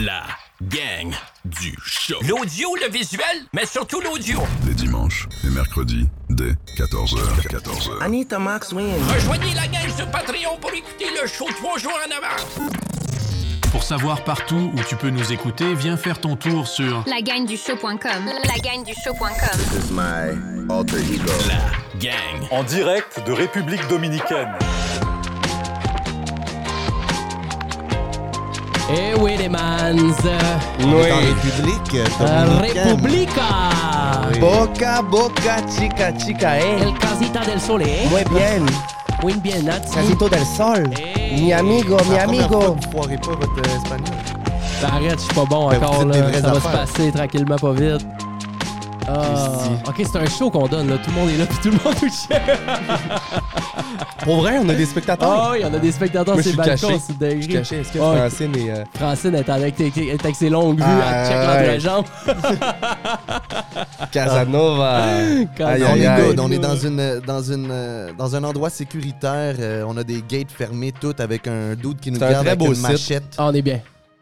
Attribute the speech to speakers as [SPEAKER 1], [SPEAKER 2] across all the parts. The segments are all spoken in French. [SPEAKER 1] La gang du show.
[SPEAKER 2] L'audio, le visuel, mais surtout l'audio.
[SPEAKER 3] les dimanches et mercredis dès 14h. 14h.
[SPEAKER 4] Anita Max Win.
[SPEAKER 2] Rejoignez la gang sur Patreon pour écouter le show trois jours en avance.
[SPEAKER 5] Pour savoir partout où tu peux nous écouter, viens faire ton tour sur
[SPEAKER 6] lagagnedushow.com. Lagagnedushow.com.
[SPEAKER 7] is my alter ego.
[SPEAKER 1] La gang.
[SPEAKER 8] En direct de République Dominicaine.
[SPEAKER 9] Eh oui, les mans.
[SPEAKER 10] est en République
[SPEAKER 9] Euh,
[SPEAKER 10] dominicaine.
[SPEAKER 9] Republica.
[SPEAKER 10] Boca, boca, chica, chica, eh.
[SPEAKER 9] El casita del hein? soleil.
[SPEAKER 10] Muy bien.
[SPEAKER 9] Win bien, Nats.
[SPEAKER 10] Casito del Sol.
[SPEAKER 9] Hey.
[SPEAKER 10] Mi amigo, mi
[SPEAKER 11] Eh. La première fois
[SPEAKER 10] amigo.
[SPEAKER 11] que vous foirez pas votre euh, espagnol.
[SPEAKER 9] Ben, Arrête, je suis pas bon
[SPEAKER 11] Ben, vous
[SPEAKER 9] encore.
[SPEAKER 11] dites des
[SPEAKER 9] Là.
[SPEAKER 11] vraies
[SPEAKER 9] Ça va se
[SPEAKER 11] affaires.
[SPEAKER 9] passer tranquillement, pas vite. Ah,
[SPEAKER 11] Christy.
[SPEAKER 9] ok, c'est un show qu'on donne. Là. Tout le monde est là, puis tout le monde nous chère.
[SPEAKER 11] Pour vrai, on a des spectateurs.
[SPEAKER 10] Ah,
[SPEAKER 9] Oh, il y en a des spectateurs,
[SPEAKER 11] Ah Moi, je
[SPEAKER 9] c'est
[SPEAKER 11] suis caché.
[SPEAKER 9] balcon, c'est
[SPEAKER 11] Je suis
[SPEAKER 9] dingue.
[SPEAKER 11] caché. Est-ce que
[SPEAKER 9] Oh,
[SPEAKER 11] Francine est. euh,
[SPEAKER 9] Francine est avec, est avec ses longues vues,
[SPEAKER 11] Ah,
[SPEAKER 9] elle check l'entrejambe.
[SPEAKER 11] Casanova.
[SPEAKER 9] Quand-
[SPEAKER 11] Aïe,
[SPEAKER 10] Ah. on
[SPEAKER 11] aïe,
[SPEAKER 10] est
[SPEAKER 11] aïe.
[SPEAKER 10] good,
[SPEAKER 11] Hey,
[SPEAKER 10] on
[SPEAKER 9] là.
[SPEAKER 10] est dans une dans une euh, dans un endroit sécuritaire. euh, on a des gates fermés toutes avec un dude qui nous
[SPEAKER 11] C'est un
[SPEAKER 10] garde
[SPEAKER 11] très
[SPEAKER 10] avec
[SPEAKER 11] beau
[SPEAKER 10] une
[SPEAKER 11] site.
[SPEAKER 10] machette.
[SPEAKER 9] Ah, on est bien.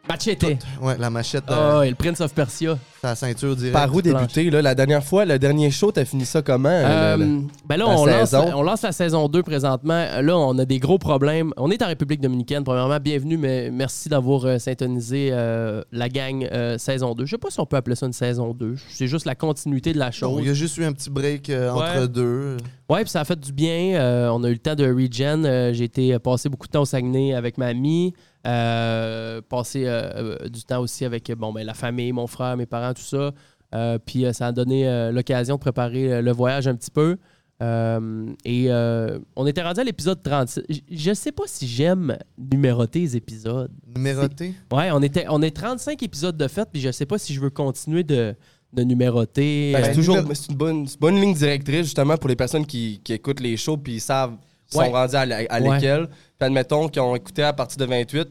[SPEAKER 9] Machete.
[SPEAKER 10] Ouais, la machette, euh,
[SPEAKER 9] Oh, et le Prince of Persia.
[SPEAKER 10] sa ceinture direct.
[SPEAKER 11] Ah. Par où débuter, là, la dernière fois, le dernier show, t'as fini ça comment? euh, le- le-
[SPEAKER 9] Euh, ben là,
[SPEAKER 11] la
[SPEAKER 9] on lance,
[SPEAKER 11] saison.
[SPEAKER 9] on lance la saison 2 présentement. Euh, Là, on a des gros problèmes. On est en République dominicaine. Premièrement, bienvenue, mais merci d'avoir euh, syntonisé euh, la gang euh, saison 2. Je sais pas si on peut appeler ça une saison 2. C'est juste la continuité de la
[SPEAKER 10] Non,
[SPEAKER 9] chose.
[SPEAKER 10] Il y a juste eu un petit break euh,
[SPEAKER 9] Ouais.
[SPEAKER 10] entre deux.
[SPEAKER 9] Ouais, puis ça a fait du bien. Euh, on a eu le temps de regen. Euh, J'ai été euh, passer beaucoup de temps au Saguenay avec ma amie. Euh, passer euh, euh, du temps aussi avec euh, bon, ben, la famille, mon frère, mes parents, tout ça. Euh, puis euh, ça a donné euh, l'occasion de préparer euh, le voyage un petit peu. Euh, et euh, on était rendu à l'épisode 36. J- Je sais pas si j'aime numéroter les épisodes.
[SPEAKER 10] Numéroté.
[SPEAKER 9] Ouais, on, était, on est 35 épisodes de fait, puis je sais pas si je veux continuer de, de numéroter.
[SPEAKER 11] Ben,
[SPEAKER 9] Euh,
[SPEAKER 11] c'est toujours c'est une bonne, c'est une bonne ligne directrice, justement, pour les personnes qui, qui écoutent les shows puis ils savent, ils
[SPEAKER 9] Ouais.
[SPEAKER 11] sont rendus à, la- à
[SPEAKER 9] Ouais.
[SPEAKER 11] lesquels. Puis admettons qu'ils ont écouté à partir de 28.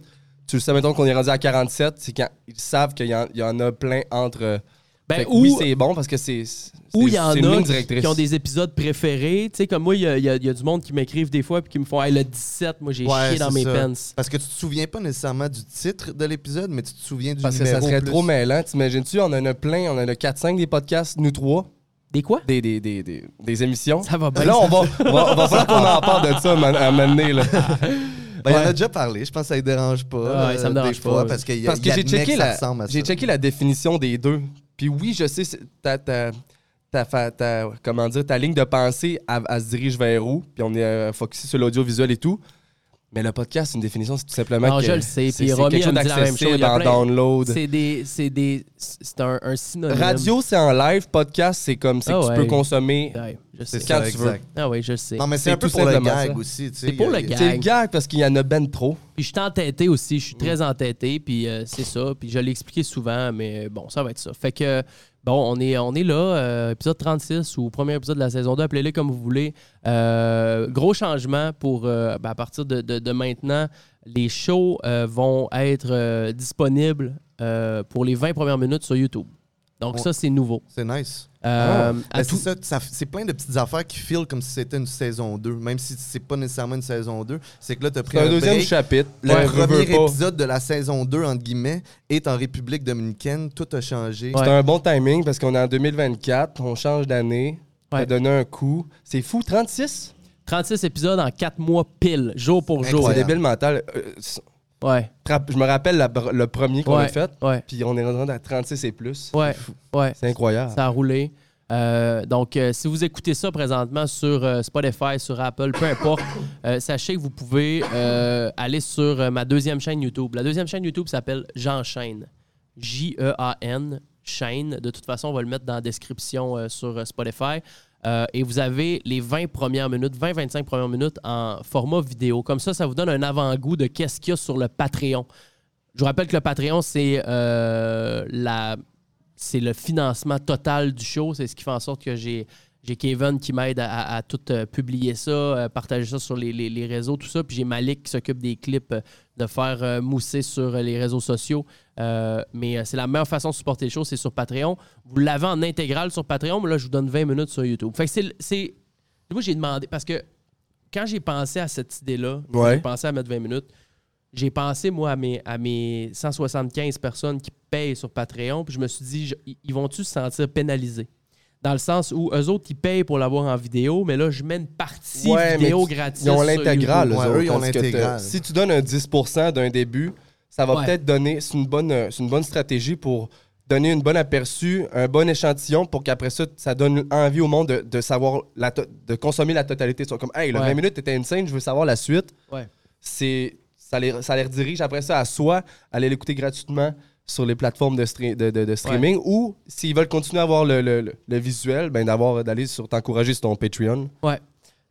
[SPEAKER 11] Tu le sais, mettons qu'on est rendu à 47, c'est quand ils savent qu'il y, en- il y en a plein entre.
[SPEAKER 9] ben,
[SPEAKER 11] Fait que
[SPEAKER 9] ou-
[SPEAKER 11] oui, c'est bon parce que c'est. c'est-
[SPEAKER 9] Ou il y en
[SPEAKER 11] c'est une
[SPEAKER 9] a
[SPEAKER 11] ligne
[SPEAKER 9] qui,
[SPEAKER 11] directrice.
[SPEAKER 9] qui ont des épisodes préférés. Tu sais, comme moi, il y a, il y a- il y a du monde qui m'écrivent des fois puis qui me font Hey, le 17, moi j'ai
[SPEAKER 10] Ouais,
[SPEAKER 9] chié dans
[SPEAKER 10] c'est
[SPEAKER 9] mes
[SPEAKER 10] ça.
[SPEAKER 9] pants.
[SPEAKER 10] Parce que tu te souviens pas nécessairement du titre de l'épisode, mais tu te souviens du
[SPEAKER 11] Parce que
[SPEAKER 10] numéro.
[SPEAKER 11] ça serait
[SPEAKER 10] plus.
[SPEAKER 11] trop mêlant. T'imagines-tu, on en a plein, on en a 4-5 des podcasts, nous trois,
[SPEAKER 9] Des quoi?
[SPEAKER 11] des, des, des, des, des émissions.
[SPEAKER 9] Ça va bien.
[SPEAKER 11] Là, on va, on va, on va falloir qu'on en parle de ça à un moment- à un moment donné. Là.
[SPEAKER 10] Ben, il en
[SPEAKER 11] Ouais.
[SPEAKER 10] a déjà parlé. Je pense que ça ne dérange pas.
[SPEAKER 9] Ah ouais, ça me
[SPEAKER 10] euh,
[SPEAKER 9] dérange
[SPEAKER 10] des fois,
[SPEAKER 9] pas.
[SPEAKER 10] Parce, qu'il y a-
[SPEAKER 11] Parce que
[SPEAKER 10] il
[SPEAKER 11] j'ai
[SPEAKER 10] admet
[SPEAKER 11] checké,
[SPEAKER 10] ça
[SPEAKER 11] la,
[SPEAKER 10] ressemble à ça.
[SPEAKER 11] j'ai checké la définition des deux. Puis oui, je sais, c'est- ta, ta, ta, fa- ta- comment dire, ta ligne de pensée, elle, elle se dirige vers où? Puis on est euh, focusé sur l'audiovisuel et tout. Mais le podcast, c'est une définition, c'est tout simplement
[SPEAKER 9] Non,
[SPEAKER 11] que
[SPEAKER 9] je le sais.
[SPEAKER 11] c'est
[SPEAKER 9] Puis
[SPEAKER 11] c'est
[SPEAKER 9] Romy,
[SPEAKER 11] quelque chose
[SPEAKER 9] elle me dit la même chose.
[SPEAKER 11] d'accessible
[SPEAKER 9] Il y a
[SPEAKER 11] en
[SPEAKER 9] plein-
[SPEAKER 11] download.
[SPEAKER 9] C'est des. C'est des. C'est un, un synonyme.
[SPEAKER 11] Radio, c'est en live. Podcast, c'est comme c'est
[SPEAKER 9] Ah
[SPEAKER 11] que
[SPEAKER 9] ouais.
[SPEAKER 11] tu peux consommer
[SPEAKER 9] Ouais, je sais.
[SPEAKER 10] C'est
[SPEAKER 11] quand
[SPEAKER 10] ça,
[SPEAKER 11] tu veux.
[SPEAKER 10] exact.
[SPEAKER 9] Ah oui, je sais.
[SPEAKER 10] Non, mais
[SPEAKER 11] C'est
[SPEAKER 10] c'est un peu
[SPEAKER 11] tout
[SPEAKER 10] pour le
[SPEAKER 11] simplement
[SPEAKER 10] gag
[SPEAKER 11] ça.
[SPEAKER 10] aussi. tu sais,
[SPEAKER 9] C'est pour
[SPEAKER 10] il y a-
[SPEAKER 9] le
[SPEAKER 10] il y a-
[SPEAKER 11] C'est
[SPEAKER 9] Gang.
[SPEAKER 11] le gag parce qu'il y en a ben trop.
[SPEAKER 9] Puis je suis entêté aussi, je suis
[SPEAKER 10] Mm.
[SPEAKER 9] très entêté, puis euh, c'est ça. Puis je l'ai expliqué souvent, mais bon, ça va être ça. Fait que, bon, on est, on est là, euh, épisode 36 ou premier épisode de la saison 2, appelez-le comme vous voulez. Euh, gros changement pour, euh, ben, à partir de, de- de maintenant, les shows euh, vont être euh, disponibles euh, pour les 20 premières minutes sur YouTube. Donc ça, c'est nouveau.
[SPEAKER 10] C'est nice.
[SPEAKER 9] Euh, à
[SPEAKER 10] Ben,
[SPEAKER 9] tout-
[SPEAKER 10] c'est ça, ça- c'est plein de petites affaires qui filent comme si c'était une saison 2, même si c'est pas nécessairement une saison 2. C'est que là, t'as pris
[SPEAKER 11] C'est un deuxième
[SPEAKER 10] break.
[SPEAKER 11] chapitre.
[SPEAKER 10] Le
[SPEAKER 11] Ouais, veux,
[SPEAKER 10] premier
[SPEAKER 11] veux pas.
[SPEAKER 10] épisode de la saison 2, entre guillemets, est en République dominicaine. Tout a changé.
[SPEAKER 9] Ouais.
[SPEAKER 11] C'est un bon timing parce qu'on est en 2024, on change d'année, on
[SPEAKER 9] Ouais.
[SPEAKER 11] a donné un coup. C'est fou, 36?
[SPEAKER 9] 36 épisodes en 4 mois pile, jour pour jour.
[SPEAKER 11] C'est
[SPEAKER 10] Incroyable.
[SPEAKER 11] débile mental. Euh, c'est-
[SPEAKER 9] Ouais,
[SPEAKER 11] tra- je me rappelle la- le premier qu'on
[SPEAKER 9] ouais,
[SPEAKER 11] a fait,
[SPEAKER 9] ouais,
[SPEAKER 11] puis on est rendu à 36 et plus.
[SPEAKER 9] ouais, ouais.
[SPEAKER 11] C'est incroyable.
[SPEAKER 9] Ça a roulé. Euh, donc, euh, si vous écoutez ça présentement sur euh, Spotify, sur Apple, peu importe, euh, sachez que vous pouvez euh, aller sur euh, ma deuxième chaîne YouTube. La deuxième chaîne YouTube s'appelle J'enchaîne. J-E-A-N, chaîne. De toute façon, on va le mettre dans la description euh, sur euh, Spotify. Euh, et vous avez les 20 premières minutes, 20-25 premières minutes en format vidéo. Comme ça, ça vous donne un avant-goût de qu'est-ce qu'il y a sur le Patreon. Je vous rappelle que le Patreon, c'est euh, la c'est le financement total du show. C'est ce qui fait en sorte que j'ai, j'ai Kevin qui m'aide à, à- à tout euh, publier ça, euh, partager ça sur les, les- les réseaux, tout ça. Puis j'ai Malik qui s'occupe des clips, euh, de faire euh, mousser sur euh, les réseaux sociaux. Euh, mais euh, c'est la meilleure façon de supporter le show, c'est sur Patreon. Vous l'avez en intégrale sur Patreon, mais là, je vous donne 20 minutes sur YouTube. Fait que c'est. c'est- Moi, j'ai demandé, parce que quand j'ai pensé à cette idée-là,
[SPEAKER 11] Ouais.
[SPEAKER 9] j'ai pensé à mettre 20 minutes, j'ai pensé, moi, à mes, à mes 175 personnes qui payent sur Patreon, puis je me suis dit, je- ils- ils vont-tu se sentir pénalisés? Dans le sens où eux autres, ils payent pour l'avoir en vidéo, mais là, je mets une partie
[SPEAKER 11] Ouais,
[SPEAKER 9] vidéo
[SPEAKER 11] mais tu-
[SPEAKER 9] gratis.
[SPEAKER 11] Ils ont
[SPEAKER 9] sur
[SPEAKER 11] l'intégrale.
[SPEAKER 9] YouTube.
[SPEAKER 10] Ouais,
[SPEAKER 11] eux autres,
[SPEAKER 10] eux, ils ont
[SPEAKER 11] parce que t'as-
[SPEAKER 10] l'intégrale.
[SPEAKER 11] Si tu donnes un 10 d'un début, ça va
[SPEAKER 9] Ouais.
[SPEAKER 11] peut-être donner. C'est une, bonne, euh, c'est une bonne stratégie pour donner une bonne aperçu, un bon échantillon pour qu'après ça, ça donne envie au monde de, de savoir, la to- de consommer la totalité. Ils sont comme, hey, le
[SPEAKER 9] Ouais.
[SPEAKER 11] 20 minutes était insane, je veux savoir la suite.
[SPEAKER 9] Ouais.
[SPEAKER 11] C'est, ça, les, ça les redirige après ça à soit aller l'écouter gratuitement sur les plateformes de, stre- de, de- de streaming ou s'ils veulent continuer à avoir le, le- le- le visuel, ben d'avoir, d'aller sur t'encourager sur ton Patreon.
[SPEAKER 9] Ouais.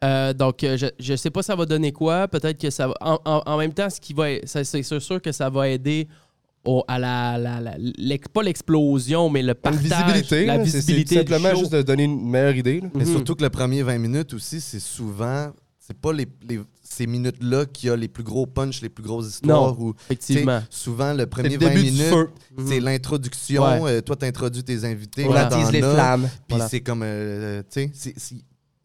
[SPEAKER 9] Euh, donc, euh, je, je sais pas ça va donner quoi. Peut-être que ça va. En, en- en même temps, ce qui va, ça- c'est sûr, sûr que ça va aider au- à la, la- la- l'ex- pas l'explosion, mais le
[SPEAKER 11] Une
[SPEAKER 9] partage,
[SPEAKER 11] visibilité, Mhm.
[SPEAKER 9] la
[SPEAKER 11] là, c'est-
[SPEAKER 9] visibilité
[SPEAKER 11] c'est
[SPEAKER 9] du
[SPEAKER 11] simplement
[SPEAKER 9] show.
[SPEAKER 11] juste de donner une meilleure idée. là.
[SPEAKER 10] Mais surtout que le premier 20 minutes aussi, c'est souvent. C'est pas les, les- ces minutes-là qu'il y a les plus gros punchs, les plus grosses histoires. ou-
[SPEAKER 9] Effectivement.
[SPEAKER 10] tu sais, Souvent, le
[SPEAKER 11] C'est
[SPEAKER 10] premier
[SPEAKER 11] le
[SPEAKER 10] 20
[SPEAKER 11] début du
[SPEAKER 10] minutes,
[SPEAKER 11] feu. Mhm.
[SPEAKER 10] c'est l'introduction.
[SPEAKER 9] Ouais.
[SPEAKER 10] euh, toi, t'introduis tes invités.
[SPEAKER 9] Voilà.
[SPEAKER 10] t'en
[SPEAKER 11] Attise les
[SPEAKER 10] as,
[SPEAKER 11] flammes.
[SPEAKER 10] Puis
[SPEAKER 9] Voilà.
[SPEAKER 10] c'est comme. euh, tu sais, c'est- c'est-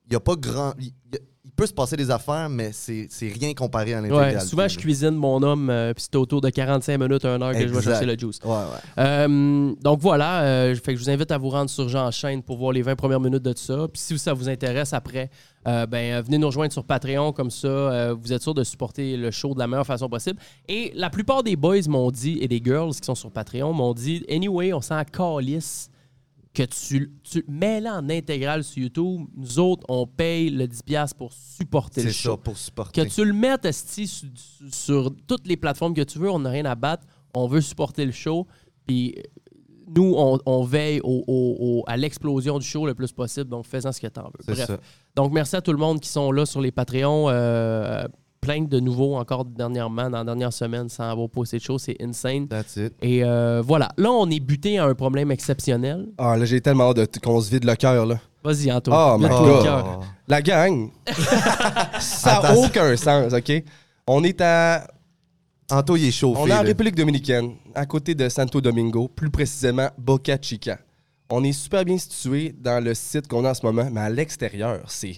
[SPEAKER 10] il y a pas grand. Il y a- il peut se passer des affaires, mais c'est c'est rien comparé à
[SPEAKER 9] Ouais,
[SPEAKER 10] l'intégralité.
[SPEAKER 9] souvent, je cuisine mon homme, euh, puis c'est autour de 45 minutes, 1 heure que je vais
[SPEAKER 10] Exact.
[SPEAKER 9] chercher le juice.
[SPEAKER 10] Ouais, ouais.
[SPEAKER 9] Euh, donc voilà, euh, fait que je vous invite à vous rendre sur Jean Chaîne pour voir les 20 premières minutes de tout ça. Puis si ça vous intéresse après, euh, ben, euh, venez nous rejoindre sur Patreon, comme ça euh, vous êtes sûr de supporter le show de la meilleure façon possible. Et la plupart des boys m'ont dit, et des girls qui sont sur Patreon, m'ont dit Anyway, on s'en calisse que tu, tu mets-la en intégrale sur YouTube. Nous autres, on paye le 10$ pour supporter le
[SPEAKER 10] C'est
[SPEAKER 9] show.
[SPEAKER 10] ça, pour
[SPEAKER 9] Que
[SPEAKER 10] supporter.
[SPEAKER 9] tu le mettes esti, sur, sur toutes les plateformes que tu veux, on n'a rien à battre. On veut supporter le show. Puis euh, nous, on, on veille au- au- au- à l'explosion du show le plus possible. Donc, fais-en ce que t'en veux.
[SPEAKER 10] C'est
[SPEAKER 9] Bref.
[SPEAKER 10] ça.
[SPEAKER 9] Donc, merci à tout le monde qui sont là sur les Patreons. Euh, plein de nouveaux encore dernièrement, dans la dernière semaine, sans avoir posté de show. C'est insane.
[SPEAKER 10] That's it.
[SPEAKER 9] Et euh, voilà. Là, on est buté à un problème exceptionnel.
[SPEAKER 11] Ah, là, j'ai tellement hâte de- qu'on se vide le cœur, là.
[SPEAKER 9] Vas-y, Antoine.
[SPEAKER 11] Oh, my
[SPEAKER 9] Vide ton
[SPEAKER 11] God.
[SPEAKER 9] cœur.
[SPEAKER 11] La gang! ça n'a aucun sens, OK? On est à...
[SPEAKER 10] Anto, il est chauffé.
[SPEAKER 11] On est en
[SPEAKER 10] là.
[SPEAKER 11] République dominicaine, à côté de Santo Domingo, plus précisément Boca Chica. On est super bien situé dans le site qu'on a en ce moment, mais à l'extérieur, c'est...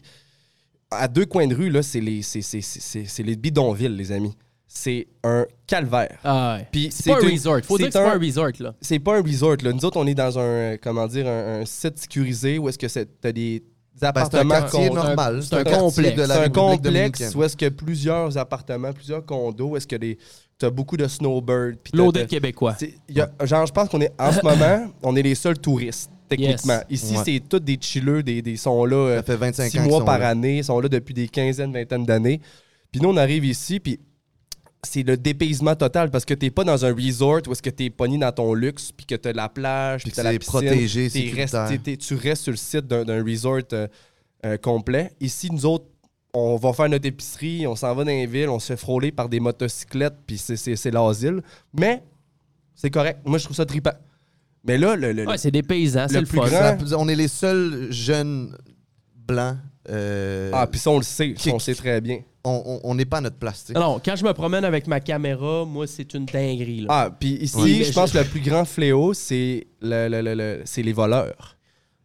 [SPEAKER 11] À deux coins de rue, là, c'est les, c'est- c'est- c'est- c'est- c'est les bidonvilles, les amis. C'est un calvaire.
[SPEAKER 9] Ah, ouais.
[SPEAKER 11] Puis
[SPEAKER 9] C'est pas un
[SPEAKER 11] une-
[SPEAKER 9] resort. Faut dire que
[SPEAKER 11] c'est
[SPEAKER 9] c'est pas
[SPEAKER 11] un-
[SPEAKER 9] un resort, là.
[SPEAKER 11] c'est pas un resort. Là. Nous autres, on est dans un, euh, comment dire, un, un site sécurisé où est-ce que c'est- t'as des, des
[SPEAKER 10] Ben, c'est un
[SPEAKER 11] appartements
[SPEAKER 10] quartier
[SPEAKER 11] con-
[SPEAKER 10] normal.
[SPEAKER 9] c'est un
[SPEAKER 10] quartier
[SPEAKER 9] complexe.
[SPEAKER 10] de la
[SPEAKER 11] c'est un
[SPEAKER 10] République
[SPEAKER 11] complexe
[SPEAKER 10] dominicaine.
[SPEAKER 11] où est-ce que plusieurs appartements, plusieurs condos, où est-ce que des, t'as beaucoup de snowbirds. puis t'as-
[SPEAKER 9] L'Odé
[SPEAKER 11] t'as-
[SPEAKER 9] québécois.
[SPEAKER 11] c'est- y a- genre, je pense qu'on est en ce moment, on est les seuls touristes, techniquement.
[SPEAKER 9] Yes.
[SPEAKER 11] Ici,
[SPEAKER 10] Ouais.
[SPEAKER 11] c'est tous des chilleux, des, des sont là euh,
[SPEAKER 10] Ça fait 25
[SPEAKER 11] six
[SPEAKER 10] ans qu'ils
[SPEAKER 11] mois
[SPEAKER 10] sont
[SPEAKER 11] par
[SPEAKER 10] là.
[SPEAKER 11] année, ils sont là depuis des quinzaines, vingtaines d'années. Puis nous, on arrive ici, puis c'est le dépaysement total parce que t'es pas dans un resort où est-ce que t'es pogné dans ton luxe, puis que t'as la plage, puis
[SPEAKER 10] Puis que
[SPEAKER 11] t'as la
[SPEAKER 10] c'est
[SPEAKER 11] piscine.
[SPEAKER 10] protégé,
[SPEAKER 11] T'es
[SPEAKER 10] sécuritaire.
[SPEAKER 11] resté- t'es- tu restes sur le site d'un d'un resort euh, euh, complet. Ici, nous autres, on va faire notre épicerie, on s'en va dans les villes, on se fait frôler par des motocyclettes, puis c'est- c'est c'est l'asile. Mais c'est correct. Moi, je trouve ça trippant. Mais là, le, le-
[SPEAKER 9] Ouais, c'est des paysans, c'est le
[SPEAKER 11] plus
[SPEAKER 9] fun.
[SPEAKER 11] grand-
[SPEAKER 10] Ça- on est les seuls jeunes blancs. euh,
[SPEAKER 11] ah, puis ça, on le sait. ça,
[SPEAKER 10] Qui-
[SPEAKER 11] on sait très bien.
[SPEAKER 10] on- on- on n'est pas à notre place. tu sais.
[SPEAKER 9] Non, non, quand je me promène avec ma caméra, moi, c'est une dinguerie. Là.
[SPEAKER 11] Ah, puis ici,
[SPEAKER 9] Ouais.
[SPEAKER 11] je pense que le plus grand fléau, c'est le- le- le- le- c'est les voleurs.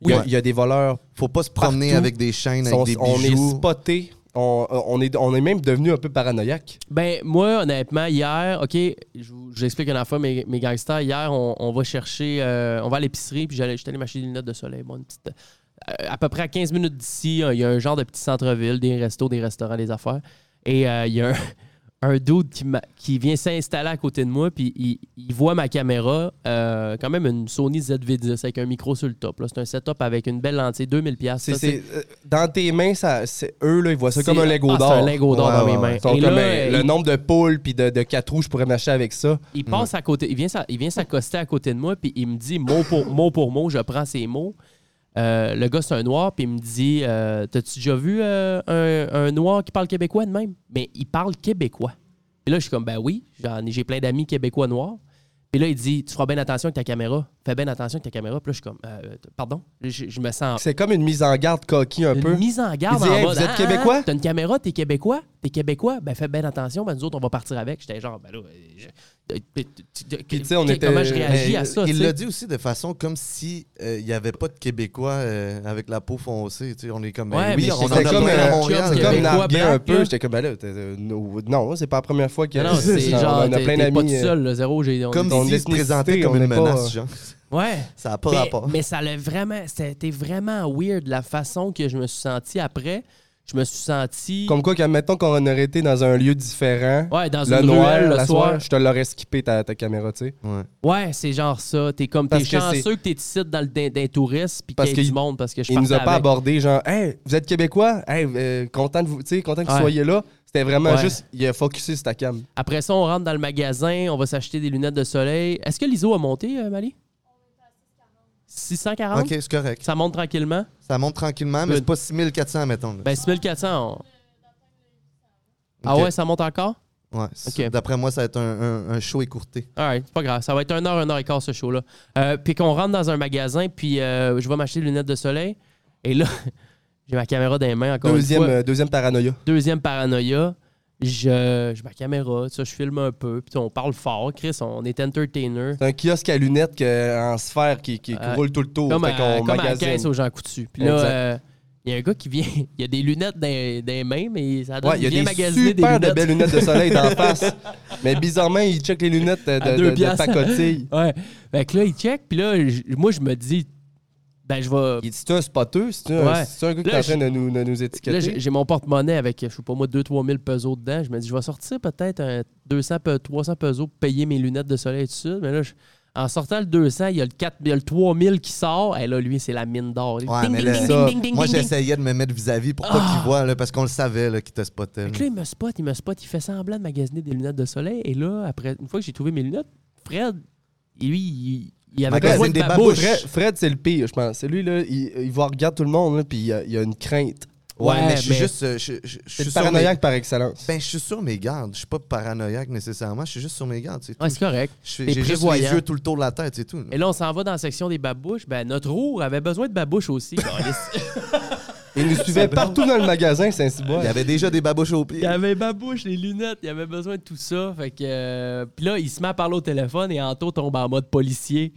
[SPEAKER 11] Il y, a,
[SPEAKER 9] Oui.
[SPEAKER 11] il y a des voleurs.
[SPEAKER 10] Faut pas se promener
[SPEAKER 11] Partout,
[SPEAKER 10] avec des chaînes, avec
[SPEAKER 11] On,
[SPEAKER 10] des
[SPEAKER 11] on est
[SPEAKER 10] bijoux.
[SPEAKER 11] spotés. On, on est, on est même devenu un peu paranoïaque.
[SPEAKER 9] Ben, moi, honnêtement, hier, OK, je vous- j'explique une fois mes, mes gangsters. Hier, on, on va chercher, euh, on va à l'épicerie, puis j'allais, j'étais allé m'acheter des lunettes de soleil. Bon, une petite, euh, à peu près à 15 minutes d'ici, euh, il y a un genre de petit centre-ville, des restos, des restaurants, des affaires. Et euh, il y a un, un dude qui, m'a- qui vient s'installer à côté de moi, puis il, il voit ma caméra, euh, quand même une Sony ZV10 avec un micro sur le top. là. C'est un setup avec une belle lentille, 2000$. piastres,
[SPEAKER 11] C'est-
[SPEAKER 9] ça,
[SPEAKER 11] c'est- euh, dans tes mains, ça, c'est- eux, là, ils voient ça
[SPEAKER 9] C'est-
[SPEAKER 11] comme un Lego
[SPEAKER 9] ah,
[SPEAKER 11] d'or.
[SPEAKER 9] C'est un lingot d'or
[SPEAKER 10] Ouais,
[SPEAKER 9] dans
[SPEAKER 10] ouais,
[SPEAKER 9] mes mains.
[SPEAKER 11] Ils sont
[SPEAKER 9] Et
[SPEAKER 11] comme,
[SPEAKER 9] là,
[SPEAKER 11] euh,
[SPEAKER 9] il-
[SPEAKER 11] le nombre de poules puis de, de quatre roues, je pourrais m'acheter avec ça.
[SPEAKER 9] Il passe à côté, il vient, s'a- il vient s'accoster à côté de moi, puis il me dit mot pour mot, pour mot je prends ses mots. Euh, le gars, c'est un noir, puis il me dit euh, T'as-tu déjà vu euh, un, un noir qui parle québécois de même Mais il parle québécois. Puis là, je suis comme Ben oui, j'en ai- j'ai plein d'amis québécois noirs. Puis là, il dit Tu feras bien attention avec ta caméra. Fais bien attention avec ta caméra. Puis là, je suis comme Euh, Pardon je, je me sens.
[SPEAKER 11] Ah. C'est comme une mise en garde coquille un
[SPEAKER 9] Une
[SPEAKER 11] peu.
[SPEAKER 9] mise en garde
[SPEAKER 11] Il dit,
[SPEAKER 9] en
[SPEAKER 11] Hey,
[SPEAKER 9] mode,
[SPEAKER 11] vous êtes
[SPEAKER 9] Ah, ah,
[SPEAKER 11] Québécois?
[SPEAKER 9] ah, T'as une caméra, t'es Québécois T'es Québécois Ben fais bien attention, ben nous autres, on va partir avec. J'étais genre Ben là, euh, je-
[SPEAKER 11] tu sais, on était- euh,
[SPEAKER 9] Comment je réagis
[SPEAKER 10] Mais
[SPEAKER 9] à
[SPEAKER 10] il-
[SPEAKER 9] ça?
[SPEAKER 10] Il
[SPEAKER 9] tu sais?
[SPEAKER 10] l'a dit aussi de façon comme si euh, il n'y avait pas de Québécois euh, avec la peau foncée. tu sais, On est comme. ben
[SPEAKER 9] Ouais, mais
[SPEAKER 10] oui, on en a
[SPEAKER 11] c'était comme,
[SPEAKER 10] plein
[SPEAKER 11] euh,
[SPEAKER 10] à Montréal.
[SPEAKER 9] Chums
[SPEAKER 11] C'est
[SPEAKER 10] là.
[SPEAKER 11] comme
[SPEAKER 9] Québécois
[SPEAKER 11] narguer
[SPEAKER 9] blanc,
[SPEAKER 11] un peu.
[SPEAKER 9] là.
[SPEAKER 11] J'étais comme, ben là, t'es- euh, no- non, c'est pas la première fois qu'il y
[SPEAKER 9] Non,
[SPEAKER 11] a
[SPEAKER 9] non, c'est
[SPEAKER 11] On
[SPEAKER 9] genre,
[SPEAKER 11] a
[SPEAKER 9] t'es
[SPEAKER 11] plein
[SPEAKER 9] t'es pas tout
[SPEAKER 11] d'amis. euh,
[SPEAKER 9] seul, là, zéro, j'ai... on-
[SPEAKER 10] Comme
[SPEAKER 11] ton
[SPEAKER 10] s'il se
[SPEAKER 11] ethnicité,
[SPEAKER 10] présentait comme
[SPEAKER 11] on
[SPEAKER 10] une
[SPEAKER 11] est pas-
[SPEAKER 10] menace, genre.
[SPEAKER 9] Ouais.
[SPEAKER 10] Ça n'a pas
[SPEAKER 9] mais,
[SPEAKER 10] rapport.
[SPEAKER 9] mais ça l'a vraiment... C'était vraiment weird, la façon que je me suis senti après. Je me suis senti...
[SPEAKER 11] euh, Comme quoi, admettons qu'on aurait été dans un lieu différent.
[SPEAKER 9] Ouais, dans
[SPEAKER 11] Le
[SPEAKER 9] une
[SPEAKER 11] noir,
[SPEAKER 9] ruelle,
[SPEAKER 11] la
[SPEAKER 9] le soir.
[SPEAKER 11] soir, je te l'aurais skippé ta, ta caméra, tu sais.
[SPEAKER 10] Ouais.
[SPEAKER 9] Ouais, c'est genre ça. T'es comme... T'es
[SPEAKER 11] Parce que c'est-
[SPEAKER 9] chanceux que t'es ici dans le d'un d'un touriste puis
[SPEAKER 11] Parce
[SPEAKER 9] qu'il y ait du
[SPEAKER 11] qu'il-
[SPEAKER 9] monde parce que je
[SPEAKER 11] Il nous a
[SPEAKER 9] partais
[SPEAKER 11] pas
[SPEAKER 9] avec.
[SPEAKER 11] abordé, genre, hey, vous êtes québécois? Hey, euh, content de vous, tu sais, content que
[SPEAKER 9] Ouais.
[SPEAKER 11] vous soyez là. C'était vraiment
[SPEAKER 9] Ouais.
[SPEAKER 11] juste, il a focusé sur ta cam.
[SPEAKER 9] Après ça, on rentre dans le magasin, on va s'acheter des lunettes de soleil. Est-ce que l'ISO a monté, euh, Mali? 640.
[SPEAKER 10] Ok, c'est correct.
[SPEAKER 9] Ça monte tranquillement.
[SPEAKER 10] Ça monte tranquillement, mais
[SPEAKER 9] Good.
[SPEAKER 10] c'est pas 6400, mettons. là.
[SPEAKER 9] Ben, 6400. on- Ah
[SPEAKER 10] Ok.
[SPEAKER 9] ouais, ça monte encore?
[SPEAKER 10] Ouais, c'est-
[SPEAKER 9] ok.
[SPEAKER 10] D'après moi, ça va être un, un- un show écourté.
[SPEAKER 9] Alright, c'est pas grave. Ça va être 1 heure, 1 heure et quart ce show-là. Euh, puis qu'on rentre dans un magasin, puis euh, je vais m'acheter des lunettes de soleil. Et là, j'ai ma caméra dans les mains encore
[SPEAKER 11] Deuxième,
[SPEAKER 9] une fois.
[SPEAKER 11] euh, deuxième paranoïa.
[SPEAKER 9] Deuxième paranoïa. Je, j'ai ma caméra, tu sais, je filme un peu, puis on parle fort. Chris, on est entertainer.
[SPEAKER 11] C'est un kiosque à lunettes que- en sphère qui, qui- qui
[SPEAKER 9] Ouais.
[SPEAKER 11] roule tout le tour.
[SPEAKER 9] Comme,
[SPEAKER 11] fait
[SPEAKER 9] à,
[SPEAKER 11] qu'on
[SPEAKER 9] euh, comme à la
[SPEAKER 11] magasine.
[SPEAKER 9] caisse aux gens coutus. Puis là,
[SPEAKER 11] Exact.
[SPEAKER 9] euh, il y a un gars qui vient, il y a des lunettes dans, dans les mains, mais ça donne
[SPEAKER 11] Ouais, il y a
[SPEAKER 9] vient
[SPEAKER 11] des
[SPEAKER 9] magasiner
[SPEAKER 11] super
[SPEAKER 9] des
[SPEAKER 11] de
[SPEAKER 9] lunettes.
[SPEAKER 11] belles lunettes de soleil d'en face. Mais bizarrement, il check les lunettes de,
[SPEAKER 9] À
[SPEAKER 11] de,
[SPEAKER 9] deux
[SPEAKER 11] de- de
[SPEAKER 9] piastres.
[SPEAKER 11] pacotille.
[SPEAKER 9] Ouais. Fait que là, il check, puis là, j- moi, je me dis, ben, je vais.
[SPEAKER 11] Il dit, c'est un spotteux? C'est un,
[SPEAKER 9] Ouais.
[SPEAKER 11] c'est un gars qui
[SPEAKER 9] Là,
[SPEAKER 11] est en train de nous, de nous étiqueter?
[SPEAKER 9] Là, j'ai j'ai mon porte-monnaie avec, je sais pas moi, 2-3 000 pesos dedans. Je me dis, je vais sortir peut-être un 200, pe- 300 pesos pour payer mes lunettes de soleil et tout ça. Mais là, je- en sortant le 200, il y a le, 4, il y a le 3 000 qui sort. Et là, lui, c'est la mine d'or. Ding,
[SPEAKER 10] Ouais,
[SPEAKER 9] ding,
[SPEAKER 10] mais
[SPEAKER 9] ding,
[SPEAKER 10] là,
[SPEAKER 9] ding,
[SPEAKER 10] ça,
[SPEAKER 9] ding, ding,
[SPEAKER 10] moi,
[SPEAKER 9] ding, ding.
[SPEAKER 10] j'essayais de me mettre vis-à-vis pour pas qu'il voit, là, parce qu'on le savait là, qu'il te spottait. là.
[SPEAKER 11] Mm.
[SPEAKER 9] Fait que là, il me spot, il me spot, il fait semblant de magasiner des lunettes de soleil. Et là, après, une fois que j'ai trouvé mes lunettes, Fred, lui, il, il avait
[SPEAKER 10] Magasine
[SPEAKER 9] pas de
[SPEAKER 10] des
[SPEAKER 9] babouche.
[SPEAKER 10] babouches.
[SPEAKER 11] Fred, Fred, c'est le pire, je pense. C'est lui, là, il, il voit, regarde tout le monde, là, puis il y a, il y a une crainte.
[SPEAKER 10] Ouais,
[SPEAKER 9] Ouais,
[SPEAKER 10] mais je suis
[SPEAKER 9] mais-
[SPEAKER 10] juste. euh, Je, je- je
[SPEAKER 11] C'est
[SPEAKER 10] suis
[SPEAKER 11] le
[SPEAKER 10] sur mes-
[SPEAKER 11] paranoïaque par excellence.
[SPEAKER 10] Ben, je suis sur mes gardes. Je suis pas paranoïaque nécessairement. Je suis juste sur mes gardes. c'est tout.
[SPEAKER 9] Ouais, c'est correct.
[SPEAKER 10] Je suis-
[SPEAKER 9] T'es
[SPEAKER 10] J'ai juste les
[SPEAKER 9] prévoyant.
[SPEAKER 10] yeux tout le tour de la tête, c'est tout.
[SPEAKER 9] Et là, on s'en va dans la section des babouches. Ben, notre roue avait besoin de babouches aussi. Calisse.
[SPEAKER 11] Il nous suivait partout dans le magasin, saint
[SPEAKER 10] Il y avait déjà des babouches aux
[SPEAKER 9] il y
[SPEAKER 10] pieds.
[SPEAKER 9] avait babouche, les lunettes, il avait besoin de tout ça. Fait que. euh, Puis là, il se met à parler au téléphone et Anto tombe en mode policier.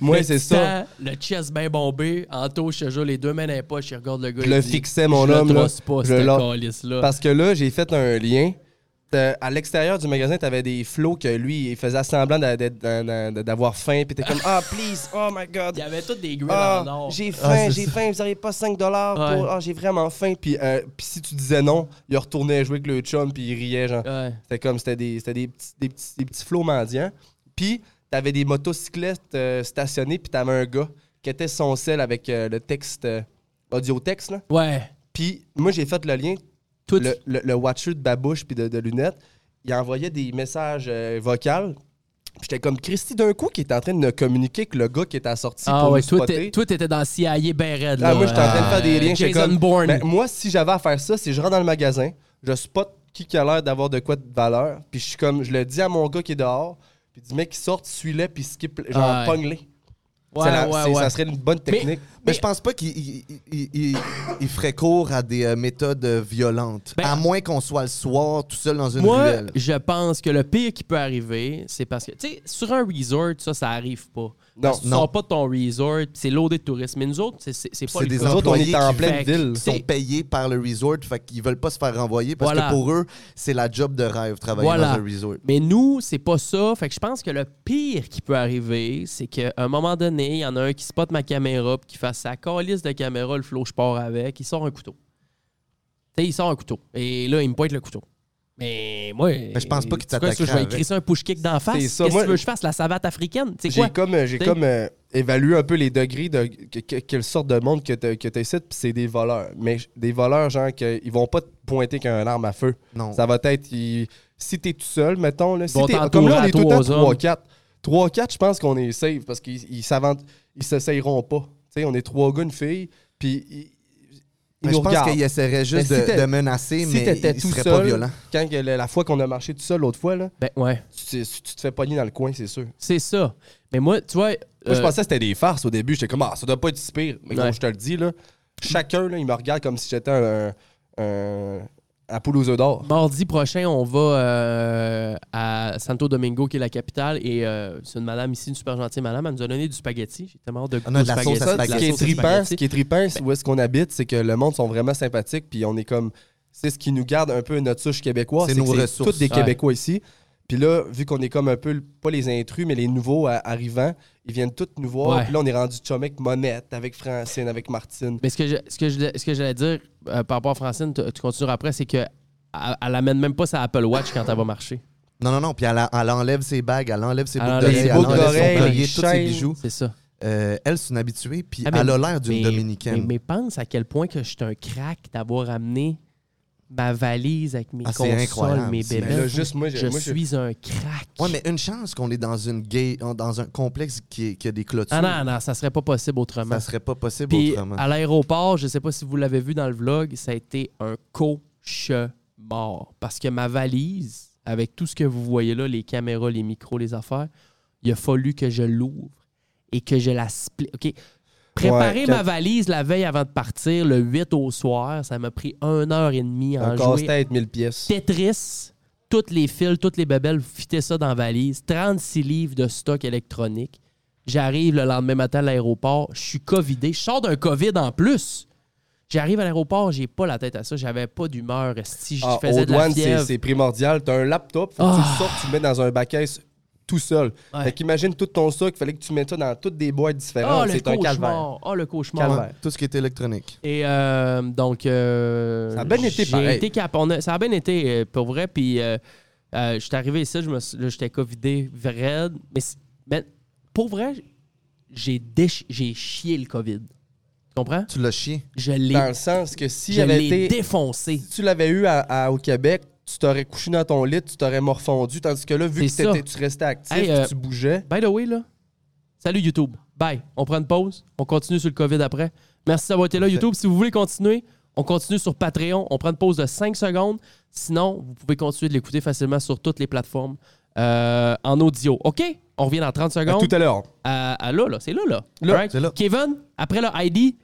[SPEAKER 11] Moi,
[SPEAKER 9] Le
[SPEAKER 11] c'est ça.
[SPEAKER 9] sang, Le chest bien bombé. Anto, je te jure, les deux mains dans les poches, il regarde le gars.
[SPEAKER 11] Je
[SPEAKER 9] il
[SPEAKER 11] le
[SPEAKER 9] dit,
[SPEAKER 11] fixais, mon
[SPEAKER 9] je
[SPEAKER 11] homme,
[SPEAKER 9] Le
[SPEAKER 11] là.
[SPEAKER 9] trosse pas,
[SPEAKER 11] Je
[SPEAKER 9] ce
[SPEAKER 11] l'en-
[SPEAKER 9] calice-là.
[SPEAKER 11] Parce que là, j'ai fait un lien. T'as- À l'extérieur du magasin, t'avais des flots que lui, il faisait semblant d'a- d'être- d'a- d'a- d'avoir faim, puis t'es comme Ah, please, oh my god.
[SPEAKER 9] Il y avait toutes des grilles
[SPEAKER 11] Ah,
[SPEAKER 9] en or.
[SPEAKER 11] j'ai
[SPEAKER 10] Ah,
[SPEAKER 11] faim,
[SPEAKER 10] c'est
[SPEAKER 11] j'ai
[SPEAKER 10] ça.
[SPEAKER 11] faim, vous auriez pas 5 dollars
[SPEAKER 9] Ouais.
[SPEAKER 11] pour ah, j'ai vraiment faim puis euh, puis si tu disais non, il retournait jouer avec le chum puis il riait genre.
[SPEAKER 9] Ouais.
[SPEAKER 11] C'était comme c'était des c'était des petits des petits, des petits flots mendiants. Puis t'avais des motocyclettes euh, stationnées puis t'avais un gars qui était son sel avec euh, le texte euh, audio texte là.
[SPEAKER 9] Ouais.
[SPEAKER 11] Puis moi j'ai fait le lien
[SPEAKER 9] Toi, tu-
[SPEAKER 11] le, le, le watcher de babouche puis de, de lunettes, il envoyait des messages euh, vocaux. Puis J'étais comme Christy d'un coup qui était en train de me communiquer que le gars qui était à la sortie
[SPEAKER 9] Ah
[SPEAKER 11] pour
[SPEAKER 9] ouais,
[SPEAKER 11] nous
[SPEAKER 9] toi,
[SPEAKER 11] spotter.
[SPEAKER 9] t'es- toi, t'étais dans CIA ben raide,
[SPEAKER 11] Ah,
[SPEAKER 9] là.
[SPEAKER 11] moi, j'étais en train de faire des liens. j'étais
[SPEAKER 9] Jason
[SPEAKER 11] comme,
[SPEAKER 9] Bourne.
[SPEAKER 11] ben, moi, si j'avais à faire ça, c'est je rentre dans le magasin, je spot qui qui a l'air d'avoir de quoi de valeur, puis je suis comme, je le dis à mon gars qui est dehors, puis dis, mec, qui sort, suis-le, puis skip, genre,
[SPEAKER 9] Ah, ouais.
[SPEAKER 11] pogne-les.
[SPEAKER 9] Ouais,
[SPEAKER 11] C'est la-
[SPEAKER 9] ouais,
[SPEAKER 11] c'est-
[SPEAKER 9] ouais.
[SPEAKER 11] Ça serait une bonne technique.
[SPEAKER 10] Mais je pense pas qu'il il- il- il- il ferait cours à des euh, méthodes euh, violentes.
[SPEAKER 9] Ben-
[SPEAKER 10] à moins qu'on soit le soir tout seul dans une
[SPEAKER 9] Moi,
[SPEAKER 10] ruelle.
[SPEAKER 9] je pense que le pire qui peut arriver, c'est parce que, tu sais, sur un resort, ça, ça arrive pas.
[SPEAKER 11] Non,
[SPEAKER 9] Tu
[SPEAKER 10] non.
[SPEAKER 9] sors pas de ton resort, pis c'est loadé de touristes. Mais nous autres, c'est- c'est c'est pas
[SPEAKER 10] C'est
[SPEAKER 9] le
[SPEAKER 10] des
[SPEAKER 9] cas.
[SPEAKER 11] Nous autres, on
[SPEAKER 10] employés
[SPEAKER 11] est en
[SPEAKER 10] qui
[SPEAKER 11] pleine
[SPEAKER 9] fait-
[SPEAKER 11] ville.
[SPEAKER 10] Ils sont payés par le resort, fait qu'ils veulent pas se faire renvoyer parce
[SPEAKER 9] Voilà.
[SPEAKER 10] que pour eux, c'est la job de rêve, travailler
[SPEAKER 9] Voilà.
[SPEAKER 10] dans un resort.
[SPEAKER 9] Mais nous, c'est pas ça. Fait que je pense que le pire qui peut arriver, c'est qu'à un moment donné, il y en a un qui spot ma caméra puis qui fasse sa calice de caméra, le flow, je pars avec. Il sort un couteau. Tu sais, il sort un couteau. Et là, il me pointe le couteau. Mais moi.
[SPEAKER 10] je pense pas qu'il
[SPEAKER 9] c'est quoi,
[SPEAKER 10] t'attaquerait
[SPEAKER 9] ça, Je vais
[SPEAKER 10] avec.
[SPEAKER 9] écrire ça un push kick d'en face.
[SPEAKER 11] C'est
[SPEAKER 9] Qu'est-ce
[SPEAKER 11] ça,
[SPEAKER 9] que
[SPEAKER 11] moi-
[SPEAKER 9] tu veux que je fasse? La savate africaine? C'est quoi?
[SPEAKER 11] J'ai comme, euh, j'ai
[SPEAKER 9] T'sais?
[SPEAKER 11] comme euh, évalué un peu les degrés de que- que- quelle sorte de monde que tu que essaies, puis c'est des voleurs. Mais j- des voleurs, genre, que, ils vont pas te pointer qu'un arme à feu.
[SPEAKER 10] Non.
[SPEAKER 11] Ça va être, ils- si t'es tout seul, mettons, là, si
[SPEAKER 9] vont
[SPEAKER 11] t'es-
[SPEAKER 9] t'entourer
[SPEAKER 11] comme là,
[SPEAKER 9] à
[SPEAKER 11] on est tout le
[SPEAKER 9] trois
[SPEAKER 11] temps
[SPEAKER 9] hommes.
[SPEAKER 11] 3-4. 3-4, je pense qu'on est safe parce qu'ils ils s'avantent- ils s'essayeront pas. Tu sais, on est trois gars, une fille, puis ils, ils
[SPEAKER 10] Mais je
[SPEAKER 11] nous
[SPEAKER 10] pense
[SPEAKER 11] regardent.
[SPEAKER 10] qu'il
[SPEAKER 9] Ben,
[SPEAKER 10] essaierait juste
[SPEAKER 11] Mais si
[SPEAKER 10] de,
[SPEAKER 11] t'es-
[SPEAKER 10] de menacer,
[SPEAKER 11] si
[SPEAKER 10] mais
[SPEAKER 11] t'étais
[SPEAKER 10] il
[SPEAKER 11] tout
[SPEAKER 10] serait
[SPEAKER 11] seul,
[SPEAKER 10] pas violent.
[SPEAKER 11] quand que la, la fois qu'on a marché tout seul l'autre fois, là,
[SPEAKER 9] Ben ouais,
[SPEAKER 11] tu, te- tu te fais pogner dans le coin, c'est sûr.
[SPEAKER 9] c'est ça. Mais moi, tu vois.
[SPEAKER 11] Moi, je
[SPEAKER 9] euh,
[SPEAKER 11] pensais que c'était des farces au début. J'étais comme, ah, ça doit pas être si pire. Mais
[SPEAKER 9] Ouais.
[SPEAKER 11] comme je te le dis, là, chacun, là, il me regarde comme si j'étais un, un, la poule aux œufs d'or.
[SPEAKER 9] Mardi prochain, on va euh, à Santo Domingo, qui est la capitale. Et euh, c'est une madame ici, une super gentille madame. Elle nous a donné du spaghetti. J'ai tellement hâte de
[SPEAKER 10] On a
[SPEAKER 9] goûter
[SPEAKER 10] Ah de la
[SPEAKER 9] au
[SPEAKER 10] sauce à
[SPEAKER 9] spaghetti.
[SPEAKER 11] Ça, ce
[SPEAKER 10] spaghetti.
[SPEAKER 11] qui est
[SPEAKER 10] La sauce
[SPEAKER 11] trippant,
[SPEAKER 10] spaghetti.
[SPEAKER 11] ce qui est trippant, c'est où est-ce qu'on habite, c'est que le monde sont vraiment sympathiques, puis on est comme, c'est ce qui nous garde un peu notre souche québécoise.
[SPEAKER 10] C'est
[SPEAKER 11] que
[SPEAKER 10] nos ressources.
[SPEAKER 11] Tous des
[SPEAKER 9] Ouais.
[SPEAKER 11] Québécois ici. Puis là, vu qu'on est comme un peu, le- pas les intrus, mais les nouveaux à- arrivants, ils viennent tous nous voir.
[SPEAKER 9] Ouais.
[SPEAKER 11] Puis là, on est rendu chum avec Monette, avec Francine, avec Martine.
[SPEAKER 9] Mais ce que, je- ce que, je- ce que j'allais dire euh, par rapport à Francine, tu, tu continueras après, c'est que elle elle amène même pas sa Apple Watch quand elle va marcher.
[SPEAKER 10] Non, non, non. Puis elle, a- elle enlève ses bagues, elle enlève ses
[SPEAKER 9] Elle
[SPEAKER 10] boucles
[SPEAKER 9] enlève
[SPEAKER 10] d'oreilles,
[SPEAKER 9] ses
[SPEAKER 10] elle
[SPEAKER 9] boucles
[SPEAKER 10] enlève
[SPEAKER 9] d'oreilles,
[SPEAKER 10] son collier,
[SPEAKER 11] les
[SPEAKER 10] tous ses
[SPEAKER 11] chaînes.
[SPEAKER 10] bijoux.
[SPEAKER 9] C'est ça.
[SPEAKER 10] Euh, elle, c'est une habituée, puis
[SPEAKER 9] Ah, mais-
[SPEAKER 10] elle a l'air d'une
[SPEAKER 9] mais- Mais,
[SPEAKER 10] dominicaine.
[SPEAKER 9] mais pense à quel point que je suis un crack d'avoir amené ma valise avec mes
[SPEAKER 10] Ah, c'est
[SPEAKER 9] consoles,
[SPEAKER 10] incroyable,
[SPEAKER 9] mes
[SPEAKER 10] ça. Mais
[SPEAKER 9] bébés.
[SPEAKER 11] là, juste moi, j'ai-
[SPEAKER 9] je
[SPEAKER 11] moi, j'ai-
[SPEAKER 9] suis un crack.
[SPEAKER 10] Ouais, mais une chance qu'on est dans une gay, en- dans un complexe qui, est- qui a des clôtures.
[SPEAKER 9] Ah non, non, ça serait pas possible autrement.
[SPEAKER 10] Ça serait pas possible
[SPEAKER 9] Puis
[SPEAKER 10] autrement.
[SPEAKER 9] à l'aéroport, je sais pas si vous l'avez vu dans le vlog, ça a été un cauchemar. Parce que ma valise, avec tout ce que vous voyez là, les caméras, les micros, les affaires, il a fallu que je l'ouvre et que je la split. OK. Préparer
[SPEAKER 11] Ouais,
[SPEAKER 9] ma
[SPEAKER 11] quand-
[SPEAKER 9] valise la veille avant de partir, le 8 au soir, ça m'a pris une heure et demie à
[SPEAKER 11] Un
[SPEAKER 9] en jouer
[SPEAKER 11] casse-tête, 1000 pièces.
[SPEAKER 9] Tetris, toutes les fils, toutes les bebelles, fitter ça dans la valise, 36 livres de stock électronique. J'arrive le lendemain matin à l'aéroport, je suis covidé, je sors d'un covid en plus. J'arrive à l'aéroport, j'ai pas la tête à ça, j'avais pas d'humeur, si je
[SPEAKER 11] Ah,
[SPEAKER 9] faisais
[SPEAKER 11] aux
[SPEAKER 9] de la
[SPEAKER 11] douanes, c'est
[SPEAKER 9] fièvre. Ah.
[SPEAKER 11] c'est primordial. T'as un laptop, faut que tu le sortes, tu le mets dans un bac tout seul.
[SPEAKER 9] Ouais.
[SPEAKER 11] Fait qu'imagine tout ton sac, il fallait que tu mettes ça dans toutes des boîtes
[SPEAKER 9] Oh
[SPEAKER 11] différentes.
[SPEAKER 9] le
[SPEAKER 11] c'est un calvaire.
[SPEAKER 9] cauchemar, oh le cauchemar.
[SPEAKER 11] Calvaire.
[SPEAKER 10] Ouais, Tout ce qui est électronique.
[SPEAKER 9] Et euh, donc, euh,
[SPEAKER 11] Ça a bien été
[SPEAKER 9] j'ai
[SPEAKER 11] pareil.
[SPEAKER 9] été cap- on a- ça a bien été euh, pour vrai. Puis, euh, euh, j'étais arrivé ici, je me suis- là, j'étais covidé raide. Mais, c'est- mais pour vrai, j'ai déch- j'ai chié le COVID. Tu comprends?
[SPEAKER 10] Tu l'as chié.
[SPEAKER 9] Je l'ai
[SPEAKER 11] Dans le sens que s'il
[SPEAKER 9] je
[SPEAKER 11] avait
[SPEAKER 9] l'ai
[SPEAKER 11] Ben, été.
[SPEAKER 9] défoncé.
[SPEAKER 11] Si tu l'avais eu à- à- au Québec, tu t'aurais couché dans ton lit, tu t'aurais morfondu, tandis que là, vu que
[SPEAKER 9] C'est ça.
[SPEAKER 11] t'étais- tu restais actif,
[SPEAKER 9] Hey,
[SPEAKER 11] puis
[SPEAKER 9] euh,
[SPEAKER 11] tu bougeais.
[SPEAKER 9] By the way, là, salut YouTube. Bye. On prend une pause. On continue sur le COVID après. Merci d'avoir été là, YouTube. Si vous voulez continuer, on continue sur Patreon. On prend une pause de 5 secondes. Sinon, vous pouvez continuer de l'écouter facilement sur toutes les plateformes euh, en audio. OK? On revient dans 30
[SPEAKER 11] À
[SPEAKER 9] secondes.
[SPEAKER 11] tout à l'heure.
[SPEAKER 9] À, à là, là. C'est là, là.
[SPEAKER 11] Là,
[SPEAKER 9] Alright?
[SPEAKER 10] c'est là.
[SPEAKER 9] Kevin, après le ID,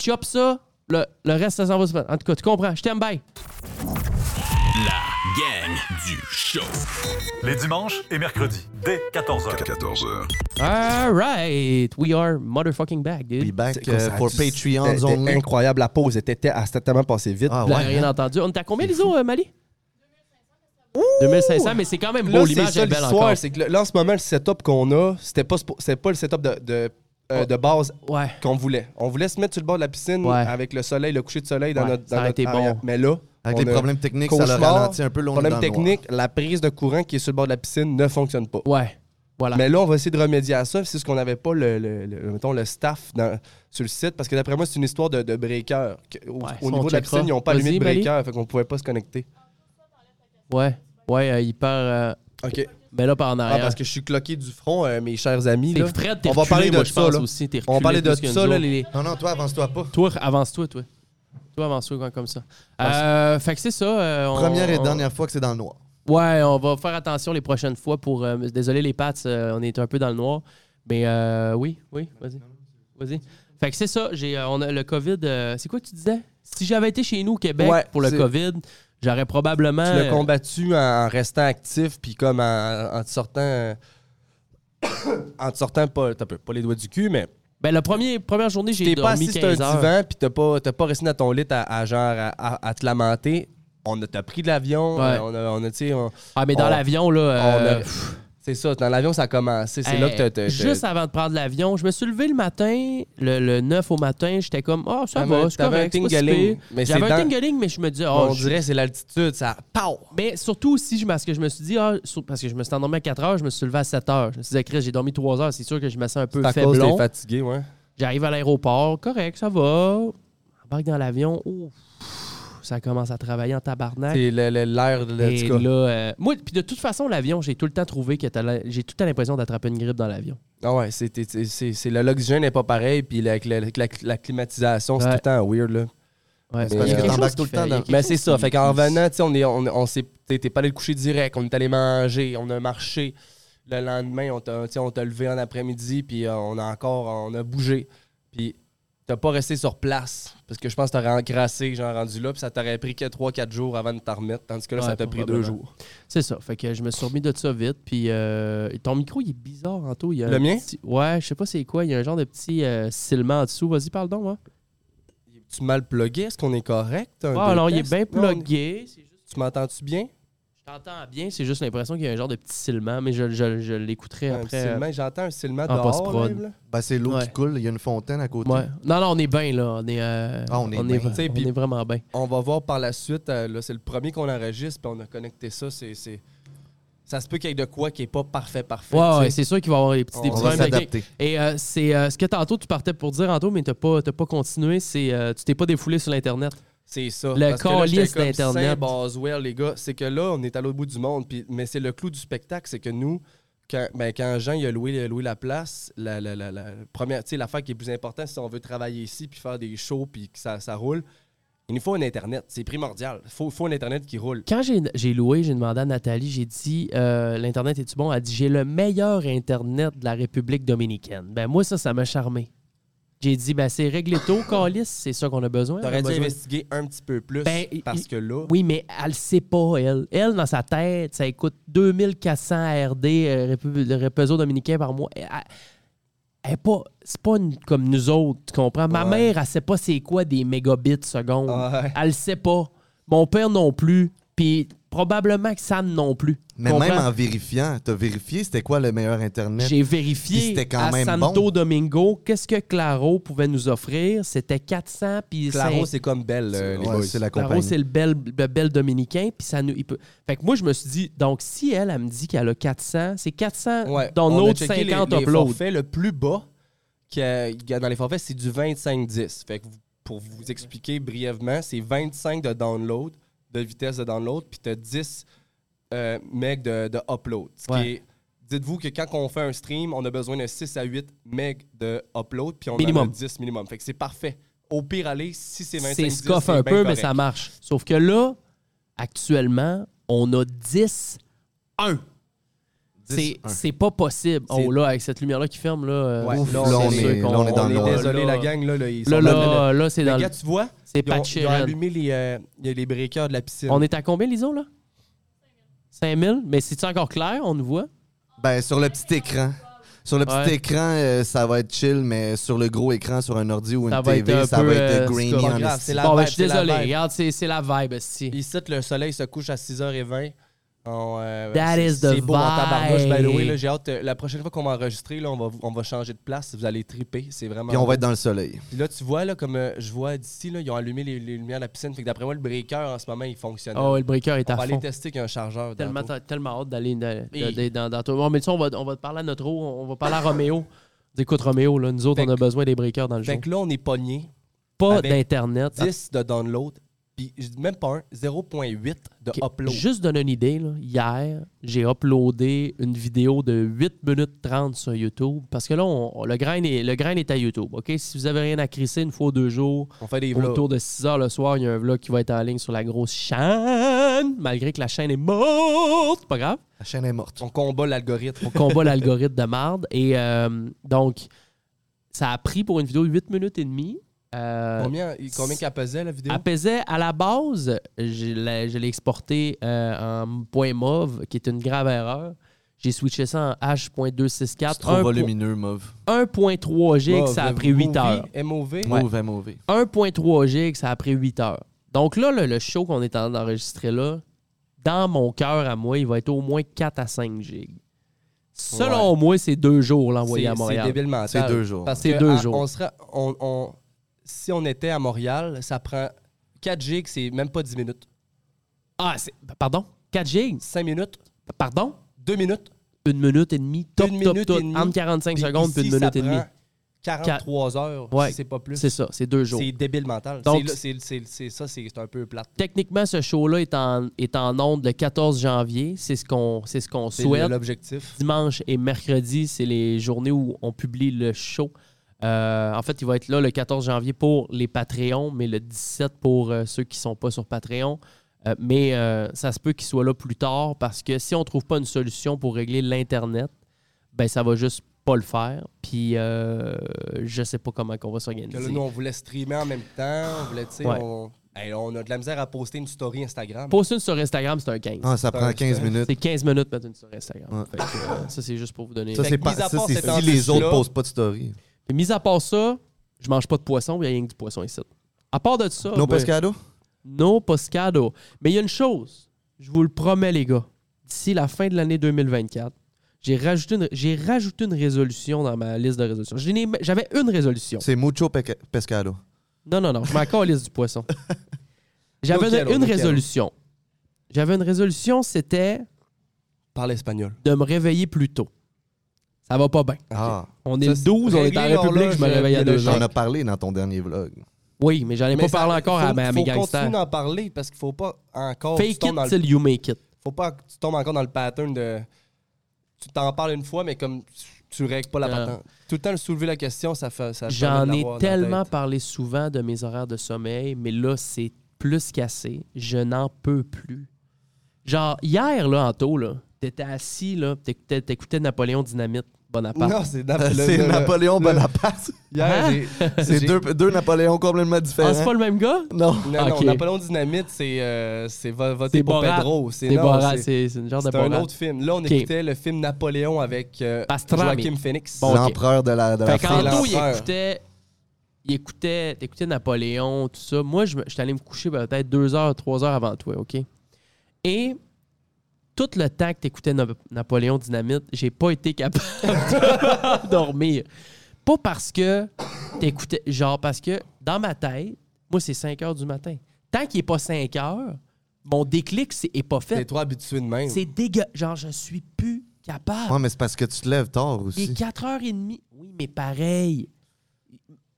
[SPEAKER 9] chop ça. Le, le reste, ça s'en va. sur- En tout cas, tu comprends. Je t'aime. Bye.
[SPEAKER 1] La gang du show.
[SPEAKER 8] Les dimanches et mercredis, dès 14h.
[SPEAKER 3] 14h.
[SPEAKER 9] All right. We are motherfucking back, dude.
[SPEAKER 10] Be back
[SPEAKER 11] C'est quoi, ça
[SPEAKER 10] euh,
[SPEAKER 11] a
[SPEAKER 10] for
[SPEAKER 11] dû-
[SPEAKER 10] Patreons
[SPEAKER 11] c'était
[SPEAKER 10] only.
[SPEAKER 11] incroyable, la pause était, était- elle s'était tellement passée vite.
[SPEAKER 10] Ah
[SPEAKER 9] Vous l'avez
[SPEAKER 10] ouais,
[SPEAKER 9] rien
[SPEAKER 10] hein?
[SPEAKER 9] entendu. On est à combien, Liso, euh, Mali? 2500, mais c'est quand même beau.
[SPEAKER 11] là, c'est
[SPEAKER 9] L'image
[SPEAKER 11] ça
[SPEAKER 9] est belle
[SPEAKER 11] l'histoire,
[SPEAKER 9] encore.
[SPEAKER 11] c'est que là, là, en ce moment, le setup qu'on a, c'était pas, spo- c'était pas le setup de, de,
[SPEAKER 9] Oh.
[SPEAKER 11] euh, de base
[SPEAKER 9] Ouais.
[SPEAKER 11] qu'on voulait. On voulait se mettre sur le bord de la piscine
[SPEAKER 9] Ouais.
[SPEAKER 11] avec le soleil, le coucher de soleil dans
[SPEAKER 9] Ouais,
[SPEAKER 11] notre, dans
[SPEAKER 9] ça aurait
[SPEAKER 11] notre
[SPEAKER 9] été bon.
[SPEAKER 11] arrière. Mais là,
[SPEAKER 10] Avec
[SPEAKER 11] on
[SPEAKER 10] les
[SPEAKER 11] a-
[SPEAKER 10] problèmes techniques, ça le
[SPEAKER 11] cauchemar,
[SPEAKER 10] ralentit un peu. long
[SPEAKER 11] problème technique, la prise de courant qui est sur le bord de la piscine ne fonctionne pas.
[SPEAKER 9] Ouais. Voilà.
[SPEAKER 11] Mais là, on va essayer de remédier à ça. C'est ce qu'on n'avait pas, le, le- le- mettons, le staff dans- sur le site. Parce que d'après moi, c'est une histoire de, de breaker. Que- Au,
[SPEAKER 9] Ouais,
[SPEAKER 11] au
[SPEAKER 9] ça, on
[SPEAKER 11] niveau de la
[SPEAKER 9] checkera.
[SPEAKER 11] piscine, ils n'ont pas allumé
[SPEAKER 9] Vas-y,
[SPEAKER 11] de
[SPEAKER 9] Mali.
[SPEAKER 11] breaker. Fait qu'on pouvait pas se connecter.
[SPEAKER 9] Ouais. Ouais, euh, il part. euh,
[SPEAKER 11] OK.
[SPEAKER 9] mais là, par en
[SPEAKER 11] Ah,
[SPEAKER 9] arrière.
[SPEAKER 11] parce que je suis cloqué du front, euh, mes chers amis.
[SPEAKER 9] T'es
[SPEAKER 11] là.
[SPEAKER 9] Fred, t'es
[SPEAKER 11] on va
[SPEAKER 9] reculé,
[SPEAKER 11] parler de
[SPEAKER 9] moi, je
[SPEAKER 11] ça.
[SPEAKER 9] pense
[SPEAKER 11] là.
[SPEAKER 9] aussi, t'es
[SPEAKER 11] On va
[SPEAKER 9] reculé
[SPEAKER 11] parler de
[SPEAKER 9] plus que
[SPEAKER 11] ça.
[SPEAKER 9] nous
[SPEAKER 11] Là,
[SPEAKER 9] autres.
[SPEAKER 11] les...
[SPEAKER 10] Non, non, toi, avance-toi pas.
[SPEAKER 9] Toi, avance-toi, toi. Toi, avance-toi quand- comme ça. Euh, fait que c'est ça. euh, on-
[SPEAKER 10] Première et
[SPEAKER 9] on-
[SPEAKER 10] dernière fois que c'est dans le noir.
[SPEAKER 9] Ouais, on va faire attention les prochaines fois pour. euh, désolé les pattes, on est un peu dans le noir. Mais euh, oui, oui, vas-y. Vas-y. Fait que c'est ça, j'ai, euh, on a le COVID. euh, c'est quoi que tu disais? Si j'avais été chez nous au Québec
[SPEAKER 11] Ouais,
[SPEAKER 9] pour le
[SPEAKER 11] c'est-
[SPEAKER 9] COVID, j'aurais probablement.
[SPEAKER 11] Tu l'as
[SPEAKER 9] euh,
[SPEAKER 11] combattu en, en restant actif, puis comme en, en te sortant. euh, en te sortant pas, t'as peu- pas les doigts du cul, mais
[SPEAKER 9] ben, la première, première journée, j'ai
[SPEAKER 11] t'es pas
[SPEAKER 9] dormi
[SPEAKER 11] assis sur un
[SPEAKER 9] 15 heures.
[SPEAKER 11] divan, puis t'as pas, t'as pas resté dans ton lit à, à genre, à, à- à te lamenter. On a, t'as pris de l'avion,
[SPEAKER 9] Ouais.
[SPEAKER 11] euh, on a, on a, tu sais, on-
[SPEAKER 9] Ah, mais dans
[SPEAKER 11] On-
[SPEAKER 9] l'avion, là. euh,
[SPEAKER 11] on a- pff, C'est ça, dans l'avion, ça a commencé. C'est
[SPEAKER 9] Hey,
[SPEAKER 11] là que t'as- t'as.
[SPEAKER 9] Juste avant de prendre l'avion, je me suis levé le matin, le, le 9 au matin, j'étais comme, ah, ça
[SPEAKER 11] T'avais-
[SPEAKER 9] va, c'est
[SPEAKER 11] t'avais un
[SPEAKER 9] correct, c'est pas si
[SPEAKER 11] tingling,
[SPEAKER 9] pire.
[SPEAKER 11] mais c'est
[SPEAKER 9] J'avais un
[SPEAKER 11] dans-
[SPEAKER 9] tingling, mais je me dis, oh,
[SPEAKER 11] on
[SPEAKER 9] je-
[SPEAKER 11] dirait c'est l'altitude, ça. Pow!
[SPEAKER 9] Mais surtout aussi, je, parce que je me suis dit, ah, sur- parce que je me suis endormi à 4 heures, je me suis levé à 7 heures. Je me suis dit, Ah, Chris, j'ai dormi 3 heures, c'est sûr que je me sens un peu
[SPEAKER 11] C'est à cause
[SPEAKER 9] faiblon.
[SPEAKER 11] t'es fatigué, ouais.
[SPEAKER 9] J'arrive à l'aéroport, correct, ça va. Embarque dans l'avion, ouf, ça commence à travailler en tabarnak.
[SPEAKER 11] C'est le- le- l'air de
[SPEAKER 9] Et
[SPEAKER 11] en tout cas.
[SPEAKER 9] là, euh, moi, puis de toute façon, l'avion, j'ai tout le temps trouvé que t'as la- j'ai tout le temps l'impression d'attraper une grippe dans l'avion.
[SPEAKER 11] Ah ouais, c'est, c'est- c'est, c'est, c'est- le- l'oxygène n'est pas pareil, puis la, la, la- la climatisation, c'est
[SPEAKER 9] Ouais.
[SPEAKER 11] tout le temps weird, là.
[SPEAKER 9] Ouais,
[SPEAKER 11] parce que
[SPEAKER 10] t'embarques tout le temps dans-
[SPEAKER 11] Mais Ben, c'est ça, fait qu'en
[SPEAKER 9] venant
[SPEAKER 11] revenant, tu sais, on est, on, on s'est, t'sais, t'es pas allé le coucher direct, on est allé manger, on a marché. Le lendemain, on t'a, tu sais, on t'a levé en après-midi, puis euh, on a encore, on a bougé. Puis t'as t'as pas resté sur place. Parce que je pense que t'aurais engrassé, genre rendu là, puis ça t'aurait pris que 3-4 jours avant de t'en remettre. Tandis que là,
[SPEAKER 9] Ouais,
[SPEAKER 11] ça t'a pris deux
[SPEAKER 9] probablement.
[SPEAKER 11] jours.
[SPEAKER 9] C'est ça. Fait que je me suis remis de ça vite. Puis euh, ton micro, il est bizarre, Anto. Il y a
[SPEAKER 11] Le
[SPEAKER 9] un
[SPEAKER 11] mien?
[SPEAKER 9] petit- Ouais, je sais pas c'est quoi. Il y a un genre de petit euh, silement en dessous. Vas-y, parle donc. Hein.
[SPEAKER 11] Tu mal plugué, est-ce qu'on est correct? Un,
[SPEAKER 9] Ah,
[SPEAKER 11] deux
[SPEAKER 9] alors, il est
[SPEAKER 11] tests?
[SPEAKER 9] bien
[SPEAKER 11] Non, on-
[SPEAKER 9] plugué. C'est juste-
[SPEAKER 11] Tu m'entends-tu bien?
[SPEAKER 9] Je t'entends bien. C'est juste l'impression qu'il y a un genre de petit silement, mais je, je- je l'écouterai
[SPEAKER 11] Un
[SPEAKER 9] après.
[SPEAKER 11] silement, J'entends un silement
[SPEAKER 9] en
[SPEAKER 11] dehors.
[SPEAKER 9] post-prod.
[SPEAKER 11] même, là.
[SPEAKER 10] Ben, c'est l'eau
[SPEAKER 9] Ouais.
[SPEAKER 10] qui coule, il y a une fontaine à côté.
[SPEAKER 9] euh, Ouais. Non, non, on est bien, là. On est, euh,
[SPEAKER 10] Ah, on est bien.
[SPEAKER 11] Tu sais,
[SPEAKER 9] on
[SPEAKER 11] puis-
[SPEAKER 9] est vraiment bien.
[SPEAKER 11] On va voir par la suite. euh, là, c'est le premier qu'on enregistre, puis on a connecté ça. C'est, c'est- Ça se peut qu'il y ait de quoi qui n'est pas parfait, parfait.
[SPEAKER 9] Ouais,
[SPEAKER 11] tu
[SPEAKER 9] ouais,
[SPEAKER 11] sais.
[SPEAKER 9] c'est sûr qu'il va y avoir des petits, des
[SPEAKER 11] On
[SPEAKER 10] On
[SPEAKER 9] petits
[SPEAKER 10] va
[SPEAKER 9] problèmes techniques.
[SPEAKER 10] s'adapter.
[SPEAKER 9] Et euh, c'est euh, ce que tantôt tu partais pour dire, Anto, mais t'as pas, t'as pas continué, c'est euh, tu t'es pas défoulé sur l'Internet.
[SPEAKER 11] C'est ça.
[SPEAKER 9] Le
[SPEAKER 11] que là, j'étais
[SPEAKER 9] calice
[SPEAKER 11] comme
[SPEAKER 9] d'Internet.
[SPEAKER 11] Saint Boswell, les gars, c'est que là, on est à l'autre bout du monde. puis- mais c'est le clou du spectacle, c'est que nous, quand, ben, quand Jean il a loué, il a loué la place, la, la, la, la première, tu sais, l'affaire qui est plus importante, si on veut travailler ici, puis faire des shows, puis que ça, ça roule, il nous faut un Internet. C'est primordial. Il faut, faut un Internet qui roule.
[SPEAKER 9] Quand j'ai, j'ai loué, j'ai demandé à Nathalie, j'ai dit euh, l'Internet est-tu bon? Elle a dit j'ai le meilleur Internet de la République dominicaine. Ben moi, ça, ça m'a charmé. J'ai dit ben c'est réglé tôt, Calis, c'est ça qu'on a besoin. on a
[SPEAKER 11] T'aurais dû
[SPEAKER 9] Ah, besoin-
[SPEAKER 11] investiguer un petit peu plus,
[SPEAKER 9] Ben, il-
[SPEAKER 11] parce que là...
[SPEAKER 9] Oui, mais elle le sait pas, elle. Elle, dans sa tête, ça coûte 2400 RD euh, répu- de repeso dominicain par mois. Elle- elle- elle est pas, c'est pas une- comme nous autres, tu comprends? Ma
[SPEAKER 11] Ouais. Ah,
[SPEAKER 9] mère, elle sait pas c'est quoi des mégabits secondes.
[SPEAKER 11] Ouais.
[SPEAKER 9] Elle le sait pas. Mon père non plus. Puis probablement que Sam non plus.
[SPEAKER 10] Mais
[SPEAKER 9] Comprends?
[SPEAKER 10] même en vérifiant, t'as vérifié c'était quoi le meilleur Internet?
[SPEAKER 9] J'ai
[SPEAKER 10] Puis
[SPEAKER 9] vérifié
[SPEAKER 10] c'était quand
[SPEAKER 9] à
[SPEAKER 10] même
[SPEAKER 9] Santo
[SPEAKER 10] bon.
[SPEAKER 9] Domingo qu'est-ce que Claro pouvait nous offrir. C'était 400 puis
[SPEAKER 11] Claro,
[SPEAKER 9] cinq-
[SPEAKER 11] c'est comme belle, euh, les
[SPEAKER 10] Ouais,
[SPEAKER 11] boys.
[SPEAKER 10] c'est la
[SPEAKER 9] Claro,
[SPEAKER 10] compagnie.
[SPEAKER 9] c'est le bel, le bel dominicain. Puis ça nous. il peut... Fait que moi, je me suis dit, donc si elle, elle me dit qu'elle a 400, c'est 400
[SPEAKER 11] Ouais,
[SPEAKER 9] dans
[SPEAKER 11] on a
[SPEAKER 9] notre
[SPEAKER 11] checké
[SPEAKER 9] 50
[SPEAKER 11] les, les
[SPEAKER 9] uploads.
[SPEAKER 11] forfaits, le plus bas qu'il y a- il y a dans les forfaits, c'est du 25-10. Fait que vous- pour vous expliquer brièvement, c'est 25 de download, de vitesse de download, puis t'as 10 euh, megs de, de upload. Ce qui
[SPEAKER 9] Ouais.
[SPEAKER 11] est- Dites-vous que quand on fait un stream, on a besoin de 6 à 8 megs de upload, puis on en
[SPEAKER 9] Minimum.
[SPEAKER 11] a 10 minimum. Fait que c'est parfait. Au pire, aller, si c'est 25
[SPEAKER 9] C'est scoff un peu, mais ça marche. Sauf que là, actuellement, on a 10 1. C'est
[SPEAKER 10] 10-1.
[SPEAKER 9] c'est pas possible.
[SPEAKER 11] C'est-
[SPEAKER 9] Oh là, avec cette lumière-là qui ferme, là. euh,
[SPEAKER 11] Ouais,
[SPEAKER 10] Ouf,
[SPEAKER 11] là,
[SPEAKER 10] là,
[SPEAKER 11] on
[SPEAKER 10] on
[SPEAKER 11] est-
[SPEAKER 10] est, là, on est dans
[SPEAKER 11] On
[SPEAKER 10] le
[SPEAKER 11] est
[SPEAKER 9] Là,
[SPEAKER 11] désolé,
[SPEAKER 9] là.
[SPEAKER 11] la gang, là, là, ils sont
[SPEAKER 9] Là,
[SPEAKER 11] dans le-
[SPEAKER 9] là, là, c'est
[SPEAKER 11] Les
[SPEAKER 9] dans le.
[SPEAKER 11] gars, tu vois,
[SPEAKER 9] C'est
[SPEAKER 11] ils ont,
[SPEAKER 9] patché.
[SPEAKER 11] ils ont
[SPEAKER 9] raide.
[SPEAKER 11] allumé les, euh, il y a les breakers de la piscine.
[SPEAKER 9] On est à combien, l'ISO, là? 5000? Mais c'est-tu encore clair? On nous voit?
[SPEAKER 10] Ben, sur le petit écran. Sur le petit
[SPEAKER 9] Ouais.
[SPEAKER 10] écran, euh, ça va être chill, mais sur le gros écran, sur un ordi ou une
[SPEAKER 9] Ça va être
[SPEAKER 10] TV,
[SPEAKER 9] un
[SPEAKER 10] ça
[SPEAKER 9] peu,
[SPEAKER 10] va être
[SPEAKER 9] euh,
[SPEAKER 10] grainy
[SPEAKER 9] c'est pas
[SPEAKER 10] en
[SPEAKER 11] grave,
[SPEAKER 10] esti.
[SPEAKER 11] c'est la
[SPEAKER 9] bon,
[SPEAKER 11] vibe,
[SPEAKER 9] ben, je suis
[SPEAKER 11] c'est la
[SPEAKER 9] désolé.
[SPEAKER 11] vibe.
[SPEAKER 9] Regarde, c'est c'est la vibe, si.
[SPEAKER 11] Ici, le soleil se couche à 6h20. On, euh,
[SPEAKER 9] That
[SPEAKER 11] c'est-
[SPEAKER 9] is the
[SPEAKER 11] C'est beau en tabarnouche.
[SPEAKER 9] vibe.
[SPEAKER 11] By the way, là, j'ai hâte. euh, la prochaine fois qu'on va enregistrer, là, on, va, vous- on va changer de place. Vous allez triper. C'est vraiment.
[SPEAKER 10] Puis on
[SPEAKER 11] beau.
[SPEAKER 10] va être dans le soleil.
[SPEAKER 11] Puis là, tu vois, là, comme euh, je vois d'ici, là, ils ont allumé les, les lumières de la piscine. Fait que d'après moi, le breaker, en ce moment, il fonctionne.
[SPEAKER 9] Oh, le breaker est
[SPEAKER 11] on
[SPEAKER 9] à
[SPEAKER 11] va aller
[SPEAKER 9] fond.
[SPEAKER 11] tester qu'il y a un chargeur.
[SPEAKER 9] Tellement,
[SPEAKER 11] tantôt.
[SPEAKER 9] tellement hâte d'aller de- de-
[SPEAKER 11] Hey.
[SPEAKER 9] de- dans, dans toi. Bon, mais tu sais, on va, on va te parler à notre eau, on va parler à Roméo. Dis, Écoute, Roméo, là, nous autres,
[SPEAKER 11] Fait
[SPEAKER 9] on a
[SPEAKER 11] que-
[SPEAKER 9] besoin des breakers dans le jeu.
[SPEAKER 11] Fait que là, on est pogné.
[SPEAKER 9] Pas
[SPEAKER 11] avec
[SPEAKER 9] d'Internet.
[SPEAKER 10] Ah.
[SPEAKER 11] 10 de download. Puis je dis même pas un. 0.8 de
[SPEAKER 9] Ok,
[SPEAKER 11] upload.
[SPEAKER 9] Juste donner une idée, là, hier, j'ai uploadé une vidéo de 8 minutes 30 sur YouTube. Parce que là, on- on- le, grain est, le grain est à YouTube. ok? Si vous avez rien à crisser une fois ou deux jours,
[SPEAKER 11] On fait des vlogs.
[SPEAKER 9] autour de 6 heures le soir, il y a un vlog qui va être en ligne sur la grosse chaîne. Malgré que la chaîne est morte, pas grave.
[SPEAKER 10] La chaîne est morte.
[SPEAKER 11] On combat l'algorithme.
[SPEAKER 9] combat l'algorithme de marde. Et euh, donc, ça a pris pour une vidéo 8 minutes et demie. Euh,
[SPEAKER 11] Combien, combien qu'elle pesait, la vidéo?
[SPEAKER 9] elle pesait à la base, je l'ai je l'ai exporté euh, en point mauve, qui est une grave erreur. J'ai switché ça en
[SPEAKER 10] C'est trop
[SPEAKER 9] H.264.
[SPEAKER 10] volumineux, mauve.
[SPEAKER 9] 1.3 gig,
[SPEAKER 11] Mauve,
[SPEAKER 9] ça a pris 8
[SPEAKER 11] movie,
[SPEAKER 9] heures.
[SPEAKER 11] MOV.
[SPEAKER 10] Mauvais, mauvais.
[SPEAKER 9] 1.3 gig, ça a pris 8 heures. Donc là, le, le show qu'on est en train d'enregistrer là, dans mon cœur à moi, il va être au moins 4 à 5 gigs. Selon moi, c'est deux jours l'envoyer
[SPEAKER 11] C'est-
[SPEAKER 9] à Montréal.
[SPEAKER 11] C'est débile mental.
[SPEAKER 10] C'est deux jours.
[SPEAKER 11] Parce
[SPEAKER 9] C'est
[SPEAKER 11] que
[SPEAKER 9] deux
[SPEAKER 11] à-
[SPEAKER 9] jours.
[SPEAKER 11] On serait, on, on- si on était à Montréal, ça prend 4 gigs, c'est même pas 10 minutes.
[SPEAKER 9] Ah, c'est- pardon? 4 gigs?
[SPEAKER 11] 5 minutes,
[SPEAKER 9] Pardon?
[SPEAKER 11] 2 minutes.
[SPEAKER 9] Une minute et demie, top,
[SPEAKER 11] Une
[SPEAKER 9] top,
[SPEAKER 11] minute
[SPEAKER 9] top.
[SPEAKER 11] et demie.
[SPEAKER 9] Entre 45
[SPEAKER 11] Puis
[SPEAKER 9] secondes
[SPEAKER 11] ici,
[SPEAKER 9] puis une
[SPEAKER 11] ça
[SPEAKER 9] minute et
[SPEAKER 11] prend
[SPEAKER 9] demie.
[SPEAKER 11] 43 heures,
[SPEAKER 9] Ouais.
[SPEAKER 11] si c'est pas plus.
[SPEAKER 9] C'est ça, c'est deux jours.
[SPEAKER 11] C'est débile mental.
[SPEAKER 9] Donc-
[SPEAKER 11] C'est là- c'est- c'est- c'est ça, c'est c'est un peu plate.
[SPEAKER 9] Techniquement, ce show-là est en, est en onde le 14 janvier. C'est ce qu'on c'est ce qu'on
[SPEAKER 11] C'est
[SPEAKER 9] souhaite.
[SPEAKER 11] l'objectif.
[SPEAKER 9] dimanche et mercredi, c'est les journées où on publie le show. Euh, en fait, il va être là le 14 janvier pour les Patreons, mais le 17 pour euh, ceux qui sont pas sur Patreon. Euh, mais euh, ça se peut qu'il soit là plus tard parce que si on trouve pas une solution pour régler l'Internet, ben ça va juste pas le faire. Puis euh, je sais pas comment qu'on va
[SPEAKER 11] Que là,
[SPEAKER 9] s'organiser.
[SPEAKER 11] nous, on voulait streamer en même temps. On voulait, tu sais,
[SPEAKER 9] Ouais.
[SPEAKER 11] on... Hey, on a de la misère à poster une story Instagram.
[SPEAKER 9] Poster une sur Instagram, c'est un 15.
[SPEAKER 10] Ah, ça prend
[SPEAKER 11] Ouais,
[SPEAKER 10] 15 minutes.
[SPEAKER 9] C'est 15 minutes mettre une story Instagram.
[SPEAKER 10] Ouais.
[SPEAKER 9] Fait que, euh, ça, c'est juste pour vous donner.
[SPEAKER 10] Ça,
[SPEAKER 11] Fait
[SPEAKER 10] c'est
[SPEAKER 11] que,
[SPEAKER 10] pas,
[SPEAKER 11] mis à
[SPEAKER 10] ça,
[SPEAKER 11] part
[SPEAKER 10] c'est
[SPEAKER 11] cet
[SPEAKER 10] si les autres
[SPEAKER 11] artiste-là-
[SPEAKER 10] postent pas de story.
[SPEAKER 9] Puis, mis à part ça, je mange pas de poisson, il y a rien que du poisson ici. À part de ça.
[SPEAKER 10] non,
[SPEAKER 9] ben,
[SPEAKER 10] Pescado?
[SPEAKER 9] No Poscado. Mais il y a une chose, je vous le promets, les gars. D'ici la fin de l'année 2024, j'ai rajouté, une, j'ai rajouté une résolution dans ma liste de résolutions. Je n'ai- J'avais une résolution.
[SPEAKER 10] C'est Mucho Peca- Pescado.
[SPEAKER 9] Non, non, non, je m'en liste du poisson. J'avais
[SPEAKER 11] Nickel,
[SPEAKER 9] une, une
[SPEAKER 11] nickel.
[SPEAKER 9] résolution. J'avais une résolution, c'était
[SPEAKER 11] Parle espagnol.
[SPEAKER 9] de me réveiller plus tôt. Ça va pas bien.
[SPEAKER 10] Ah,
[SPEAKER 9] On est
[SPEAKER 11] Ça,
[SPEAKER 9] le
[SPEAKER 11] c'est
[SPEAKER 9] 12, on est en
[SPEAKER 11] réglé
[SPEAKER 9] République, je me
[SPEAKER 11] l'horloge
[SPEAKER 9] réveille à deux
[SPEAKER 11] biologique.
[SPEAKER 9] heures.
[SPEAKER 10] j'en ai parlé dans ton dernier vlog.
[SPEAKER 9] Oui, mais j'en ai
[SPEAKER 11] Mais
[SPEAKER 9] pas
[SPEAKER 11] ça-
[SPEAKER 9] parlé encore
[SPEAKER 11] faut-
[SPEAKER 9] à ma- à mes
[SPEAKER 11] Faut continuer
[SPEAKER 9] gangsters.
[SPEAKER 11] d'en parler parce qu'il faut pas encore. que tu
[SPEAKER 9] Fake
[SPEAKER 11] tombes dans
[SPEAKER 9] it
[SPEAKER 11] le-
[SPEAKER 9] till you make it.
[SPEAKER 11] Faut pas que tu tombes encore dans le pattern de. Tu t'en parles une fois, mais comme tu- tu règles pas la
[SPEAKER 9] Ah.
[SPEAKER 11] patente. Tout le temps, le soulever la question, ça fait. ça permet
[SPEAKER 9] J'en
[SPEAKER 11] de
[SPEAKER 9] ai
[SPEAKER 11] l'avoir dans la
[SPEAKER 9] tellement
[SPEAKER 11] tête.
[SPEAKER 9] parlé souvent de mes horaires de sommeil, mais là, c'est plus qu'assez. Je n'en peux plus. Genre, hier, là, Anto, là, t'étais assis, là, t'écoutais, t'écoutais Napoléon Dynamite, Bonaparte.
[SPEAKER 11] Non, c'est Nap- le-
[SPEAKER 10] Euh, c'est
[SPEAKER 11] le- le-
[SPEAKER 10] Napoléon
[SPEAKER 11] le-
[SPEAKER 10] Bonaparte.
[SPEAKER 11] Hier, j'ai-
[SPEAKER 10] C'est
[SPEAKER 11] Hein? j'ai-
[SPEAKER 10] deux, deux Napoléons
[SPEAKER 9] Ah,
[SPEAKER 10] complètement
[SPEAKER 9] c'est
[SPEAKER 10] différents.
[SPEAKER 9] pas le même gars?
[SPEAKER 10] Non.
[SPEAKER 11] Non, non,
[SPEAKER 9] Ok.
[SPEAKER 11] Napoléon Dynamite, c'est euh, c'est vo-
[SPEAKER 9] C'est
[SPEAKER 11] voter pour
[SPEAKER 9] Borat.
[SPEAKER 11] Pedro. C'est
[SPEAKER 9] C'est
[SPEAKER 11] non,
[SPEAKER 9] Borat,
[SPEAKER 11] c'est-
[SPEAKER 9] c'est, c'est une genre de
[SPEAKER 11] C'est un
[SPEAKER 9] Borat.
[SPEAKER 11] autre film. Là, on
[SPEAKER 9] Ok.
[SPEAKER 11] écoutait le film Napoléon avec euh,
[SPEAKER 9] Pastrami.
[SPEAKER 11] Joachim Phoenix.
[SPEAKER 9] Bon, ok.
[SPEAKER 10] L'empereur de la, de la
[SPEAKER 9] Fait
[SPEAKER 10] France.
[SPEAKER 9] qu'Anto, il
[SPEAKER 11] l'empereur.
[SPEAKER 9] écoutait... Il écoutait, t'écoutais Napoléon, tout ça. Moi, je me- j'étais allé me coucher peut-être deux heures, trois heures avant toi, OK? Et tout le temps que t'écoutais Na- Napoléon Dynamite, j'ai pas été capable de dormir. Pas parce que t'écoutais... Genre, parce que dans ma tête, moi, c'est 5 heures du matin. Tant qu'il est pas 5 heures, mon déclic c'est- est pas
[SPEAKER 11] T'es
[SPEAKER 9] fait.
[SPEAKER 11] trop habitué de même.
[SPEAKER 9] C'est dégueu. Genre, je suis plus capable.
[SPEAKER 10] Ouais, mais c'est parce que tu te lèves tard
[SPEAKER 9] Il est
[SPEAKER 10] aussi.
[SPEAKER 9] 4h30. Oui, mais pareil.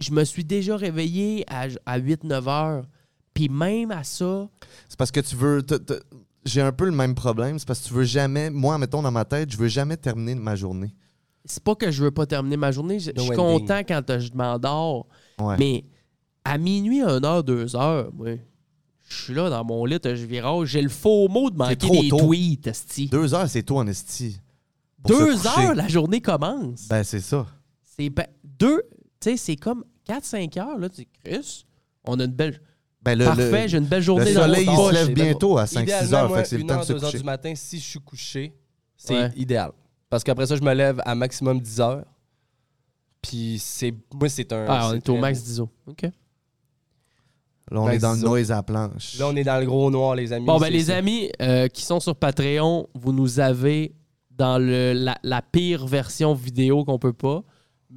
[SPEAKER 9] Je me suis déjà réveillé à, à 8-9 heures. Puis même à ça,
[SPEAKER 10] C'est parce que tu veux. te- te- J'ai un peu le même problème. C'est parce que tu veux jamais. Moi, mettons dans ma tête, je veux jamais terminer ma journée.
[SPEAKER 9] c'est pas que je veux pas terminer ma journée. Je, je suis
[SPEAKER 11] ending.
[SPEAKER 9] content quand euh, je m'endors.
[SPEAKER 10] Ouais.
[SPEAKER 9] Mais à minuit, 1 h 2 h moi, je suis là dans mon lit, je virage. J'ai le faux mot de manquer
[SPEAKER 10] trop
[SPEAKER 9] des
[SPEAKER 10] tôt.
[SPEAKER 9] tweets, esti.
[SPEAKER 10] Deux heures, c'est toi en esti. pour se
[SPEAKER 9] Deux
[SPEAKER 10] coucher.
[SPEAKER 9] heures, la journée commence.
[SPEAKER 10] Ben, c'est ça.
[SPEAKER 9] C'est ben- deux, tu sais, c'est comme 4-5 heures. Là, tu dis, Chris, on a une belle.
[SPEAKER 10] Ben, le,
[SPEAKER 9] Parfait,
[SPEAKER 10] le-
[SPEAKER 9] j'ai une belle
[SPEAKER 10] le
[SPEAKER 9] journée dans
[SPEAKER 10] soleil,
[SPEAKER 9] mon
[SPEAKER 10] il
[SPEAKER 9] poche.
[SPEAKER 10] se lève
[SPEAKER 11] c'est
[SPEAKER 10] bientôt à 5-6
[SPEAKER 11] Idéalement,
[SPEAKER 10] heures.
[SPEAKER 11] moi,
[SPEAKER 10] Fait que c'est le
[SPEAKER 11] une
[SPEAKER 10] temps de
[SPEAKER 11] heure,
[SPEAKER 10] se
[SPEAKER 11] deux heures
[SPEAKER 10] coucher.
[SPEAKER 11] du matin, si je suis couché, c'est
[SPEAKER 9] Ouais.
[SPEAKER 11] idéal. Parce qu'après ça, je me lève à maximum 10 heures. Puis c'est. Moi, c'est un.
[SPEAKER 9] Ah, on
[SPEAKER 11] c'est
[SPEAKER 9] est au
[SPEAKER 11] très-
[SPEAKER 9] max d'ISO. OK.
[SPEAKER 10] Là, on
[SPEAKER 11] Ben,
[SPEAKER 10] est dans le
[SPEAKER 11] c'est ça.
[SPEAKER 10] noise à la planche.
[SPEAKER 11] Là, on est dans le gros noir, les amis.
[SPEAKER 9] Bon, ben,
[SPEAKER 11] c'est
[SPEAKER 9] les
[SPEAKER 11] ça.
[SPEAKER 9] amis euh, qui sont sur Patreon, vous nous avez dans le, la, la pire version vidéo qu'on peut pas.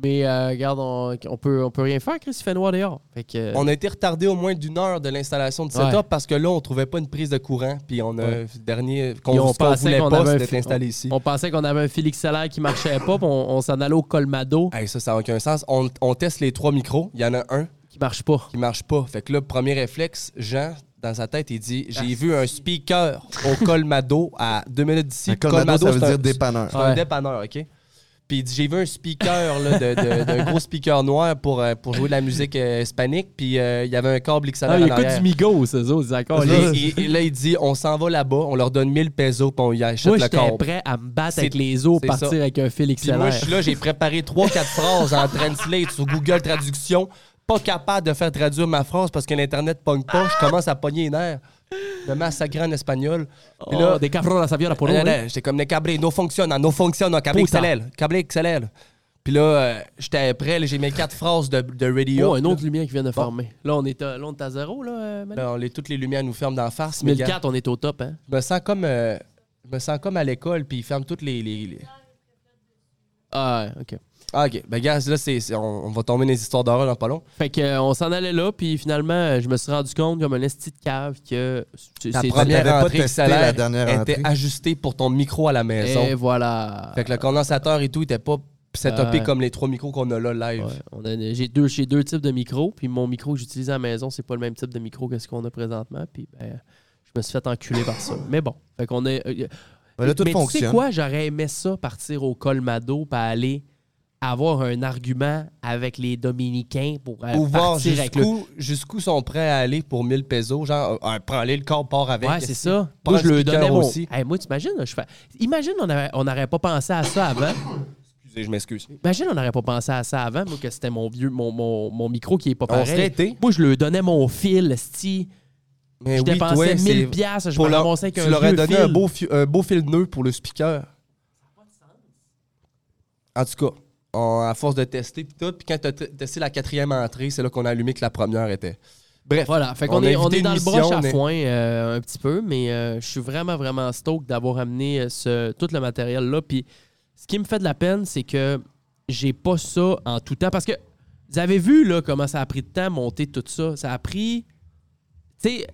[SPEAKER 9] Mais euh, regarde, on, on peut, on peut rien faire, Chris, il fait noir dehors. Fait que, euh,
[SPEAKER 11] On a été retardé au moins d'une heure de l'installation du setup
[SPEAKER 9] Ouais.
[SPEAKER 11] parce que là, on trouvait pas une prise de courant. Puis on a.
[SPEAKER 9] Ouais.
[SPEAKER 11] le Dernier.
[SPEAKER 9] Ils
[SPEAKER 11] Qu'on
[SPEAKER 9] ont
[SPEAKER 11] ce qu'on
[SPEAKER 9] pensé
[SPEAKER 11] voulait
[SPEAKER 9] qu'on
[SPEAKER 11] pas,
[SPEAKER 9] avait un
[SPEAKER 11] c'était
[SPEAKER 9] fi-
[SPEAKER 11] d'installer ici.
[SPEAKER 9] on pensait qu'on avait un Félix Salaire qui marchait pas, puis on, on s'en allait au Colmado
[SPEAKER 11] Hey, ça, ça n'a aucun sens. On, on teste les trois micros. Il y en a un
[SPEAKER 9] qui marche pas.
[SPEAKER 11] qui marche pas. Fait que là, premier réflexe, Jean, dans sa tête, il dit J'ai
[SPEAKER 9] Ah.
[SPEAKER 11] vu un speaker au Colmado à deux minutes d'ici.
[SPEAKER 10] Un colmado, ça veut
[SPEAKER 11] c'est un- Ah,
[SPEAKER 10] dire dépanneur.
[SPEAKER 11] C'est un
[SPEAKER 9] Ouais.
[SPEAKER 11] dépanneur, OK? Puis il dit, j'ai vu un speaker, là, de, de- d'un gros speaker noir pour, euh, pour jouer de la musique euh, hispanique. Puis euh, il y avait un câble XLR
[SPEAKER 9] Ah,
[SPEAKER 11] en
[SPEAKER 9] il écoute
[SPEAKER 11] arrière.
[SPEAKER 9] du Migo, ces autres, d'accord.
[SPEAKER 11] Là,
[SPEAKER 9] Moi,
[SPEAKER 11] il- il- là, il dit, on s'en va là-bas, on leur donne 1000 pesos, puis on y achète le
[SPEAKER 9] j'étais
[SPEAKER 11] câble.
[SPEAKER 9] prêt à me battre
[SPEAKER 11] C'est-
[SPEAKER 9] avec les os,
[SPEAKER 11] c'est
[SPEAKER 9] partir
[SPEAKER 11] ça.
[SPEAKER 9] avec un Félix
[SPEAKER 11] Puis moi, je
[SPEAKER 9] Salaire.
[SPEAKER 11] suis là, j'ai préparé 3-4 phrases en translate sur Google Traduction. Pas capable de faire traduire ma phrase parce que l'Internet pogne pas. Je commence à pogner les nerfs. Me massacrer en espagnol. Puis là,
[SPEAKER 9] Oh, des cabros à Saviola pour
[SPEAKER 11] Non,
[SPEAKER 9] nous. hein?
[SPEAKER 11] non, j'étais comme le câblé, no fonctionne, hein, no fonctionne, câblé
[SPEAKER 9] Putain.
[SPEAKER 11] XLL, câblé XLL. Puis là, euh, j'étais prêt, là, j'ai mes quatre phrases de, de radio.
[SPEAKER 9] Oh, un autre lumière qui vient de former. Là, on est à, là, on est à zéro, là, euh, Manu?
[SPEAKER 11] Là, on les- toutes les lumières nous ferment d'en face. mais gars,
[SPEAKER 9] 2004, on est au top, hein?
[SPEAKER 11] Je me sens comme, euh, je me sens comme à l'école, puis ils ferment toutes les. les- les-
[SPEAKER 9] Ah, ouais, OK.
[SPEAKER 11] Ah, ok. Ben, gars, là, c'est, c'est- on, on va tomber dans les histoires d'horreur dans pas long.
[SPEAKER 9] Fait que, euh, on s'en allait là, puis finalement, euh, je me suis rendu compte, comme un esti de cave, que c'est
[SPEAKER 11] Ta
[SPEAKER 9] c'est-
[SPEAKER 11] première
[SPEAKER 10] t'avais pas
[SPEAKER 11] entrée
[SPEAKER 10] testé
[SPEAKER 11] XLR
[SPEAKER 10] la dernière
[SPEAKER 11] était
[SPEAKER 10] entrée.
[SPEAKER 11] ajustée pour ton micro à la maison.
[SPEAKER 9] Et Eh, voilà.
[SPEAKER 11] Fait que le condensateur et tout était pas setupé
[SPEAKER 9] Ouais.
[SPEAKER 11] comme les trois micros qu'on a là live.
[SPEAKER 9] Ouais, on a- j'ai deux, j'ai deux types de micros, puis mon micro que j'utilise à la maison, c'est pas le même type de micro que ce qu'on a présentement, puis ben, je me suis fait enculer par ça. Mais bon, fait qu'on est. euh,
[SPEAKER 10] Ben, là, tout
[SPEAKER 9] mais tu sais
[SPEAKER 10] fonctionne.
[SPEAKER 9] quoi, j'aurais aimé ça, partir au Colmado, puis aller avoir un argument avec les Dominicains pour euh,
[SPEAKER 11] Ou voir
[SPEAKER 9] partir avec le
[SPEAKER 11] jusqu'où jusqu'où sont prêts à aller pour 1000 pesos. Genre, euh, euh, prends-les, le corps part avec.
[SPEAKER 9] Ouais, c'est ça.
[SPEAKER 11] Prends
[SPEAKER 9] Moi, je
[SPEAKER 11] le
[SPEAKER 9] le
[SPEAKER 11] speaker
[SPEAKER 9] donnais mon...
[SPEAKER 11] aussi.
[SPEAKER 9] Hey, moi, t'imagines, là, je fais... Imagine, on n'aurait on aurait pas pensé à ça avant.
[SPEAKER 11] sais, je m'excuse.
[SPEAKER 9] Imagine, on n'aurait pas pensé à ça avant, moi, que c'était mon vieux, mon, mon, mon micro qui est pas
[SPEAKER 11] On serait
[SPEAKER 9] pareil.
[SPEAKER 11] été.
[SPEAKER 9] Moi, je lui donnais mon fil, sti.
[SPEAKER 11] Mais
[SPEAKER 9] Je dépensais
[SPEAKER 11] c'est-
[SPEAKER 9] 1000 piastres, je
[SPEAKER 11] pour
[SPEAKER 9] me
[SPEAKER 11] leur-
[SPEAKER 9] ramassais avec un
[SPEAKER 11] Tu leur as
[SPEAKER 9] vieux
[SPEAKER 11] donné
[SPEAKER 9] fil.
[SPEAKER 11] un beau, fi- un beau fil nœud pour le speaker. En tout cas, on- à force de tester puis tout, puis quand t'as t- testé la quatrième entrée, c'est là qu'on a allumé que la première était. Bref,
[SPEAKER 9] Voilà, fait qu'on
[SPEAKER 11] On a
[SPEAKER 9] est, on
[SPEAKER 11] évité
[SPEAKER 9] est dans
[SPEAKER 11] une
[SPEAKER 9] le
[SPEAKER 11] mission,
[SPEAKER 9] broche à
[SPEAKER 11] mais-
[SPEAKER 9] foin euh, un petit peu, mais euh, je suis vraiment, vraiment stoked d'avoir amené euh, ce, tout le matériel-là. Puis ce qui me fait de la peine, c'est que j'ai pas ça en tout temps. Parce que vous avez vu là, comment ça a pris de temps monter tout ça. Ça a pris. Tu sais,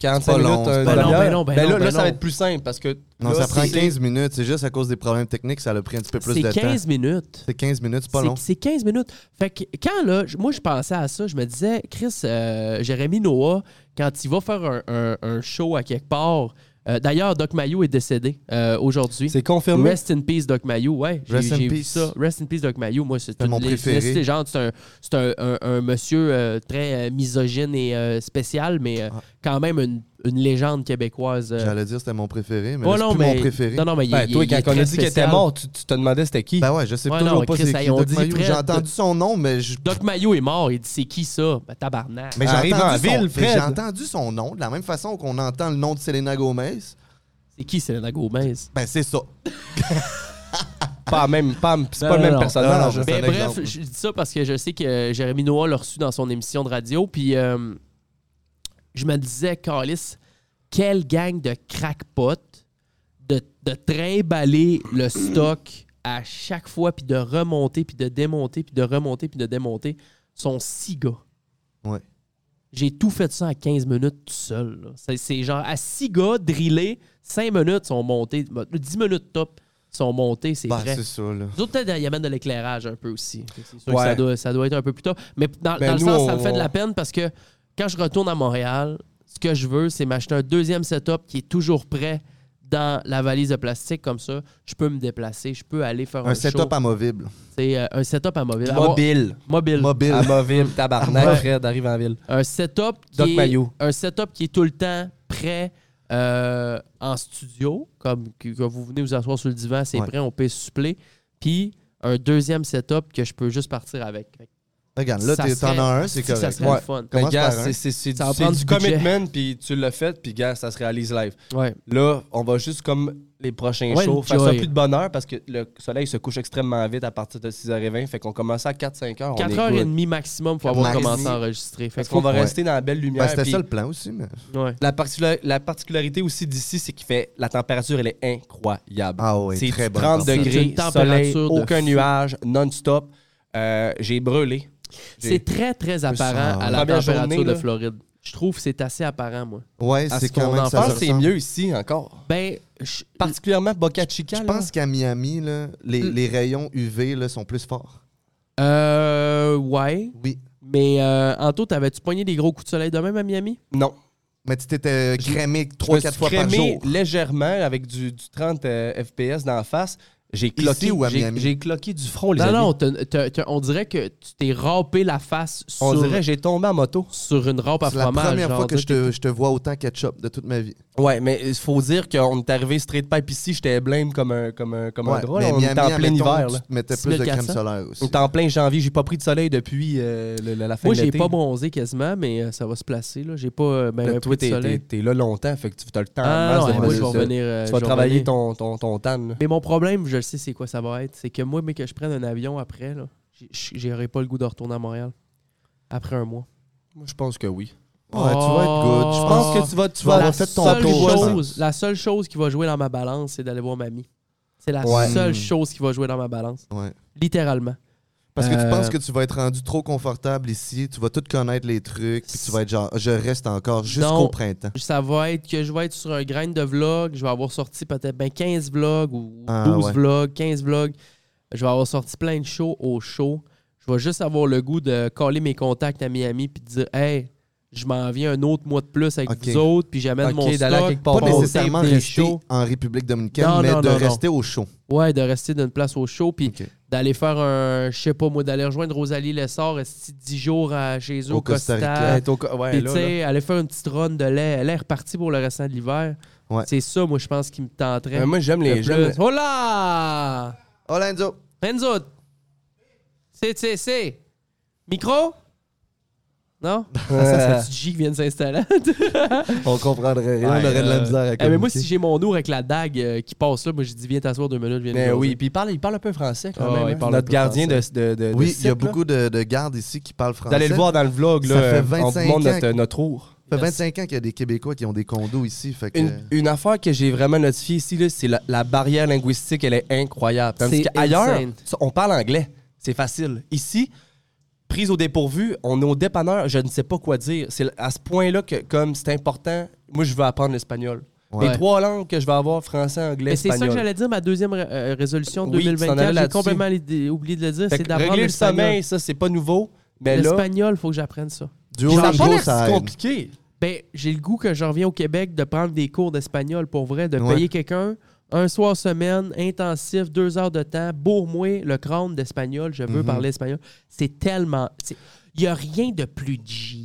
[SPEAKER 11] 45
[SPEAKER 10] pas
[SPEAKER 11] minutes,
[SPEAKER 10] long, c'est
[SPEAKER 11] une
[SPEAKER 10] pas
[SPEAKER 9] long,
[SPEAKER 11] demi-heure.
[SPEAKER 9] ben non, ben
[SPEAKER 11] Ben là,
[SPEAKER 9] non, ben
[SPEAKER 11] là, ça
[SPEAKER 9] non.
[SPEAKER 11] va être plus simple parce que.
[SPEAKER 10] Non,
[SPEAKER 11] là,
[SPEAKER 10] ça prend
[SPEAKER 11] c'est-
[SPEAKER 10] 15 minutes. C'est juste à cause des problèmes techniques, ça a pris un petit peu plus
[SPEAKER 9] c'est
[SPEAKER 10] de temps.
[SPEAKER 9] 15 minutes.
[SPEAKER 10] C'est 15 minutes, c'est pas
[SPEAKER 9] C'est-
[SPEAKER 10] long.
[SPEAKER 9] C'est 15 minutes. Fait que quand là, j- moi je pensais à ça, je me disais, Chris, euh, Jérémy Noah, quand il va faire un, un- un show à quelque part, euh, d'ailleurs, Doc Mayo est décédé euh, aujourd'hui.
[SPEAKER 11] C'est confirmé.
[SPEAKER 9] Rest in peace, Doc Mayo. Ouais, j'ai
[SPEAKER 10] Rest in
[SPEAKER 9] j'ai vu
[SPEAKER 10] peace.
[SPEAKER 9] ça. Rest in peace, Doc Mayo. Moi, c'est
[SPEAKER 10] mon
[SPEAKER 9] une-
[SPEAKER 10] préféré.
[SPEAKER 9] C'est une légende. C'est un, c'est un- un- un monsieur euh, très euh, misogyne et euh, spécial, mais euh, quand même une, une légende québésoise. euh.
[SPEAKER 10] Ah. J'allais dire c'était mon préféré, mais
[SPEAKER 9] Oh,
[SPEAKER 10] là, c'est
[SPEAKER 9] non,
[SPEAKER 10] plus
[SPEAKER 9] mais-
[SPEAKER 10] mon préféré.
[SPEAKER 9] Non, non, mais il,
[SPEAKER 11] Ben,
[SPEAKER 9] il-
[SPEAKER 11] toi,
[SPEAKER 9] il
[SPEAKER 11] quand
[SPEAKER 9] est
[SPEAKER 11] on a
[SPEAKER 9] très
[SPEAKER 11] dit qu'il était
[SPEAKER 9] spécial.
[SPEAKER 11] mort, tu, tu te demandais c'était qui.
[SPEAKER 10] Ben ouais, je sais
[SPEAKER 9] Ouais,
[SPEAKER 10] toujours
[SPEAKER 9] non,
[SPEAKER 10] pas
[SPEAKER 9] Chris,
[SPEAKER 10] c'est
[SPEAKER 9] hey,
[SPEAKER 10] qui.
[SPEAKER 9] on
[SPEAKER 10] Doc
[SPEAKER 9] dit
[SPEAKER 10] Mayo.
[SPEAKER 9] Fred-
[SPEAKER 10] J'ai entendu son nom, mais je...
[SPEAKER 9] Doc Mayo est mort. Il dit c'est qui ça Ben, Tabarnak.
[SPEAKER 10] Mais j'ai
[SPEAKER 11] Arrive en
[SPEAKER 10] entendu, son...
[SPEAKER 11] ville,
[SPEAKER 10] mais
[SPEAKER 11] Fred.
[SPEAKER 10] j'ai entendu son nom, de la même façon qu'on entend le nom de Selena Gomez.
[SPEAKER 9] C'est qui Selena Gomez
[SPEAKER 10] Ben, c'est ça.
[SPEAKER 11] Pas même, pas, c'est
[SPEAKER 9] Non,
[SPEAKER 11] pas le
[SPEAKER 9] non,
[SPEAKER 11] même
[SPEAKER 9] non.
[SPEAKER 11] personnage.
[SPEAKER 10] Non, non,
[SPEAKER 11] là.
[SPEAKER 10] C'est
[SPEAKER 9] Ben,
[SPEAKER 10] un
[SPEAKER 9] bref,
[SPEAKER 10] exemple.
[SPEAKER 9] je dis ça parce que je sais que Jérémy Noah l'a reçu dans son émission de radio. Puis euh, je me disais, Carlis, quelle gang de crackpots de, de trimballer le stock à chaque fois, puis de remonter, puis de démonter, puis de remonter, puis de démonter, sont six gars.
[SPEAKER 10] Ouais.
[SPEAKER 9] J'ai tout fait ça en 15 minutes tout seul. là. C'est- C'est genre à 6 gars drillés, 5 minutes sont montés, 10 minutes top sont montés, c'est
[SPEAKER 10] Ben,
[SPEAKER 9] vrai.
[SPEAKER 10] c'est ça, là.
[SPEAKER 9] Nous autres, peut-être, il y amène de l'éclairage un peu aussi. Fait que c'est sûr que
[SPEAKER 11] Ouais.
[SPEAKER 9] ça, doit, ça doit être un peu plus tard. Mais dans,
[SPEAKER 11] Ben,
[SPEAKER 9] dans le
[SPEAKER 11] nous,
[SPEAKER 9] sens, ça
[SPEAKER 11] on-
[SPEAKER 9] me fait de la peine parce que quand je retourne à Montréal, ce que je veux, c'est m'acheter un deuxième setup qui est toujours prêt dans la valise de plastique. Comme ça, je peux me déplacer, je peux aller faire un,
[SPEAKER 10] Un setup amovible.
[SPEAKER 9] C'est euh, un setup à mobile. Avoir-
[SPEAKER 11] Mobile.
[SPEAKER 9] mobile.
[SPEAKER 10] Mobile.
[SPEAKER 11] À mobile,
[SPEAKER 10] Ouais.
[SPEAKER 11] tabarnak, Fred, arrive en ville.
[SPEAKER 9] Un setup qui
[SPEAKER 11] Doc
[SPEAKER 9] est,
[SPEAKER 11] Mayo.
[SPEAKER 9] un setup qui est tout le temps prêt euh, en studio, comme que, que vous venez vous asseoir sur le divan, c'est
[SPEAKER 10] Ouais.
[SPEAKER 9] prêt, on peut suppler. Puis un deuxième setup que je peux juste partir avec. Fait que
[SPEAKER 10] Regarde, là,
[SPEAKER 9] ça
[SPEAKER 10] t'es-
[SPEAKER 9] serait-
[SPEAKER 10] t'en as un, c'est
[SPEAKER 9] si que Ça
[SPEAKER 10] correct.
[SPEAKER 9] serait
[SPEAKER 11] Ouais.
[SPEAKER 9] le fun.
[SPEAKER 11] Mais
[SPEAKER 10] Commence
[SPEAKER 11] gars,
[SPEAKER 10] par un.
[SPEAKER 11] c'est- c'est c'est du,
[SPEAKER 9] Ça va
[SPEAKER 11] c'est
[SPEAKER 9] prendre
[SPEAKER 11] du
[SPEAKER 9] du budget.
[SPEAKER 11] commitment, puis tu l'as fait, puis gars, ça se réalise live.
[SPEAKER 9] Ouais.
[SPEAKER 11] Là, on va juste comme les prochains
[SPEAKER 9] Ouais,
[SPEAKER 11] shows,
[SPEAKER 9] enjoy.
[SPEAKER 11] faire ça plus de bonne heure parce que le soleil se couche extrêmement vite à partir de 6h20, fait qu'on commence à 4-5 heures. on est good.
[SPEAKER 9] 4h30 maximum pour avoir
[SPEAKER 10] Maxi.
[SPEAKER 9] commencé à enregistrer. Fait
[SPEAKER 11] Parce
[SPEAKER 9] que
[SPEAKER 11] qu'on va
[SPEAKER 10] Ouais.
[SPEAKER 11] rester dans la belle lumière.
[SPEAKER 10] Ben, c'était
[SPEAKER 11] puis
[SPEAKER 10] ça le plan aussi, mais...
[SPEAKER 9] Ouais.
[SPEAKER 11] la, particula- la particularité aussi d'ici, c'est qu'il fait la température, elle est incroyable.
[SPEAKER 10] Ah oui,
[SPEAKER 11] c'est
[SPEAKER 10] très
[SPEAKER 11] du
[SPEAKER 10] bonne
[SPEAKER 11] 30
[SPEAKER 10] température.
[SPEAKER 9] C'est
[SPEAKER 11] degrés,
[SPEAKER 9] une température
[SPEAKER 11] soleil,
[SPEAKER 9] de
[SPEAKER 11] aucun
[SPEAKER 9] fou.
[SPEAKER 11] nuage, non-stop. Euh, J'ai brûlé. J'ai-
[SPEAKER 9] C'est très, très apparent
[SPEAKER 10] sens-
[SPEAKER 9] à la
[SPEAKER 11] Première
[SPEAKER 9] température
[SPEAKER 11] journée,
[SPEAKER 9] de
[SPEAKER 11] là.
[SPEAKER 9] Floride. Je trouve que c'est assez apparent, moi.
[SPEAKER 10] Ouais,
[SPEAKER 11] à
[SPEAKER 10] c'est
[SPEAKER 11] ce
[SPEAKER 10] quand
[SPEAKER 11] qu'on
[SPEAKER 10] même
[SPEAKER 11] en
[SPEAKER 10] ça.
[SPEAKER 11] pense,
[SPEAKER 10] se
[SPEAKER 11] c'est
[SPEAKER 10] ressemble.
[SPEAKER 11] mieux ici encore.
[SPEAKER 9] Ben, je-
[SPEAKER 11] Particulièrement Boca Chica.
[SPEAKER 10] Je
[SPEAKER 11] là. Mm.
[SPEAKER 10] pense qu'à Miami, là, les, les rayons UV là, sont plus forts.
[SPEAKER 9] euh, ouais.
[SPEAKER 10] Oui.
[SPEAKER 9] Mais euh, Anto, t'avais-tu pogné des gros coups de soleil de même à Miami?
[SPEAKER 11] Non.
[SPEAKER 10] Mais tu t'étais euh, crémé
[SPEAKER 11] Je me
[SPEAKER 10] 3-4
[SPEAKER 11] suis
[SPEAKER 10] fois par
[SPEAKER 11] crémé
[SPEAKER 10] jour.
[SPEAKER 11] légèrement avec du, du 30 euh, FPS d'en face. J'ai
[SPEAKER 10] Ici
[SPEAKER 11] cloqué,
[SPEAKER 10] ou à
[SPEAKER 11] j'ai-
[SPEAKER 10] Miami?
[SPEAKER 11] j'ai cloqué du front, les
[SPEAKER 9] non,
[SPEAKER 11] amis.
[SPEAKER 9] non, t'as- t'as- t'as- on dirait que tu t'es râpé la face sur,
[SPEAKER 11] On dirait que j'ai tombé en moto.
[SPEAKER 9] sur une rampe à
[SPEAKER 10] C'est la
[SPEAKER 9] fromage.
[SPEAKER 10] première
[SPEAKER 9] genre,
[SPEAKER 10] fois que
[SPEAKER 9] dire
[SPEAKER 10] je te, je te vois autant ketchup de toute ma vie.
[SPEAKER 11] Ouais, mais il faut dire qu'on est arrivé straight pipe ici, j'étais blême comme un, comme un, comme un
[SPEAKER 10] Ouais,
[SPEAKER 11] drôle.
[SPEAKER 10] mais
[SPEAKER 11] on était en plein
[SPEAKER 10] admettons,
[SPEAKER 11] hiver.
[SPEAKER 10] tu
[SPEAKER 11] Là.
[SPEAKER 10] te mettais
[SPEAKER 9] C'est
[SPEAKER 10] plus de
[SPEAKER 9] 1400.
[SPEAKER 10] crème solaire aussi.
[SPEAKER 11] On est en plein janvier, j'ai pas pris de soleil depuis euh, le- la, la fin
[SPEAKER 9] Moi,
[SPEAKER 11] de
[SPEAKER 9] j'ai
[SPEAKER 11] l'été.
[SPEAKER 9] pas bronzé quasiment, mais euh, ça va se placer. là. J'ai pas euh, ben,
[SPEAKER 11] Là,
[SPEAKER 9] un
[SPEAKER 11] Toi,
[SPEAKER 9] peu de
[SPEAKER 11] t'es- t'es
[SPEAKER 9] soleil.
[SPEAKER 11] t'es là longtemps, fait que tu as le temps.
[SPEAKER 9] Ah,
[SPEAKER 11] en
[SPEAKER 9] non,
[SPEAKER 11] masse de
[SPEAKER 9] moi, je vais
[SPEAKER 11] revenir ça.
[SPEAKER 9] revenir. euh,
[SPEAKER 11] Tu
[SPEAKER 9] je
[SPEAKER 11] vas
[SPEAKER 9] vais
[SPEAKER 11] travailler
[SPEAKER 9] revenir.
[SPEAKER 11] ton, ton, ton tan. là.
[SPEAKER 9] Mais mon problème, je le sais c'est quoi ça va être. C'est que moi, mais que je prenne un avion après, là, j- j- j'aurai pas le goût de retourner à Montréal. Après un mois.
[SPEAKER 11] Moi, je pense que oui.
[SPEAKER 10] Ouais, tu vas être good. Je
[SPEAKER 9] Oh.
[SPEAKER 10] pense que tu vas, tu vas
[SPEAKER 9] la,
[SPEAKER 10] avoir fait ton
[SPEAKER 9] seule
[SPEAKER 10] tour. je pense.
[SPEAKER 9] chose, la seule chose qui va jouer dans ma balance, c'est d'aller voir mamie. C'est la
[SPEAKER 10] Ouais.
[SPEAKER 9] seule
[SPEAKER 10] Mm.
[SPEAKER 9] chose qui va jouer dans ma balance.
[SPEAKER 10] Ouais.
[SPEAKER 9] Littéralement.
[SPEAKER 10] Parce que tu
[SPEAKER 9] Euh,
[SPEAKER 10] penses que tu vas être rendu trop confortable ici, tu vas tout connaître les trucs, puis tu vas être genre, je reste encore jusqu'au
[SPEAKER 9] Donc,
[SPEAKER 10] printemps.
[SPEAKER 9] Ça va être que je vais être sur un grain de vlog. Je vais avoir sorti peut-être ben 15 vlogs ou
[SPEAKER 10] Ah,
[SPEAKER 9] 12
[SPEAKER 10] ouais.
[SPEAKER 9] vlogs, 15 vlogs. Je vais avoir sorti plein de shows au show. Je vais juste avoir le goût de coller mes contacts à Miami puis de dire Hey, je m'en viens un autre mois de plus avec
[SPEAKER 10] Ok.
[SPEAKER 9] vous autres, puis j'amène
[SPEAKER 11] Ok,
[SPEAKER 9] mon
[SPEAKER 11] d'aller à
[SPEAKER 9] stock.
[SPEAKER 11] quelque part.
[SPEAKER 10] Pas
[SPEAKER 9] on tape
[SPEAKER 10] nécessairement
[SPEAKER 9] des
[SPEAKER 10] rester
[SPEAKER 9] shows.
[SPEAKER 10] en République dominicaine,
[SPEAKER 9] Non,
[SPEAKER 10] mais
[SPEAKER 9] non,
[SPEAKER 10] de
[SPEAKER 9] non,
[SPEAKER 10] rester au chaud.
[SPEAKER 9] Ouais, de rester d'une place au show, puis
[SPEAKER 10] Ok.
[SPEAKER 9] d'aller faire un, je sais pas moi, d'aller rejoindre Rosalie Lessard, esti, 10 jours à, chez eux
[SPEAKER 10] Au
[SPEAKER 9] Ah, au
[SPEAKER 10] Costa
[SPEAKER 9] Costa.
[SPEAKER 10] Rica.
[SPEAKER 11] Ouais, t'es au- ouais,
[SPEAKER 9] Puis,
[SPEAKER 11] ben là,
[SPEAKER 9] tu
[SPEAKER 11] là.
[SPEAKER 9] sais, aller faire une petite run de lait. Elle est repartie pour le restant de l'hiver.
[SPEAKER 10] Ouais.
[SPEAKER 9] C'est ça, moi, je pense, qui me tenterait.
[SPEAKER 11] Euh, Moi, j'aime les
[SPEAKER 9] le
[SPEAKER 11] j'aime-
[SPEAKER 9] plus. Oh là!
[SPEAKER 10] Orlando!
[SPEAKER 9] Rien autres. C'est, c'est, c'est. Micro? Non? Ah, ça, c'est J qui vient de s'installer.
[SPEAKER 10] On comprendrait rien, on aurait de la misère à
[SPEAKER 9] Eh, mais moi,
[SPEAKER 10] communiquer.
[SPEAKER 9] si j'ai mon ours avec la dague euh, qui passe là, moi, j'ai dit, viens t'asseoir deux minutes, viens
[SPEAKER 11] Mais
[SPEAKER 9] nous
[SPEAKER 11] oui,
[SPEAKER 9] jaser.
[SPEAKER 11] puis il parle, il parle un peu français quand
[SPEAKER 9] Ah,
[SPEAKER 11] même.
[SPEAKER 9] il
[SPEAKER 11] hein.
[SPEAKER 9] parle un
[SPEAKER 11] Notre
[SPEAKER 9] peu
[SPEAKER 11] gardien de, de, de- de
[SPEAKER 10] Oui,
[SPEAKER 11] site,
[SPEAKER 10] il y a
[SPEAKER 11] là.
[SPEAKER 10] beaucoup de, de gardes ici qui parlent français.
[SPEAKER 11] D'aller le voir dans le vlog,
[SPEAKER 10] Ça
[SPEAKER 11] là.
[SPEAKER 10] fait
[SPEAKER 11] euh, on
[SPEAKER 10] 25
[SPEAKER 11] vous montre
[SPEAKER 10] ans
[SPEAKER 11] notre,
[SPEAKER 10] que-
[SPEAKER 11] notre ours.
[SPEAKER 10] Ça fait 25 ans qu'il y a des Québécois qui ont des condos ici. Fait que...
[SPEAKER 11] Une, une affaire que j'ai vraiment notifiée ici, là, c'est la, la barrière linguistique, elle est incroyable. Tandis
[SPEAKER 9] C'est
[SPEAKER 11] qu'ailleurs,
[SPEAKER 9] insane.
[SPEAKER 11] ça- on parle anglais. C'est facile. Ici, prise au dépourvu, on est au dépanneur, je ne sais pas quoi dire. C'est à ce point-là que, comme c'est important, moi, je veux apprendre l'espagnol.
[SPEAKER 10] Ouais.
[SPEAKER 11] Les trois langues que je vais avoir, français, anglais,
[SPEAKER 9] Mais c'est
[SPEAKER 11] espagnol.
[SPEAKER 9] ça que j'allais dire, ma deuxième ré- euh, résolution de
[SPEAKER 11] Oui, tu t'en allais
[SPEAKER 9] 2024. J'ai
[SPEAKER 11] là-dessus.
[SPEAKER 9] complètement l'idée- oublié de le dire.
[SPEAKER 11] Fait
[SPEAKER 9] C'est
[SPEAKER 11] que
[SPEAKER 9] d'apprendre
[SPEAKER 11] régler le
[SPEAKER 9] l'espagnol.
[SPEAKER 11] sommeil, ça, c'est pas nouveau. Mais là,
[SPEAKER 9] L'espagnol, faut que j'apprenne ça.
[SPEAKER 10] Du
[SPEAKER 11] ça
[SPEAKER 10] haut
[SPEAKER 11] n'a
[SPEAKER 10] en
[SPEAKER 11] pas
[SPEAKER 10] gros,
[SPEAKER 11] l'air
[SPEAKER 10] ça
[SPEAKER 11] si
[SPEAKER 10] aide.
[SPEAKER 11] compliqué.
[SPEAKER 9] Ben, j'ai le goût que je reviens au Québec de prendre des cours d'espagnol pour vrai, de
[SPEAKER 10] Ouais.
[SPEAKER 9] payer quelqu'un un soir semaine, intensif, deux heures de temps, bourre-moi le crâne d'espagnol, je
[SPEAKER 10] Mhm.
[SPEAKER 9] veux parler espagnol. C'est tellement. c'est- Il n'y a rien de plus G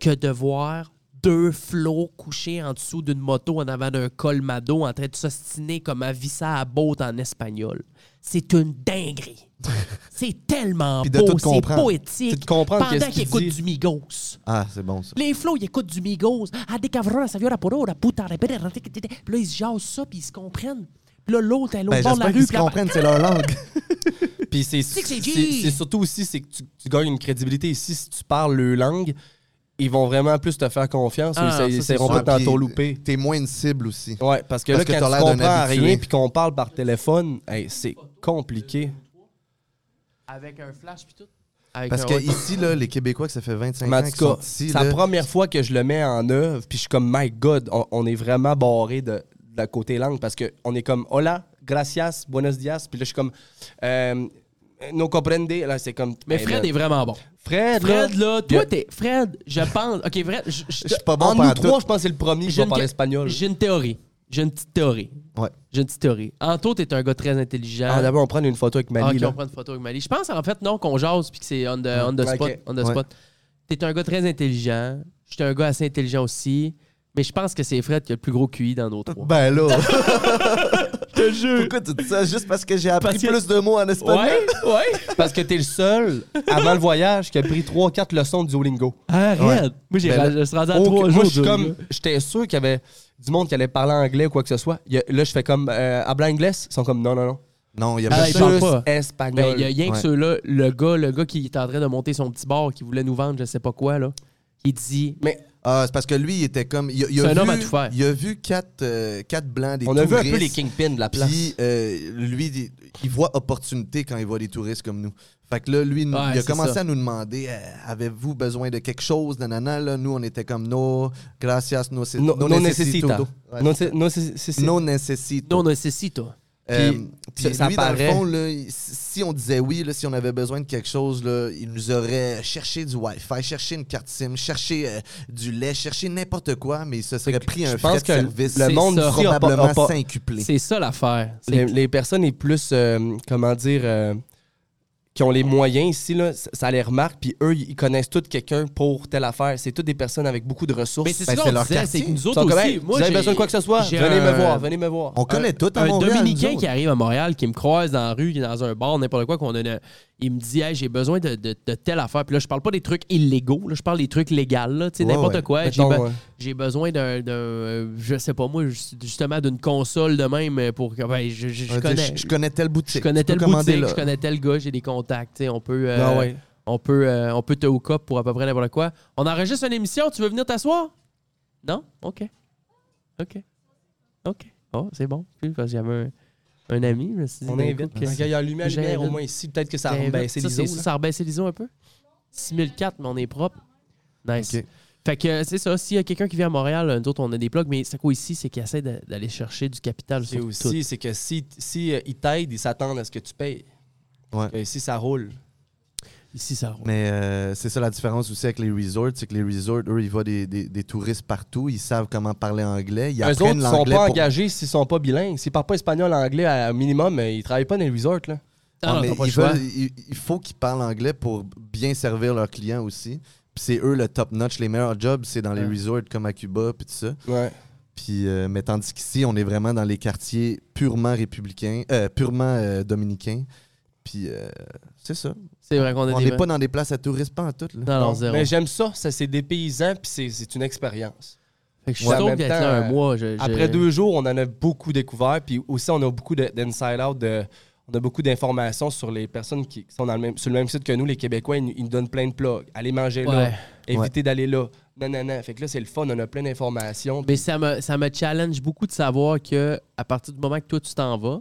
[SPEAKER 9] que de voir deux flots couchés en dessous d'une moto en avant d'un colmado en train de s'ostiner comme un vissa à botte en espagnol. C'est une dinguerie. C'est tellement
[SPEAKER 10] Puis de
[SPEAKER 9] beau,
[SPEAKER 10] tout
[SPEAKER 9] c'est
[SPEAKER 10] comprendre.
[SPEAKER 9] poétique.
[SPEAKER 11] C'est de comprendre
[SPEAKER 9] pendant
[SPEAKER 11] qu'est-ce qu'il
[SPEAKER 9] qu'ils écoutent
[SPEAKER 11] dit.
[SPEAKER 9] du Migos.
[SPEAKER 10] Ah, c'est bon ça.
[SPEAKER 9] Les flots, ils écoutent du Migos. Ah, des cavrons, ça vient à pour la puta, la bête, la tête, tête. Puis là, ils se jasent ça, puis ils se comprennent. Puis là, l'autre, elle est à
[SPEAKER 10] Ben,
[SPEAKER 9] l'autre bord de la
[SPEAKER 10] J'espère
[SPEAKER 9] rue.
[SPEAKER 10] qu'ils
[SPEAKER 9] puis là-
[SPEAKER 10] se comprennent, c'est leur langue.
[SPEAKER 11] Puis c'est c'est-
[SPEAKER 9] que c'est G.
[SPEAKER 11] c'est surtout aussi c'est que tu, tu gagnes une crédibilité ici si tu parles le langue, ils vont vraiment plus te faire confiance
[SPEAKER 9] Ah, ça,
[SPEAKER 11] ou ils
[SPEAKER 9] c'est
[SPEAKER 11] essaieront
[SPEAKER 9] sûr.
[SPEAKER 11] pas de t'en
[SPEAKER 10] Puis,
[SPEAKER 11] tourlouper.
[SPEAKER 10] T'es moins une cible aussi.
[SPEAKER 11] Ouais, parce que
[SPEAKER 10] Parce
[SPEAKER 11] là
[SPEAKER 10] que
[SPEAKER 11] quand
[SPEAKER 10] t'as
[SPEAKER 11] tu
[SPEAKER 10] l'air d'un
[SPEAKER 11] comprends
[SPEAKER 10] habitué.
[SPEAKER 11] rien puis qu'on parle par téléphone, hey, c'est compliqué.
[SPEAKER 9] Avec un flash, puis tout. Avec
[SPEAKER 10] Parce
[SPEAKER 9] un-
[SPEAKER 10] que ici, là, les Québécois, que ça fait 25
[SPEAKER 11] Mais en
[SPEAKER 10] ans
[SPEAKER 11] tout
[SPEAKER 10] qu'ils sont
[SPEAKER 11] cas,
[SPEAKER 10] ici.
[SPEAKER 11] c'est la
[SPEAKER 10] là,
[SPEAKER 11] première fois que je le mets en œuvre, puis je suis comme my god, on, on est vraiment barré de, de la côté langue parce que on est comme hola, gracias, buenos dias, puis là je suis comme euh, no comprende, là c'est comme
[SPEAKER 10] Eh,
[SPEAKER 9] Mais
[SPEAKER 11] hey,
[SPEAKER 9] Fred
[SPEAKER 11] là,
[SPEAKER 9] est vraiment bon.
[SPEAKER 11] Fred,
[SPEAKER 9] Fred, là, toi,
[SPEAKER 11] Yeah.
[SPEAKER 9] t'es. Fred, je pense. Ok, Fred, je, je-
[SPEAKER 10] Je suis pas bon
[SPEAKER 11] en nous
[SPEAKER 10] pendant
[SPEAKER 11] trois,
[SPEAKER 10] tout.
[SPEAKER 11] je pense que c'est le premier qui va
[SPEAKER 9] une-
[SPEAKER 11] parler espagnol.
[SPEAKER 9] J'ai une théorie. J'ai une petite théorie.
[SPEAKER 10] Ouais.
[SPEAKER 9] J'ai une petite théorie. Anto, t'es un gars très intelligent.
[SPEAKER 11] Ah, D'abord, on prend une photo avec
[SPEAKER 9] Ah,
[SPEAKER 11] Mali.
[SPEAKER 9] ok,
[SPEAKER 11] là.
[SPEAKER 9] on prend une photo avec Mali. Je pense en fait non qu'on jase puis que c'est on the, on the
[SPEAKER 11] Ok.
[SPEAKER 9] spot. On the
[SPEAKER 10] Ouais.
[SPEAKER 9] spot. T'es un gars très intelligent. J'étais un gars assez intelligent aussi. Mais je pense que c'est Fred qui a le plus gros QI dans nos trois.
[SPEAKER 10] Ben là. Pourquoi tu dis ça? Juste parce que j'ai appris
[SPEAKER 9] Parce que-
[SPEAKER 10] plus de mots en espagnol?
[SPEAKER 9] ouais, ouais.
[SPEAKER 11] Parce que t'es le seul, avant le voyage, qui a pris 3-4 leçons de Duolingo.
[SPEAKER 9] Arrête. Moi, j'ai
[SPEAKER 11] Ben
[SPEAKER 9] ra-
[SPEAKER 11] là,
[SPEAKER 9] je suis rendu à
[SPEAKER 11] Oh,
[SPEAKER 9] trois
[SPEAKER 11] que-
[SPEAKER 9] jours.
[SPEAKER 11] moi, je suis
[SPEAKER 9] de-
[SPEAKER 11] comme. J'étais sûr qu'il y avait du monde qui allait parler anglais ou quoi que ce soit. Il y a- là, je fais comme. Euh, habla anglais? Ils sont comme non, non, non.
[SPEAKER 10] Non, il y a
[SPEAKER 9] Ah,
[SPEAKER 10] pas
[SPEAKER 9] ils
[SPEAKER 10] ça.
[SPEAKER 9] parlent
[SPEAKER 11] Juste
[SPEAKER 9] pas. Ben,
[SPEAKER 11] espagnol.
[SPEAKER 9] il y a rien que
[SPEAKER 10] Ouais.
[SPEAKER 9] ceux-là, le gars, le gars qui est en train de monter son petit bar, qui voulait nous vendre, je sais pas quoi, là, il dit
[SPEAKER 11] Mais
[SPEAKER 10] Ah, c'est parce que lui, il était comme. il a- il a
[SPEAKER 9] C'est un
[SPEAKER 10] vu-
[SPEAKER 9] homme à tout faire.
[SPEAKER 10] Il a vu quatre, euh, quatre blancs des
[SPEAKER 11] on a vu un peu
[SPEAKER 10] touristes,
[SPEAKER 11] les kingpins de la place.
[SPEAKER 10] Puis, euh, lui, il- il voit opportunité quand il voit des touristes comme nous. Fait que là, lui, nous-
[SPEAKER 9] Ouais,
[SPEAKER 10] il a
[SPEAKER 9] c'est
[SPEAKER 10] commencé
[SPEAKER 9] ça.
[SPEAKER 10] à nous demander euh, avez-vous besoin de quelque chose Nanana, là, nous, on était comme no, gracias, no, se-
[SPEAKER 11] non,
[SPEAKER 10] no
[SPEAKER 11] non
[SPEAKER 10] necesito.
[SPEAKER 11] necessita.
[SPEAKER 10] Ouais.
[SPEAKER 11] Non, c'est- non, c'est- c'est- c'est-
[SPEAKER 10] No necessito.
[SPEAKER 9] Non, non, c'est si, toi.
[SPEAKER 10] Euh,
[SPEAKER 11] Puis,
[SPEAKER 10] puis
[SPEAKER 11] ça- ça
[SPEAKER 10] lui, dans le
[SPEAKER 11] paraît.
[SPEAKER 10] fond, là, il- si on disait oui, là, si on avait besoin de quelque chose, là, il nous aurait cherché du Wi-Fi, cherché une carte SIM, cherché euh, du lait, cherché n'importe quoi, mais il se serait pris
[SPEAKER 11] je
[SPEAKER 10] un
[SPEAKER 11] pense
[SPEAKER 10] frais de
[SPEAKER 11] que
[SPEAKER 10] service
[SPEAKER 11] le monde
[SPEAKER 10] c'est
[SPEAKER 11] ici a pas- a
[SPEAKER 10] probablement
[SPEAKER 11] pas-
[SPEAKER 10] cinquuplé.
[SPEAKER 9] C'est ça l'affaire. C'est Ben,
[SPEAKER 11] les, les personnes les plus, euh, comment dire, euh, qui ont les moyens ici, là, ça ça les remarque, puis eux, ils connaissent tous quelqu'un pour telle affaire. C'est toutes des personnes avec beaucoup de ressources.
[SPEAKER 9] Mais c'est
[SPEAKER 10] Ben,
[SPEAKER 9] ça
[SPEAKER 10] c'est
[SPEAKER 9] qu'on
[SPEAKER 10] leur
[SPEAKER 9] disait, c'est
[SPEAKER 10] quartier.
[SPEAKER 9] que nous
[SPEAKER 11] Ils
[SPEAKER 9] autres
[SPEAKER 11] sont comme,
[SPEAKER 9] aussi.
[SPEAKER 11] Hey,
[SPEAKER 9] moi,
[SPEAKER 11] vous avez
[SPEAKER 9] j'ai-
[SPEAKER 11] besoin de quoi que ce soit,
[SPEAKER 9] j'ai
[SPEAKER 11] venez
[SPEAKER 9] un-
[SPEAKER 11] me voir, venez me voir.
[SPEAKER 10] On connaît tout à
[SPEAKER 9] un
[SPEAKER 10] Montréal.
[SPEAKER 9] Dominicain
[SPEAKER 10] nous
[SPEAKER 9] qui
[SPEAKER 10] autres.
[SPEAKER 9] arrive à Montréal, qui me croise dans la rue, qui est dans un bar, n'importe quoi, qu'on a une- il me dit Hey, j'ai besoin de, de- de telle affaire. Puis là, je parle pas des trucs illégaux, là, je parle des trucs légaux, là, tu sais,
[SPEAKER 10] Ouais,
[SPEAKER 9] n'importe
[SPEAKER 10] ouais.
[SPEAKER 9] quoi. J'ai
[SPEAKER 11] Mettons,
[SPEAKER 9] be-
[SPEAKER 11] ouais.
[SPEAKER 9] j'ai besoin d'un, d'un, euh, je sais pas moi, ju- justement d'une console de même pour que ben, je, je- je
[SPEAKER 10] On va dire,
[SPEAKER 9] connais.
[SPEAKER 10] je connais telle boutique.
[SPEAKER 9] Je connais
[SPEAKER 10] Tu peux
[SPEAKER 9] tel
[SPEAKER 10] commander
[SPEAKER 9] boutique,
[SPEAKER 10] là.
[SPEAKER 9] je connais tel gars, j'ai des contacts. tu sais, On peut, euh,
[SPEAKER 11] Ah ouais.
[SPEAKER 9] on peut, euh, on peut te hook up pour à peu près n'importe quoi. On enregistre une émission, tu veux venir t'asseoir? Non? OK. OK. OK. Oh, c'est bon. Puis, Parce que j'avais un, un ami, je me suis dit,
[SPEAKER 11] On
[SPEAKER 9] ben,
[SPEAKER 11] invite.
[SPEAKER 9] écoute,
[SPEAKER 11] Ok, Il y a lumière,
[SPEAKER 9] J'invite.
[SPEAKER 11] lumière au moins ici. Peut-être que ça a
[SPEAKER 9] T'invites.
[SPEAKER 11] rebaissé
[SPEAKER 9] Ça,
[SPEAKER 11] les
[SPEAKER 9] c'est-
[SPEAKER 11] autres.
[SPEAKER 9] Ça rebaissait l'ISO un peu? 6004, mais on est propre. Nice.
[SPEAKER 10] Ok.
[SPEAKER 9] Fait que euh, c'est ça, s'il y a quelqu'un qui vient à Montréal, euh, nous autres on a des blogs, mais c'est quoi ici, c'est qu'ils essaient d'a- d'aller chercher du capital
[SPEAKER 11] C'est
[SPEAKER 9] sur
[SPEAKER 11] aussi, c'est que si, si euh, ils t'aident, ils s'attendent à ce que tu payes.
[SPEAKER 10] Ouais.
[SPEAKER 11] Et si ça roule.
[SPEAKER 9] tout. Ici ça roule.
[SPEAKER 10] Mais euh, c'est ça la différence aussi avec les resorts, c'est que les resorts, eux, ils voient des, des- des touristes partout, ils savent comment parler anglais, ils
[SPEAKER 11] Eux autres,
[SPEAKER 10] apprennent
[SPEAKER 11] ils sont
[SPEAKER 10] l'anglais.
[SPEAKER 11] pas
[SPEAKER 10] pour-
[SPEAKER 11] engagés s'ils sont pas bilingues. S'ils parlent pas espagnol, anglais à minimum, euh, ils travaillent pas dans les resorts. Là.
[SPEAKER 9] Ah, non,
[SPEAKER 10] mais
[SPEAKER 9] t'as pas
[SPEAKER 10] ils
[SPEAKER 9] le choix.
[SPEAKER 10] veulent- il, il faut qu'ils parlent anglais pour bien servir leurs clients aussi. Puis c'est eux le top notch, les meilleurs jobs, c'est dans les
[SPEAKER 11] Ouais.
[SPEAKER 10] resorts comme à Cuba, puis tout ça.
[SPEAKER 11] Ouais.
[SPEAKER 10] Puis, euh, mais tandis qu'ici, on est vraiment dans les quartiers purement républicains, euh, purement euh, dominicains. Puis euh, c'est ça.
[SPEAKER 9] C'est vrai qu'on a
[SPEAKER 10] On
[SPEAKER 9] des.
[SPEAKER 10] n'est pas dans des places à touristes, pas en tout. là.
[SPEAKER 9] Non, non, zéro.
[SPEAKER 11] Mais j'aime ça, ça c'est dépaysant, puis c'est- c'est une expérience.
[SPEAKER 9] Fait que je suis
[SPEAKER 11] Ouais, en
[SPEAKER 9] sûr
[SPEAKER 11] même
[SPEAKER 9] d'être
[SPEAKER 11] temps,
[SPEAKER 9] là un
[SPEAKER 11] euh,
[SPEAKER 9] mois. je- je-
[SPEAKER 11] Après deux jours, on en a beaucoup découvert, puis aussi on a beaucoup de- d'inside out, de- on a beaucoup d'informations sur les personnes qui sont dans le même, sur le même site que nous, les Québécois, ils, nous- ils nous donnent plein de plugs. Allez manger là,
[SPEAKER 9] Ouais.
[SPEAKER 11] évitez d'aller là, nanana. Fait que là, c'est le fun, on a plein d'informations.
[SPEAKER 9] Mais ça me, ça me challenge beaucoup de savoir que à partir du moment que toi tu t'en vas,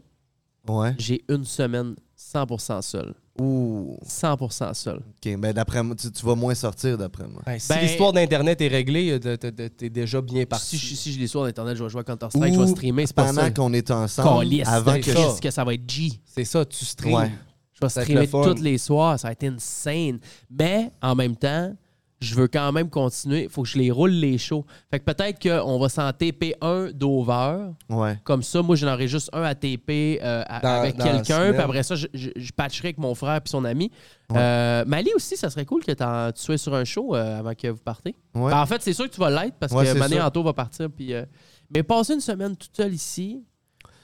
[SPEAKER 10] Ouais.
[SPEAKER 9] j'ai une semaine 100% seul.
[SPEAKER 10] Ouh.
[SPEAKER 9] 100% seul.
[SPEAKER 10] OK. Ben, d'après moi, tu, tu vas moins sortir, d'après moi.
[SPEAKER 11] Ben, si
[SPEAKER 9] Ben-
[SPEAKER 11] l'histoire d'Internet est réglée, euh, t'es- t'es t'es déjà bien
[SPEAKER 9] Si,
[SPEAKER 11] parti.
[SPEAKER 9] je- si je les sur Internet, je vais jouer à Counter-Strike, je vais
[SPEAKER 10] Ou
[SPEAKER 9] streamer, c'est pas ça.
[SPEAKER 10] Pendant qu'on est ensemble,
[SPEAKER 9] Calisse,
[SPEAKER 10] avant que
[SPEAKER 9] c'est
[SPEAKER 10] je-
[SPEAKER 9] ça. que ça va être G.
[SPEAKER 11] C'est ça, tu streams.
[SPEAKER 10] Ouais.
[SPEAKER 9] Je vais
[SPEAKER 11] Ça va être
[SPEAKER 9] streamer
[SPEAKER 11] le fun.
[SPEAKER 9] tous les soirs, ça va être insane. Mais en même temps, je veux quand même continuer. Il faut que je les roule les shows. Fait que peut-être qu'on va s'en TP1 d'over.
[SPEAKER 10] Ouais.
[SPEAKER 9] Comme ça, moi, j'en aurais juste un à TP euh, à-
[SPEAKER 11] Dans-
[SPEAKER 9] avec
[SPEAKER 11] dans la
[SPEAKER 9] quelqu'un.
[SPEAKER 11] semaine.
[SPEAKER 9] Puis après ça, je, je, je patcherai avec mon frère puis son ami. Euh, Mali aussi, ça serait cool que t'en- tu sois sur un show euh, avant que vous partez.
[SPEAKER 10] Ouais.
[SPEAKER 9] Ben, en fait, c'est sûr que tu vas l'être parce
[SPEAKER 10] Ouais,
[SPEAKER 9] que
[SPEAKER 10] c'est
[SPEAKER 9] Mané
[SPEAKER 10] sûr.
[SPEAKER 9] Anto va partir. Puis, euh, Mais passer une semaine toute seule ici,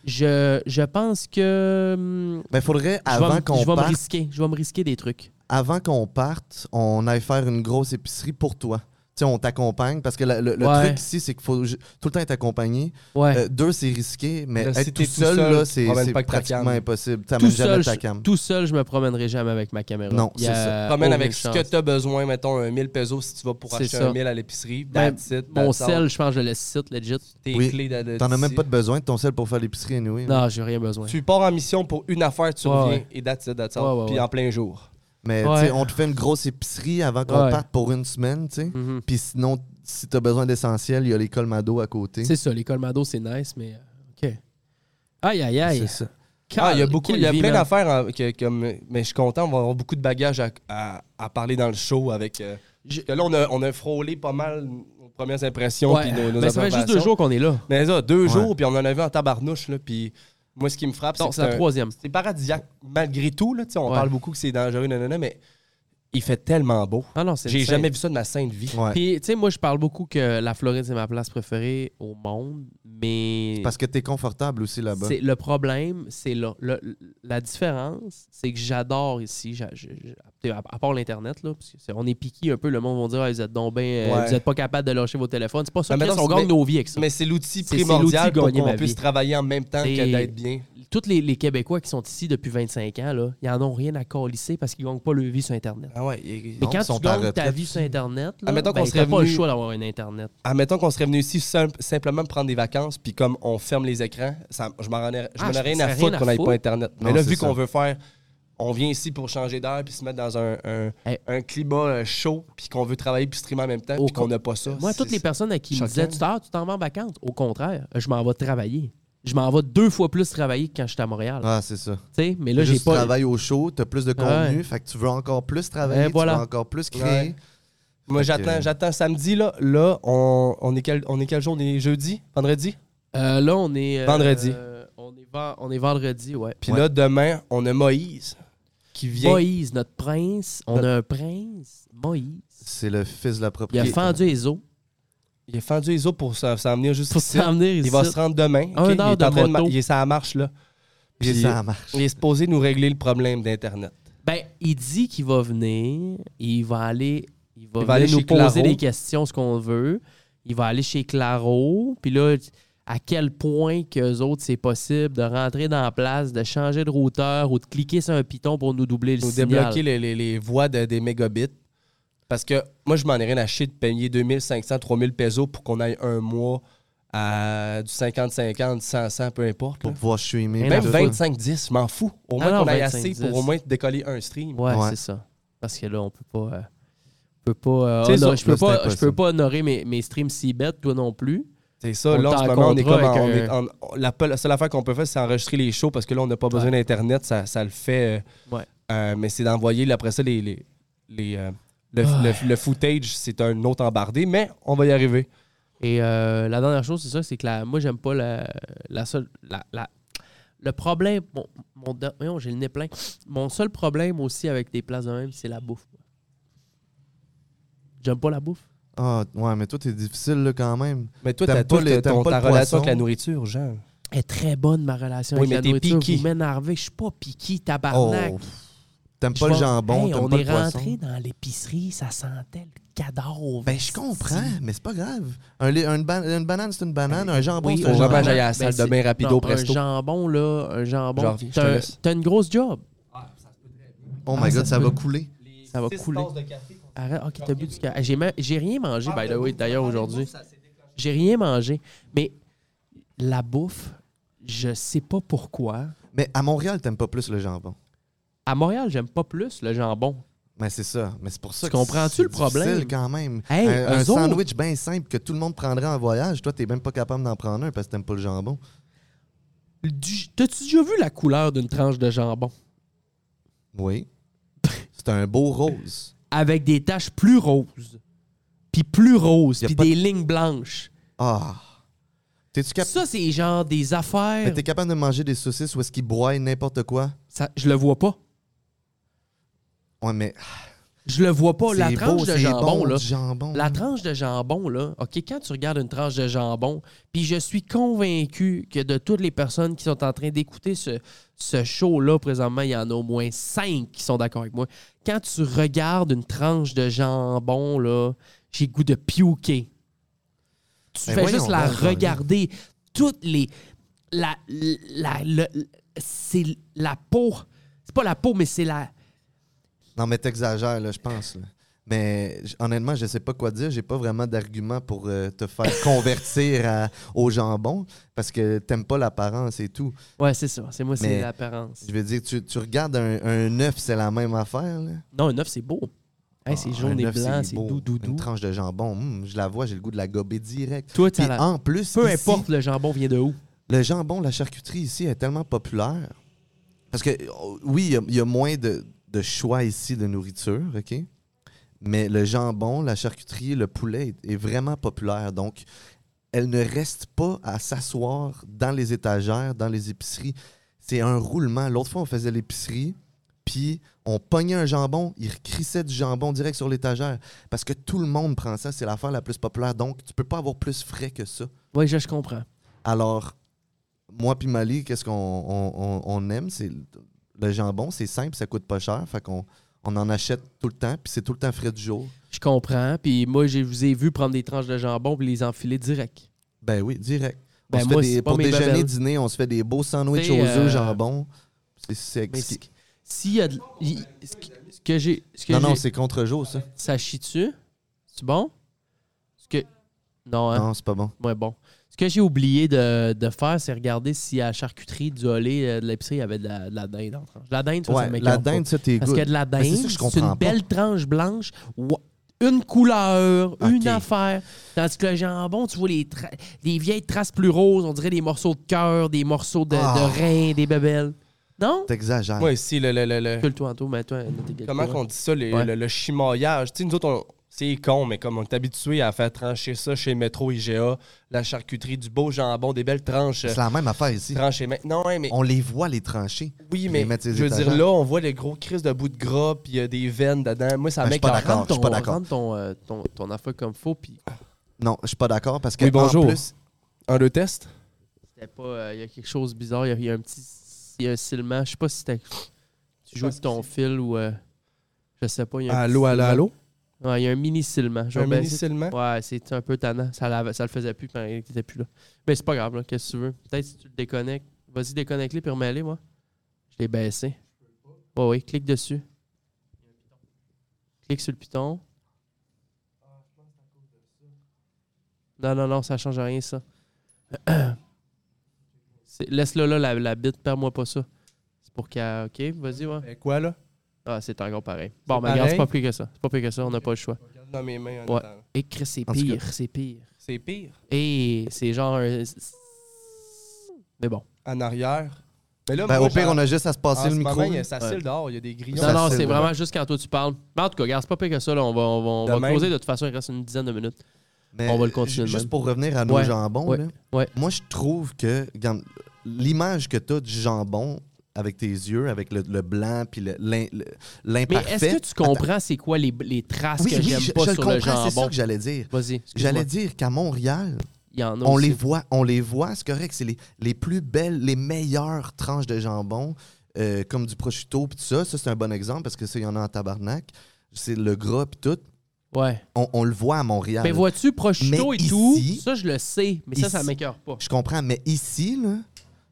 [SPEAKER 9] je, je pense que hum,
[SPEAKER 10] Ben, faudrait,
[SPEAKER 9] je vais,
[SPEAKER 10] avant
[SPEAKER 9] me- je
[SPEAKER 10] qu'on
[SPEAKER 9] vais me
[SPEAKER 10] parte,
[SPEAKER 9] risquer. Je vais me risquer des trucs.
[SPEAKER 10] avant qu'on parte, on aille faire une grosse épicerie pour toi. Tu sais, on t'accompagne parce que la- le, le
[SPEAKER 9] Ouais.
[SPEAKER 10] truc ici, c'est qu'il faut ju- tout le temps être accompagné.
[SPEAKER 9] Ouais.
[SPEAKER 10] Euh, deux, c'est risqué, mais
[SPEAKER 11] Là,
[SPEAKER 10] être
[SPEAKER 11] si
[SPEAKER 10] tout
[SPEAKER 11] t'es tout
[SPEAKER 10] seul,
[SPEAKER 11] seul,
[SPEAKER 10] là,
[SPEAKER 11] tu
[SPEAKER 10] c'est
[SPEAKER 11] promènes
[SPEAKER 10] c'est
[SPEAKER 11] pas avec ta
[SPEAKER 10] pratiquement
[SPEAKER 11] cam.
[SPEAKER 10] impossible. Tu
[SPEAKER 9] tout,
[SPEAKER 10] n'amènes jamais
[SPEAKER 9] seul,
[SPEAKER 10] ta
[SPEAKER 9] je,
[SPEAKER 10] cam.
[SPEAKER 9] tout seul, je me promènerai jamais avec ma caméra.
[SPEAKER 10] Non,
[SPEAKER 9] Il y
[SPEAKER 10] c'est
[SPEAKER 9] a
[SPEAKER 10] ça.
[SPEAKER 11] Promène
[SPEAKER 9] aucune
[SPEAKER 11] avec ce que
[SPEAKER 9] chance.
[SPEAKER 11] tu as besoin, mettons un 1000 pesos si tu vas pour
[SPEAKER 9] oh, C'est
[SPEAKER 11] acheter
[SPEAKER 9] ça.
[SPEAKER 11] un 1000 à l'épicerie.
[SPEAKER 9] Ben,
[SPEAKER 11] That's it,
[SPEAKER 9] Mon
[SPEAKER 11] that's all.
[SPEAKER 9] sel, je pense que je le cite, legit.
[SPEAKER 11] tes
[SPEAKER 10] Oui.
[SPEAKER 11] clés de- de-
[SPEAKER 10] T'en as même
[SPEAKER 11] d'ici.
[SPEAKER 10] pas de besoin de ton sel pour faire l'épicerie, anyway.
[SPEAKER 9] Non, j'ai rien besoin.
[SPEAKER 11] Tu pars en mission pour une affaire, tu
[SPEAKER 9] Ouais,
[SPEAKER 11] reviens
[SPEAKER 9] ouais.
[SPEAKER 11] et that's it, that's all.
[SPEAKER 9] Ouais, ouais,
[SPEAKER 11] Puis
[SPEAKER 9] ouais.
[SPEAKER 11] en plein jour.
[SPEAKER 10] Mais
[SPEAKER 9] Ouais.
[SPEAKER 10] tu sais, on te fait une grosse épicerie avant qu'on
[SPEAKER 9] Ouais.
[SPEAKER 10] parte pour une semaine, tu sais.
[SPEAKER 9] Mhm.
[SPEAKER 10] Puis sinon, si t'as besoin d'essentiel, il y a les colmados à côté.
[SPEAKER 9] C'est ça, les Colmado, c'est nice, mais. euh, OK. Aïe, aïe,
[SPEAKER 10] C'est
[SPEAKER 9] aïe.
[SPEAKER 10] ça.
[SPEAKER 11] Ah, il y a
[SPEAKER 9] Cal-
[SPEAKER 11] beaucoup,
[SPEAKER 9] quelle
[SPEAKER 11] il y a
[SPEAKER 9] vie,
[SPEAKER 11] plein
[SPEAKER 9] man.
[SPEAKER 11] d'affaires. en- que- comme, mais je suis content, on va avoir beaucoup de bagages à, à- à parler dans le show avec. euh,
[SPEAKER 9] Je-
[SPEAKER 11] que là, on a, on a frôlé pas mal nos premières impressions.
[SPEAKER 9] Ouais.
[SPEAKER 11] puis nos, nos
[SPEAKER 9] Ben, ça fait juste deux
[SPEAKER 11] observations.
[SPEAKER 9] jours qu'on est là.
[SPEAKER 11] Mais ça, deux jours, puis on en a vu en tabarnouche. Là, puis moi, ce qui me frappe, c'est
[SPEAKER 9] Non,
[SPEAKER 11] que
[SPEAKER 9] c'est la
[SPEAKER 11] un-
[SPEAKER 9] troisième.
[SPEAKER 11] c'est paradisiaque malgré tout. Là, tu sais, on
[SPEAKER 9] Ouais.
[SPEAKER 11] parle beaucoup que c'est dangereux, nanana, mais il fait tellement beau.
[SPEAKER 9] Ah non, c'est
[SPEAKER 11] J'ai
[SPEAKER 9] insane.
[SPEAKER 11] jamais vu ça de ma sainte vie.
[SPEAKER 10] Ouais.
[SPEAKER 9] Puis, tu sais, moi, je parle beaucoup que la Floride, c'est ma place préférée au monde, mais.
[SPEAKER 10] Parce que t'es confortable aussi là-bas.
[SPEAKER 9] c'est- le problème, c'est là. Le- la différence, c'est que j'adore ici, j'a- je- je- à, à part l'Internet, là, parce que c'est- on est piqué un peu, le monde va dire Ah, vous êtes donc ben, euh,
[SPEAKER 11] Ouais.
[SPEAKER 9] vous êtes pas capable de lâcher vos téléphones. C'est pas ça,
[SPEAKER 11] Ben,
[SPEAKER 9] Chris,
[SPEAKER 11] mettons,
[SPEAKER 9] on gagne
[SPEAKER 11] mais-
[SPEAKER 9] nos vies avec ça.
[SPEAKER 11] Mais c'est l'outil
[SPEAKER 9] C'est- c'est
[SPEAKER 11] primordial
[SPEAKER 9] l'outil
[SPEAKER 11] pour
[SPEAKER 9] gagner ma
[SPEAKER 11] qu'on puisse
[SPEAKER 9] vie.
[SPEAKER 11] travailler en même temps
[SPEAKER 9] C'est-
[SPEAKER 11] que d'être bien.
[SPEAKER 9] Tous les, les Québécois qui sont ici depuis 25 ans, là, ils en ont rien à colisser parce qu'ils gagnent pas leur vie sur Internet.
[SPEAKER 11] Ah ouais.
[SPEAKER 9] Mais
[SPEAKER 10] Non,
[SPEAKER 9] quand
[SPEAKER 10] ils sont
[SPEAKER 9] tu
[SPEAKER 10] à
[SPEAKER 9] gagnes ta
[SPEAKER 10] retraite.
[SPEAKER 9] vie sur Internet, là,
[SPEAKER 11] Admettons
[SPEAKER 9] ben,
[SPEAKER 11] Ah, qu'on
[SPEAKER 9] t'as
[SPEAKER 11] serait
[SPEAKER 9] pas le
[SPEAKER 11] venu-
[SPEAKER 9] choix d'avoir un Internet.
[SPEAKER 11] Admettons qu'on serait venu ici sim- simplement pour prendre des vacances, puis comme on ferme les écrans, ça, je m'en ai, je
[SPEAKER 9] Ah,
[SPEAKER 11] m'en ai
[SPEAKER 9] je
[SPEAKER 11] rien
[SPEAKER 9] serais
[SPEAKER 11] à
[SPEAKER 9] rien
[SPEAKER 11] foutre
[SPEAKER 9] à
[SPEAKER 11] qu'on n'ait
[SPEAKER 9] foutre.
[SPEAKER 11] pas Internet. Mais
[SPEAKER 10] Non,
[SPEAKER 11] là,
[SPEAKER 10] c'est
[SPEAKER 11] vu
[SPEAKER 10] ça.
[SPEAKER 11] qu'on veut faire. On vient ici pour changer d'air, puis se mettre dans un, un,
[SPEAKER 9] Hey.
[SPEAKER 11] un climat euh, chaud, puis qu'on veut travailler, puis streamer en même temps,
[SPEAKER 9] Au
[SPEAKER 11] puis qu'on
[SPEAKER 9] con-
[SPEAKER 11] n'a pas ça.
[SPEAKER 9] Moi,
[SPEAKER 11] Ah, c'est-
[SPEAKER 9] toutes les personnes à qui je
[SPEAKER 11] choquant.
[SPEAKER 9] disais tout à l'heure, tu t'en vas en vacances, au contraire, je m'en vais travailler. Je m'en vais deux fois plus travailler que quand j'étais à Montréal.
[SPEAKER 10] Ah, c'est ça.
[SPEAKER 9] Tu sais, mais là, j'ai
[SPEAKER 10] Juste tu
[SPEAKER 9] pas.
[SPEAKER 10] travailles au show, t'as plus de contenu, fait que tu veux encore plus travailler,
[SPEAKER 9] Eh, voilà.
[SPEAKER 10] tu veux encore plus créer.
[SPEAKER 11] Ouais. Moi,
[SPEAKER 10] Fait que-
[SPEAKER 11] j'attends, j'attends samedi, là. Là, on, on est quel, on est quel jour? On est jeudi? Vendredi?
[SPEAKER 9] Euh, là, on est. euh,
[SPEAKER 11] Vendredi.
[SPEAKER 9] euh, on, est ven- on est vendredi, ouais.
[SPEAKER 11] Puis là, demain, on a Moïse qui vient.
[SPEAKER 9] Moïse, notre prince. On a un prince, Moïse.
[SPEAKER 10] C'est le fils de
[SPEAKER 9] Il
[SPEAKER 10] la
[SPEAKER 9] a
[SPEAKER 10] propriété.
[SPEAKER 9] fendu les os
[SPEAKER 11] Il est fendu les os pour s'en s'en venir juste
[SPEAKER 9] pour
[SPEAKER 11] ici.
[SPEAKER 9] s'en venir ici.
[SPEAKER 11] Il va se rendre demain.
[SPEAKER 9] Un
[SPEAKER 11] ok?
[SPEAKER 9] heure
[SPEAKER 11] il est
[SPEAKER 9] de
[SPEAKER 11] en train de ma-
[SPEAKER 9] moto.
[SPEAKER 11] Il est sur la marche, là.
[SPEAKER 10] Puis
[SPEAKER 11] Puis-
[SPEAKER 10] ça marche.
[SPEAKER 11] Il est supposé nous régler le problème d'Internet.
[SPEAKER 9] Ben, il dit qu'il va venir, il va aller, il va,
[SPEAKER 11] Il va
[SPEAKER 9] venir
[SPEAKER 11] aller
[SPEAKER 9] nous
[SPEAKER 11] chez
[SPEAKER 9] poser
[SPEAKER 11] Claro.
[SPEAKER 9] des questions, ce qu'on veut. Il va aller chez Claro, puis là, à quel point qu'eux autres, c'est possible de rentrer dans la place, de changer de routeur ou de cliquer sur un piton pour nous doubler le
[SPEAKER 11] Nous
[SPEAKER 9] signal.
[SPEAKER 11] débloquer les, les- les voies de- des mégabits. Parce que moi, je m'en ai rien à chier de payer 2500, 3000 pesos pour qu'on aille un mois à du 50-50, 100-100, peu importe. là.
[SPEAKER 10] Pour pouvoir streamer.
[SPEAKER 9] Mais
[SPEAKER 10] puis
[SPEAKER 11] Même
[SPEAKER 10] tout.
[SPEAKER 11] 25-10, je m'en fous. Au
[SPEAKER 9] Ah
[SPEAKER 11] moins
[SPEAKER 9] non,
[SPEAKER 11] qu'on aille
[SPEAKER 9] 25,
[SPEAKER 11] assez pour
[SPEAKER 9] 10.
[SPEAKER 11] au moins décoller un stream.
[SPEAKER 9] Ouais,
[SPEAKER 10] Ouais.
[SPEAKER 9] c'est ça. Parce que là, on peut pas. euh, on peut pas. euh,
[SPEAKER 11] C'est
[SPEAKER 9] oh, non,
[SPEAKER 11] ça,
[SPEAKER 9] je peux
[SPEAKER 10] là, c'est
[SPEAKER 9] pas, je peux
[SPEAKER 10] impossible.
[SPEAKER 9] pas honorer mes, mes streams si bêtes, toi non plus.
[SPEAKER 11] C'est ça,
[SPEAKER 9] On
[SPEAKER 11] là, en ce
[SPEAKER 9] t'en
[SPEAKER 11] moment, on est comme.
[SPEAKER 9] contrat
[SPEAKER 11] en- on
[SPEAKER 9] avec
[SPEAKER 11] est
[SPEAKER 9] un-
[SPEAKER 11] en- on- la, pe- la seule affaire qu'on peut faire, c'est enregistrer les shows parce que là, on n'a pas besoin d'Internet, ça, ça le fait. euh,
[SPEAKER 9] Ouais.
[SPEAKER 11] euh, mais c'est d'envoyer, là, après ça, les, les, les, euh, le,
[SPEAKER 9] Ouais.
[SPEAKER 11] le- le footage, c'est un autre embardé, mais on va y arriver.
[SPEAKER 9] Et euh, la dernière chose, c'est ça, c'est que la, moi, j'aime pas la, la seule. La, la- le problème. Mon, mon de- voyons, j'ai le nez plein. Mon seul problème aussi avec des places de même, c'est la bouffe. J'aime pas la bouffe.
[SPEAKER 10] Ah, ouais, mais toi, t'es difficile là, quand même.
[SPEAKER 11] Mais toi,
[SPEAKER 10] T'aimes
[SPEAKER 11] t'as
[SPEAKER 10] pas
[SPEAKER 11] toi,
[SPEAKER 10] les-
[SPEAKER 11] t'as-
[SPEAKER 10] t'aimes
[SPEAKER 11] ton-
[SPEAKER 10] pas
[SPEAKER 11] ta
[SPEAKER 10] le
[SPEAKER 11] relation
[SPEAKER 10] poisson?
[SPEAKER 11] avec la nourriture, Jean.
[SPEAKER 9] Elle est très bonne, ma relation
[SPEAKER 11] Oui,
[SPEAKER 9] avec
[SPEAKER 11] mais
[SPEAKER 9] la
[SPEAKER 11] t'es
[SPEAKER 9] nourriture.
[SPEAKER 11] piqué.
[SPEAKER 9] Vous m'énervez. Je suis pas piqué,
[SPEAKER 10] Oh.
[SPEAKER 9] tabarnak.
[SPEAKER 10] T'aimes
[SPEAKER 9] Je
[SPEAKER 10] pas le
[SPEAKER 9] vais-
[SPEAKER 10] jambon,
[SPEAKER 9] Hey,
[SPEAKER 10] t'aimes
[SPEAKER 9] on
[SPEAKER 10] pas
[SPEAKER 9] est
[SPEAKER 10] le poisson.
[SPEAKER 9] rentré dans l'épicerie, ça sentait le cadavre.
[SPEAKER 10] Ben, je comprends, mais c'est pas grave. Un, lait- une, ban- une banane, c'est une banane. Un jambon,
[SPEAKER 9] Ben, Oui,
[SPEAKER 10] c'est
[SPEAKER 11] au
[SPEAKER 10] un
[SPEAKER 11] jambon,
[SPEAKER 10] jambon.
[SPEAKER 11] j'allais à la salle de bain rapido,
[SPEAKER 9] Ben, non,
[SPEAKER 11] presto.
[SPEAKER 9] Un jambon, là, un jambon.
[SPEAKER 11] J'en reviens, je te
[SPEAKER 9] T'as-
[SPEAKER 11] laisse.
[SPEAKER 9] T'as une grosse job.
[SPEAKER 10] Oh
[SPEAKER 9] Ah,
[SPEAKER 10] my
[SPEAKER 9] ça
[SPEAKER 10] god, ça
[SPEAKER 9] se
[SPEAKER 10] va
[SPEAKER 9] peut.
[SPEAKER 10] couler.
[SPEAKER 9] Ça va couler. Arrête. Ok, t'as bu du café. J'ai ma- J'ai rien mangé, by the way, d'ailleurs, aujourd'hui. J'ai rien mangé. Mais la bouffe, je sais pas pourquoi.
[SPEAKER 10] Mais à Montréal, t'aimes pas plus le jambon.
[SPEAKER 9] À Montréal, j'aime pas plus le jambon.
[SPEAKER 10] Mais Ben, c'est ça. Mais c'est pour ça
[SPEAKER 9] Tu
[SPEAKER 10] que
[SPEAKER 9] comprends-tu
[SPEAKER 10] c'est
[SPEAKER 9] le problème?
[SPEAKER 10] difficile quand même. Euh,
[SPEAKER 9] Hey,
[SPEAKER 10] un un
[SPEAKER 9] eux autres-
[SPEAKER 10] sandwich bien simple que tout le monde prendrait en voyage. Toi, t'es même pas capable d'en prendre un parce que t'aimes pas le jambon.
[SPEAKER 9] Du- T'as-tu déjà vu la couleur d'une tranche de jambon?
[SPEAKER 10] Oui. c'est un beau rose.
[SPEAKER 9] Avec des taches plus roses. Puis plus roses.
[SPEAKER 10] Y a
[SPEAKER 9] Puis
[SPEAKER 10] pas
[SPEAKER 9] des lignes blanches.
[SPEAKER 10] Ah. T'es-tu capable.
[SPEAKER 9] Ça, c'est genre des
[SPEAKER 10] Mais
[SPEAKER 9] affaires.
[SPEAKER 10] t'es capable de manger des saucisses ou est-ce qu'ils broient n'importe quoi?
[SPEAKER 9] Ça, je le vois pas.
[SPEAKER 10] Ouais, mais.
[SPEAKER 9] Je le vois pas.
[SPEAKER 10] c'est
[SPEAKER 9] La tranche
[SPEAKER 10] beau,
[SPEAKER 9] de
[SPEAKER 10] c'est
[SPEAKER 9] jambon,
[SPEAKER 10] bon,
[SPEAKER 9] là.
[SPEAKER 10] du jambon.
[SPEAKER 9] La tranche de jambon, là, OK, quand tu regardes une tranche de jambon, puis je suis convaincu que de toutes les personnes qui sont en train d'écouter ce, ce show-là, présentement, il y en a au moins cinq qui sont d'accord avec moi. Quand tu regardes une tranche de jambon, là, j'ai le goût de piouquer. Tu
[SPEAKER 10] Ben
[SPEAKER 9] fais
[SPEAKER 10] voyons
[SPEAKER 9] juste la
[SPEAKER 10] donc,
[SPEAKER 9] regarder. Toutes les. La, la, le- c'est la peau. C'est pas la peau, mais c'est la.
[SPEAKER 10] Non, mais t'exagères, là, je pense. là. Mais j- honnêtement, je sais pas quoi dire. J'ai pas vraiment d'argument pour euh, te faire convertir à- au jambon parce que t'aimes pas l'apparence et tout.
[SPEAKER 9] Ouais, c'est ça. C'est moi, c'est
[SPEAKER 10] Mais-
[SPEAKER 9] l'apparence.
[SPEAKER 10] Je veux dire, tu, tu regardes un, un œuf, c'est la même affaire. là.
[SPEAKER 9] Non, un œuf, c'est beau. Hey, c'est jaune
[SPEAKER 10] Ah, Un
[SPEAKER 9] et
[SPEAKER 10] œuf,
[SPEAKER 9] blanc, c'est
[SPEAKER 10] beau.
[SPEAKER 9] doux, doux, doux.
[SPEAKER 10] Une tranche de jambon, hum, je la vois, j'ai le goût de la gober direct.
[SPEAKER 9] Toi, t'as
[SPEAKER 10] Puis
[SPEAKER 9] la-
[SPEAKER 10] en plus,
[SPEAKER 9] Peu
[SPEAKER 10] ici,
[SPEAKER 9] importe le jambon vient de où.
[SPEAKER 10] le jambon, la charcuterie ici est tellement populaire. Parce que, oh, oui, il y a- il y, a moins de, de choix ici de nourriture, OK? Mais le jambon, la charcuterie, le poulet est, est vraiment populaire. Donc, elle ne reste pas à s'asseoir dans les étagères, dans les épiceries. C'est un roulement. L'autre fois, on faisait l'épicerie, puis on pognait un jambon, il recrissait du jambon direct sur l'étagère. Parce que tout le monde prend ça, c'est l'affaire la plus populaire. Donc, tu peux pas avoir plus frais que ça.
[SPEAKER 9] Oui, je, je comprends.
[SPEAKER 10] Alors, moi puis Mali, qu'est-ce qu'on on, on- on aime? C'est le- le jambon, c'est simple, ça coûte pas cher. Fait qu'on on en achète tout le temps, puis c'est tout le temps frais du jour.
[SPEAKER 9] Je comprends. Puis moi, je vous ai vu prendre des tranches de jambon puis les enfiler direct.
[SPEAKER 10] Ben oui, direct. On
[SPEAKER 9] Ben
[SPEAKER 10] se
[SPEAKER 9] moi,
[SPEAKER 10] fait des-
[SPEAKER 9] c'est pas
[SPEAKER 10] pour
[SPEAKER 9] mes
[SPEAKER 10] déjeuner,
[SPEAKER 9] babelles.
[SPEAKER 10] dîner, on se fait des beaux sandwichs
[SPEAKER 9] T'sais,
[SPEAKER 10] aux
[SPEAKER 9] euh,
[SPEAKER 10] œufs, jambon. C'est- C'est
[SPEAKER 9] Mais
[SPEAKER 10] exquis.
[SPEAKER 9] c'est- s'il y a de- il- ce que- ce que j'ai. Ce que
[SPEAKER 10] Non, non,
[SPEAKER 9] j'ai-
[SPEAKER 10] c'est contre-jour, ça.
[SPEAKER 9] ça chie-tu? C'est bon? Ce que. Non, hein?
[SPEAKER 10] Non, c'est pas bon.
[SPEAKER 9] Ouais, bon. Ce que j'ai oublié de, de faire, c'est regarder si à la charcuterie du holé euh, de l'épicerie, il y avait de la, de la dinde en tranche. La dinde, ça, ça
[SPEAKER 10] Ouais,
[SPEAKER 9] m'écœure
[SPEAKER 10] la
[SPEAKER 9] pas.
[SPEAKER 10] dinde, ça, t'es
[SPEAKER 9] Parce
[SPEAKER 10] good.
[SPEAKER 9] que de la
[SPEAKER 10] Ben, c'est
[SPEAKER 9] dinde,
[SPEAKER 10] ça que je
[SPEAKER 9] c'est une
[SPEAKER 10] comprends pas.
[SPEAKER 9] belle tranche blanche, wa- une couleur,
[SPEAKER 10] Ok.
[SPEAKER 9] une affaire. Tandis que le jambon, tu vois les, tra- les vieilles traces plus roses, on dirait des morceaux de cœur, des morceaux de, de
[SPEAKER 10] Ah.
[SPEAKER 9] reins, des bébelles. Non?
[SPEAKER 10] T'exagères.
[SPEAKER 11] Moi, ici, le, le- le- le-
[SPEAKER 9] Cule-toi, Anto, mais toi, notre égalité,
[SPEAKER 11] comment
[SPEAKER 9] là.
[SPEAKER 10] Ben,
[SPEAKER 11] qu'on dit ça, les-
[SPEAKER 9] Ouais.
[SPEAKER 11] le, le chimaillage. Tu sais, nous autres, on- c'est con, mais comme on est habitué à faire trancher ça chez Métro IGA, la charcuterie, du beau jambon, des belles tranches. euh,
[SPEAKER 10] C'est la même affaire ici.
[SPEAKER 11] Tranchées maintenant. Non, ouais, mais
[SPEAKER 10] On les voit, les tranchées.
[SPEAKER 11] oui,
[SPEAKER 10] Puis
[SPEAKER 11] mais
[SPEAKER 10] les mettre
[SPEAKER 11] je
[SPEAKER 10] sur les
[SPEAKER 11] veux dire,
[SPEAKER 10] étagères.
[SPEAKER 11] là, on voit les gros crises de bout de gras, puis il y a des veines dedans. Moi, ça
[SPEAKER 10] Ben, je suis pas
[SPEAKER 11] m'écoeure.
[SPEAKER 10] d'accord.
[SPEAKER 9] Rentre
[SPEAKER 10] je suis pas
[SPEAKER 9] ton-
[SPEAKER 10] d'accord.
[SPEAKER 9] rentre ton, euh, ton- ton affaire comme faux, puis
[SPEAKER 10] Non, je suis pas d'accord parce que.
[SPEAKER 11] Oui, bonjour.
[SPEAKER 10] En plus,
[SPEAKER 11] Un, deux tests.
[SPEAKER 9] c'était pas. euh, Il y a quelque chose de bizarre, il y a- il y, a un petit. Il y a un silement, je sais pas si t'as- tu joues avec ton fil ou. euh, je sais pas, il y a un
[SPEAKER 11] Allô,
[SPEAKER 9] petit
[SPEAKER 11] allô,
[SPEAKER 9] silement.
[SPEAKER 11] allô.
[SPEAKER 9] Ouais, il y a un mini silement. Je
[SPEAKER 11] Un
[SPEAKER 9] vais
[SPEAKER 11] mini
[SPEAKER 9] baisser.
[SPEAKER 11] seulement.
[SPEAKER 9] Ouais, c'est un peu tannant. Ça, l'avait- ça le faisait plus quand il était plus là. Mais c'est pas grave, là. Qu'est-ce que tu veux? Peut-être si tu le déconnectes. Vas-y, déconnecte-le puis remets-les, moi. Je l'ai baissé. Ouais, oui, clique dessus. Clique sur le piton. Non, non, non, ça change rien, ça. C'est- Laisse-le là, la, la bite, perds-moi pas ça. C'est pour qu'elle. Ok, vas-y, ouais.
[SPEAKER 11] Eh, quoi, là?
[SPEAKER 9] Ah, c'est encore pareil. Bon,
[SPEAKER 11] C'est
[SPEAKER 9] mais regarde, c'est
[SPEAKER 11] pareil?
[SPEAKER 9] pas pire que ça. C'est pas pire que ça, on n'a pas le choix.
[SPEAKER 11] Regarde dans mes mains en
[SPEAKER 9] Ouais.
[SPEAKER 11] attendant.
[SPEAKER 9] Et Chris, c'est
[SPEAKER 10] En tout
[SPEAKER 9] pire, c'est pire.
[SPEAKER 11] C'est pire.
[SPEAKER 9] Et c'est genre. un- Mais bon.
[SPEAKER 11] En arrière. Mais là,
[SPEAKER 10] ben,
[SPEAKER 11] moi, Ah,
[SPEAKER 10] au pire,
[SPEAKER 11] j'en-
[SPEAKER 10] on a juste à se
[SPEAKER 11] en
[SPEAKER 10] passer
[SPEAKER 11] ce
[SPEAKER 10] le micro.
[SPEAKER 11] moment, il y a- ça
[SPEAKER 9] Ouais.
[SPEAKER 11] cille dehors, il y a des grillons.
[SPEAKER 9] Non, non,
[SPEAKER 10] facile,
[SPEAKER 9] c'est
[SPEAKER 10] ouais.
[SPEAKER 9] vraiment juste quand toi tu parles. Mais en tout cas, regarde, c'est pas pire que ça. Là. On va, on va, on
[SPEAKER 11] De
[SPEAKER 9] va
[SPEAKER 11] même.
[SPEAKER 9] closer. De toute façon, il reste une dizaine de minutes.
[SPEAKER 10] Mais
[SPEAKER 9] On va le continuer
[SPEAKER 10] ju-
[SPEAKER 9] de
[SPEAKER 10] Juste
[SPEAKER 9] même.
[SPEAKER 10] pour revenir à nos
[SPEAKER 9] Ouais,
[SPEAKER 10] jambons,
[SPEAKER 9] ouais,
[SPEAKER 10] là,
[SPEAKER 9] ouais.
[SPEAKER 10] moi je trouve que regarde, l'image que tu as du jambon avec tes yeux, avec le, le blanc puis le- l'im- le-
[SPEAKER 9] Mais
[SPEAKER 10] l'imparfait.
[SPEAKER 9] est-ce que tu comprends c'est quoi les, les traces
[SPEAKER 10] Attends, oui,
[SPEAKER 9] que
[SPEAKER 10] oui,
[SPEAKER 9] j'aime
[SPEAKER 10] je,
[SPEAKER 9] pas
[SPEAKER 10] je le
[SPEAKER 9] sur le
[SPEAKER 10] comprends, c'est ça
[SPEAKER 9] jambon?
[SPEAKER 10] que j'allais dire.
[SPEAKER 9] Vas-y. excuse-moi.
[SPEAKER 10] J'allais dire qu'à Montréal,
[SPEAKER 9] il y en a
[SPEAKER 10] On
[SPEAKER 9] aussi.
[SPEAKER 10] les voit, on les voit, c'est correct. C'est les, les plus belles, les meilleures tranches de jambon, euh, comme du prosciutto pis tout ça. Ça, c'est un bon exemple parce que ça, il y en a en tabarnak. C'est le gras pis tout.
[SPEAKER 9] Ouais.
[SPEAKER 10] On, on le voit à Montréal.
[SPEAKER 9] Mais vois-tu, prosciutto
[SPEAKER 10] Mais
[SPEAKER 9] et tout,
[SPEAKER 10] ici-
[SPEAKER 9] ça, je le sais, mais ça, ça
[SPEAKER 10] ici-
[SPEAKER 9] m'écœure pas.
[SPEAKER 10] Je comprends, mais ici, là,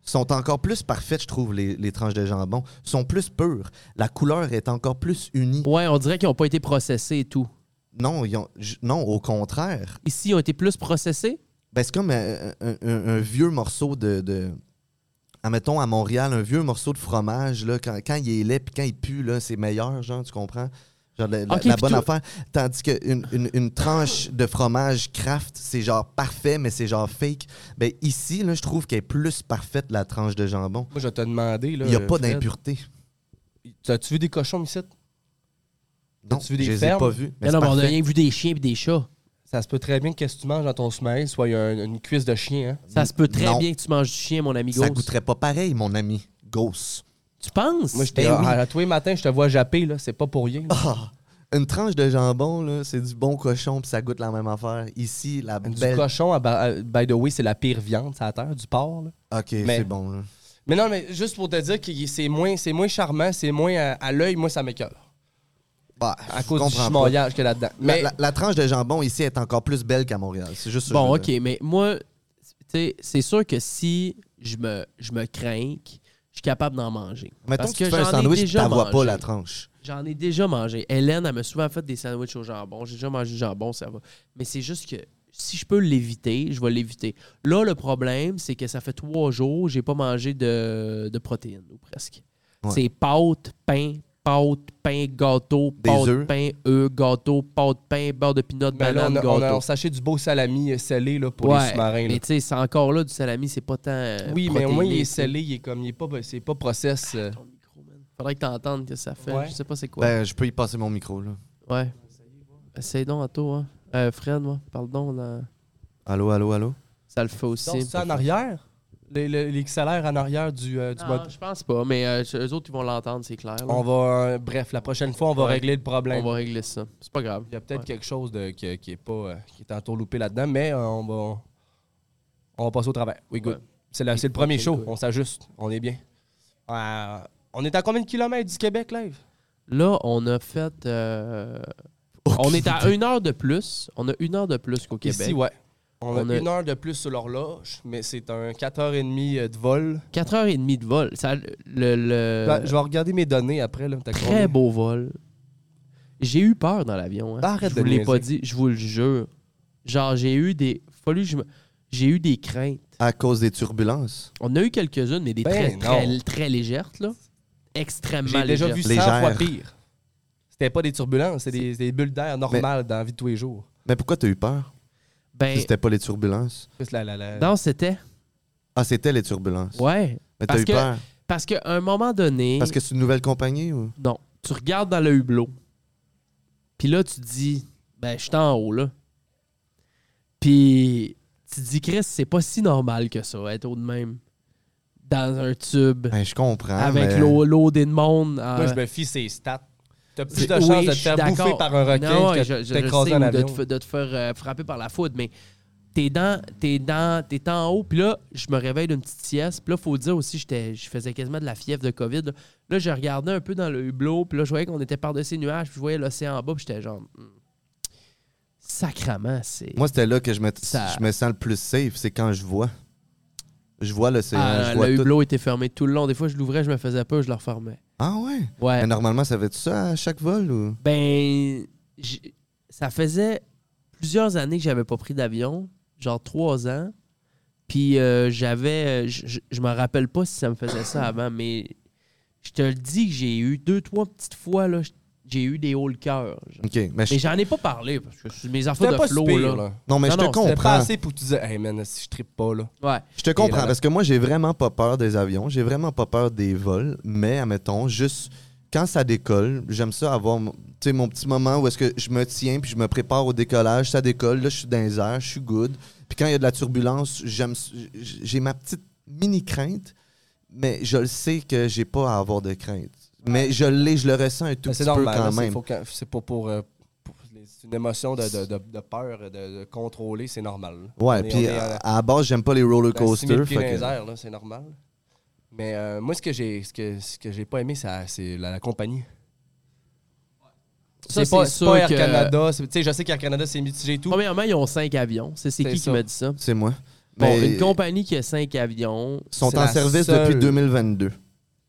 [SPEAKER 10] sont encore plus parfaites, je trouve, les, les tranches de jambon. sont plus pures. La couleur est encore plus unie.
[SPEAKER 9] Ouais, on dirait qu'ils n'ont pas été processés et tout.
[SPEAKER 10] Non, ils ont- j- non, au contraire.
[SPEAKER 9] Ici, ils ont été plus processés.
[SPEAKER 10] Ben, c'est comme euh, un, un- un vieux morceau de, de. Admettons, à Montréal, un vieux morceau de fromage, là, quand, quand il est laid puis quand il pue, là, c'est meilleur, genre, tu comprends? Genre, la, la-
[SPEAKER 9] Ok,
[SPEAKER 10] la
[SPEAKER 9] puis
[SPEAKER 10] bonne
[SPEAKER 9] tout-
[SPEAKER 10] affaire. Tandis qu'une une, une tranche de fromage craft, c'est genre parfait, mais c'est genre fake. Ben, ici, là, je trouve qu'elle est plus parfaite, la tranche de jambon.
[SPEAKER 11] Moi, je vais te demander. là,
[SPEAKER 10] Il n'y a
[SPEAKER 11] euh,
[SPEAKER 10] pas
[SPEAKER 11] Fred,
[SPEAKER 10] d'impureté.
[SPEAKER 11] As-tu vu des cochons ici?
[SPEAKER 10] Non,
[SPEAKER 11] As-tu vu des
[SPEAKER 10] je les ai
[SPEAKER 11] fermes?
[SPEAKER 10] pas vus. mais
[SPEAKER 9] Mais non,
[SPEAKER 10] c'est
[SPEAKER 9] mais on a
[SPEAKER 10] parfait.
[SPEAKER 9] rien vu des chiens et des chats.
[SPEAKER 11] Ça se peut très bien que qu'est-ce que tu manges dans ton sommeil, soit il y a un- une cuisse de chien. Hein?
[SPEAKER 9] Ça se peut très
[SPEAKER 10] Non.
[SPEAKER 9] bien que tu manges du chien, mon ami
[SPEAKER 10] Ça
[SPEAKER 9] Gauss.
[SPEAKER 10] goûterait pas pareil, mon ami. Gauss.
[SPEAKER 9] Tu penses? Eh
[SPEAKER 11] Moi, je
[SPEAKER 10] Ben oui.
[SPEAKER 11] à, à tous les matins, je te vois japper, là. C'est pas pour rien. là.
[SPEAKER 10] Ah, une tranche de jambon, là, c'est du bon cochon, puis ça goûte la même affaire. Ici, la
[SPEAKER 11] Du
[SPEAKER 10] belle.
[SPEAKER 11] cochon, à ba- à- by the way, c'est la pire viande, ça à terre, du porc. là.
[SPEAKER 10] ok,
[SPEAKER 11] Mais-
[SPEAKER 10] c'est bon. Là.
[SPEAKER 11] Mais non, mais juste pour te dire que c'est moins, c'est moins charmant, c'est moins à, à l'œil, moi, ça m'écoeure.
[SPEAKER 10] Bah,
[SPEAKER 11] À
[SPEAKER 10] je
[SPEAKER 11] cause du
[SPEAKER 10] comprends pas.
[SPEAKER 11] chimoyage qu'il y a là-dedans.
[SPEAKER 10] La-
[SPEAKER 11] Mais
[SPEAKER 10] La, la tranche de jambon ici est encore plus belle qu'à Montréal. C'est juste ça,
[SPEAKER 9] Bon,
[SPEAKER 10] je-
[SPEAKER 9] OK, mais moi, tu sais, c'est sûr que si je me, je me crains, je suis capable d'en manger.
[SPEAKER 10] Mettons
[SPEAKER 9] Parce
[SPEAKER 10] que, tu
[SPEAKER 9] que
[SPEAKER 10] fais un
[SPEAKER 9] j'en ai
[SPEAKER 10] sandwich et tu
[SPEAKER 9] déjà
[SPEAKER 10] vois pas
[SPEAKER 9] mangé.
[SPEAKER 10] la tranche.
[SPEAKER 9] J'en ai déjà mangé. Hélène, elle m'a souvent fait des sandwichs au jambon. J'ai déjà mangé du jambon, ça va. Mais c'est juste que si je peux l'éviter, je vais l'éviter. Là, le problème, c'est que ça fait trois jours, j'ai pas mangé de, de protéines, ou presque.
[SPEAKER 10] Ouais.
[SPEAKER 9] C'est pâte, pain, pâte, pain, gâteau,
[SPEAKER 10] Des
[SPEAKER 9] pâte,
[SPEAKER 10] œufs.
[SPEAKER 9] pain, œufs, gâteau, pâte, pain, beurre de pinot,
[SPEAKER 11] mais ben là,
[SPEAKER 9] banane,
[SPEAKER 11] on a, on a-
[SPEAKER 9] gâteau.
[SPEAKER 11] on s'achète du beau salami euh, scellé là, pour les sous-marins. là.
[SPEAKER 9] Mais tu sais, c'est encore là du salami, c'est pas tant. euh,
[SPEAKER 11] Oui, mais au moins, il
[SPEAKER 9] protéiné,
[SPEAKER 11] est
[SPEAKER 9] tu sais.
[SPEAKER 11] scellé, il est comme, il est pas, c'est pas process. euh.
[SPEAKER 9] Ton micro, man. Faudrait que t'entendes que ça fait.
[SPEAKER 11] Ouais.
[SPEAKER 9] Je sais pas c'est quoi.
[SPEAKER 10] Ben, je peux y passer mon micro. Là.
[SPEAKER 9] ouais. Essaye donc, Anto. Hein. Euh, Fred, moi, pardon, dans-
[SPEAKER 10] Allô, allô, allô?
[SPEAKER 9] ça le fait aussi.
[SPEAKER 11] Donc, c'est en arrière? Les, les, les salaires en arrière du, euh, du
[SPEAKER 9] Non,
[SPEAKER 11] mode.
[SPEAKER 9] je pense pas, mais euh, eux autres, ils vont l'entendre, c'est clair. là.
[SPEAKER 11] On va, euh, bref, la prochaine fois, on va
[SPEAKER 9] Ouais.
[SPEAKER 11] régler le problème.
[SPEAKER 9] On va régler ça. C'est pas grave.
[SPEAKER 11] Il y a peut-être
[SPEAKER 9] Ouais.
[SPEAKER 11] quelque chose de, qui, qui est pas euh, qui est entourloupé là-dedans, mais euh, on va on va passer au travers. Oui, good.
[SPEAKER 9] Ouais.
[SPEAKER 11] C'est, la- c'est le premier
[SPEAKER 9] Ok,
[SPEAKER 11] show.
[SPEAKER 9] good.
[SPEAKER 11] On s'ajuste. On est bien. Euh, on est à combien de kilomètres du Québec, live?
[SPEAKER 9] Là, on a fait. euh, On est à une heure de plus. On a une heure de plus qu'au Québec.
[SPEAKER 11] Ici, ouais. On,
[SPEAKER 9] On
[SPEAKER 11] a,
[SPEAKER 9] a-
[SPEAKER 11] une heure de plus sur l'horloge, mais c'est un 4h30 euh, de vol.
[SPEAKER 9] 4h30 de vol. Ça, le, le-
[SPEAKER 11] Ben, je vais regarder mes données après. Là, T'as
[SPEAKER 9] Euh, Très
[SPEAKER 11] combien?
[SPEAKER 9] beau vol. J'ai eu peur dans l'avion. hein.
[SPEAKER 11] Bah, Arrête
[SPEAKER 9] je
[SPEAKER 11] de
[SPEAKER 9] vous l'ai pas
[SPEAKER 11] niaiser.
[SPEAKER 9] dit, je vous le jure. Genre, j'ai eu des. Fallu, que je me- J'ai eu des craintes.
[SPEAKER 10] À cause des turbulences.
[SPEAKER 9] On a eu quelques-unes, mais des
[SPEAKER 11] Ben
[SPEAKER 9] très,
[SPEAKER 11] non.
[SPEAKER 9] très, très légères, là. Extrêmement
[SPEAKER 11] J'ai déjà
[SPEAKER 9] légères.
[SPEAKER 11] vu 100
[SPEAKER 10] Légère.
[SPEAKER 11] fois pire. C'était pas des turbulences, c'était des, des bulles d'air normales dans la vie de tous les jours.
[SPEAKER 10] Mais pourquoi t'as eu peur?
[SPEAKER 9] Ben,
[SPEAKER 10] Si c'était pas les turbulences.
[SPEAKER 11] Juste la- la- la-
[SPEAKER 9] non, c'était.
[SPEAKER 10] Ah, c'était les turbulences.
[SPEAKER 9] Ouais.
[SPEAKER 10] Mais t'as
[SPEAKER 9] parce
[SPEAKER 10] eu
[SPEAKER 9] que-
[SPEAKER 10] peur.
[SPEAKER 9] Parce qu'à un moment donné.
[SPEAKER 10] Parce que c'est une nouvelle compagnie ou?
[SPEAKER 9] Non. Tu regardes dans le hublot. Puis là, tu dis, ben, je suis en haut, là. Puis tu te dis, Chris, c'est pas si normal que ça, être haut de même. Dans un tube.
[SPEAKER 10] Ben, je comprends.
[SPEAKER 9] avec
[SPEAKER 10] mais-
[SPEAKER 9] l'eau, l'eau des mondes. euh,
[SPEAKER 11] Moi, je me fie ses stats. T'as plus
[SPEAKER 9] c'est-
[SPEAKER 11] de chances
[SPEAKER 9] oui,
[SPEAKER 11] de
[SPEAKER 9] je
[SPEAKER 11] te
[SPEAKER 9] suis
[SPEAKER 11] faire bouffer
[SPEAKER 9] d'accord.
[SPEAKER 11] par un requin
[SPEAKER 9] Non,
[SPEAKER 11] que
[SPEAKER 9] je- je- je
[SPEAKER 11] t'écraser
[SPEAKER 9] sais,
[SPEAKER 11] en
[SPEAKER 9] ou de
[SPEAKER 11] avion.
[SPEAKER 9] te, fa- de te faire euh, frapper par la foudre, mais t'es dans, t'es dans, t'es en haut, puis là, je me réveille d'une petite sieste, puis là, faut dire aussi, j'étais, je faisais quasiment de la fièvre de COVID. Là, Là, je regardais un peu dans le hublot, puis là, je voyais qu'on était par-dessus les nuages, puis je voyais l'océan en bas, puis j'étais genre, hmm, sacrament, c'est.
[SPEAKER 10] Moi, c'était là que je me,
[SPEAKER 9] Ça-
[SPEAKER 10] je me sens le plus safe, c'est quand je vois. Je vois l'océan,
[SPEAKER 9] Ah,
[SPEAKER 10] euh, je vois
[SPEAKER 9] le
[SPEAKER 10] tout.
[SPEAKER 9] hublot était fermé tout le long. Des fois, je l'ouvrais, je me faisais peur, je le refermais.
[SPEAKER 10] Ah ouais?
[SPEAKER 9] Ouais.
[SPEAKER 10] Mais normalement, ça fait tout ça à chaque vol ou?
[SPEAKER 9] Ben, j'- ça faisait plusieurs années que j'avais pas pris d'avion, genre trois ans. Puis euh, j'avais, je je- je me rappelle pas si ça me faisait ça avant, mais je te le dis que j'ai eu deux, trois petites fois, là, j'ai eu des hauts le cœur. genre.
[SPEAKER 10] OK, mais je,
[SPEAKER 9] Mais j'en ai pas parlé parce que c'est mes affaires
[SPEAKER 11] C'était
[SPEAKER 9] de
[SPEAKER 11] pas si
[SPEAKER 9] flow,
[SPEAKER 11] pire,
[SPEAKER 9] là.
[SPEAKER 11] là.
[SPEAKER 10] non, mais
[SPEAKER 9] non,
[SPEAKER 10] je te
[SPEAKER 9] non,
[SPEAKER 11] C'était pas
[SPEAKER 10] comprends.
[SPEAKER 11] assez pour que tu dises « Hey man, si je trippe pas, là.
[SPEAKER 9] Ouais.
[SPEAKER 10] Je te
[SPEAKER 11] Et là,
[SPEAKER 10] comprends
[SPEAKER 11] là.
[SPEAKER 10] parce que moi, j'ai vraiment pas peur des avions, j'ai vraiment pas peur des vols, mais admettons, juste quand ça décolle, j'aime ça avoir mon- tu sais, mon petit moment où est-ce que je me tiens puis je me prépare au décollage, ça décolle, là, je suis dans les airs, je suis good. Puis quand il y a de la turbulence, j'aime s- j'ai ma petite mini crainte, mais je le sais que j'ai pas à avoir de crainte. Mais je l'ai, je le ressens un tout
[SPEAKER 11] Ben,
[SPEAKER 10] petit
[SPEAKER 11] C'est
[SPEAKER 10] peu
[SPEAKER 11] normal, là,
[SPEAKER 10] quand
[SPEAKER 11] c'est-
[SPEAKER 10] même.
[SPEAKER 11] faut que- c'est pas pour... euh, pour les- C'est une émotion de, de- de- de peur, de, de contrôler, c'est normal. là.
[SPEAKER 10] Ouais,
[SPEAKER 11] On est- on
[SPEAKER 10] puis
[SPEAKER 11] est euh, à-
[SPEAKER 10] à, à la base, j'aime pas les roller
[SPEAKER 11] à 6000
[SPEAKER 10] coasters.
[SPEAKER 11] pieds dans
[SPEAKER 10] fait que-
[SPEAKER 11] les airs, là, c'est normal. Mais euh, moi, ce que j'ai ce que, ce que j'ai pas aimé, ça- c'est la, la compagnie.
[SPEAKER 9] Ça,
[SPEAKER 11] C'est Ah, pas,
[SPEAKER 9] c'est
[SPEAKER 11] c'est
[SPEAKER 9] sûr
[SPEAKER 11] pas Air
[SPEAKER 9] que-
[SPEAKER 11] Canada. c'est- tu sais, Je sais qu'Air Canada, c'est mitigé et tout.
[SPEAKER 9] Premièrement, ils ont cinq avions. C'est c'est
[SPEAKER 11] C'est
[SPEAKER 9] qui qui
[SPEAKER 11] ça.
[SPEAKER 9] m'a dit ça?
[SPEAKER 10] C'est moi.
[SPEAKER 9] Bon,
[SPEAKER 10] Mais
[SPEAKER 9] une compagnie qui a cinq avions,
[SPEAKER 10] sont
[SPEAKER 11] c'est
[SPEAKER 10] en
[SPEAKER 11] la
[SPEAKER 10] service
[SPEAKER 11] seule.
[SPEAKER 10] depuis 2022.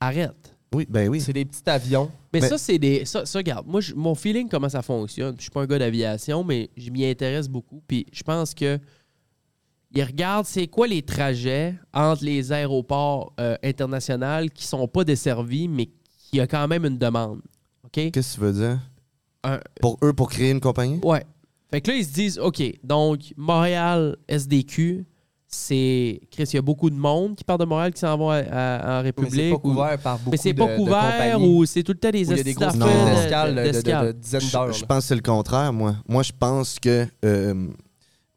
[SPEAKER 9] arrête.
[SPEAKER 10] Oui, ben oui.
[SPEAKER 11] C'est des petits avions.
[SPEAKER 9] Mais,
[SPEAKER 10] Mais-
[SPEAKER 9] ça, c'est des. Ça, ça, regarde, moi, je- mon feeling, comment ça fonctionne. Je suis pas un gars d'aviation, mais je m'y intéresse beaucoup. Puis je pense que. Ils regardent c'est quoi les trajets entre les aéroports euh, internationaux qui sont pas desservis, mais qui a quand même une demande. OK?
[SPEAKER 10] Qu'est-ce que tu veux dire?
[SPEAKER 9] Un-
[SPEAKER 10] Pour eux, pour créer une compagnie?
[SPEAKER 9] Ouais. Fait que là, ils se disent, OK, donc Montréal, SDQ, c'est. Chris, il y a beaucoup de monde qui part de Montréal qui s'en va à- à- en
[SPEAKER 11] Mais c'est
[SPEAKER 9] République.
[SPEAKER 11] pas
[SPEAKER 9] ou-
[SPEAKER 11] couvert par beaucoup
[SPEAKER 9] Mais c'est pas
[SPEAKER 11] de- de
[SPEAKER 9] couvert
[SPEAKER 11] compagnies.
[SPEAKER 9] ou c'est tout le temps des
[SPEAKER 11] Où il y a des grosses
[SPEAKER 9] escales
[SPEAKER 10] Non.
[SPEAKER 11] files
[SPEAKER 10] de-
[SPEAKER 11] d'escale de, de- de- de dizaines d'heures.
[SPEAKER 10] Je, je
[SPEAKER 11] là.
[SPEAKER 10] pense que c'est le contraire, moi. Moi, je pense que euh,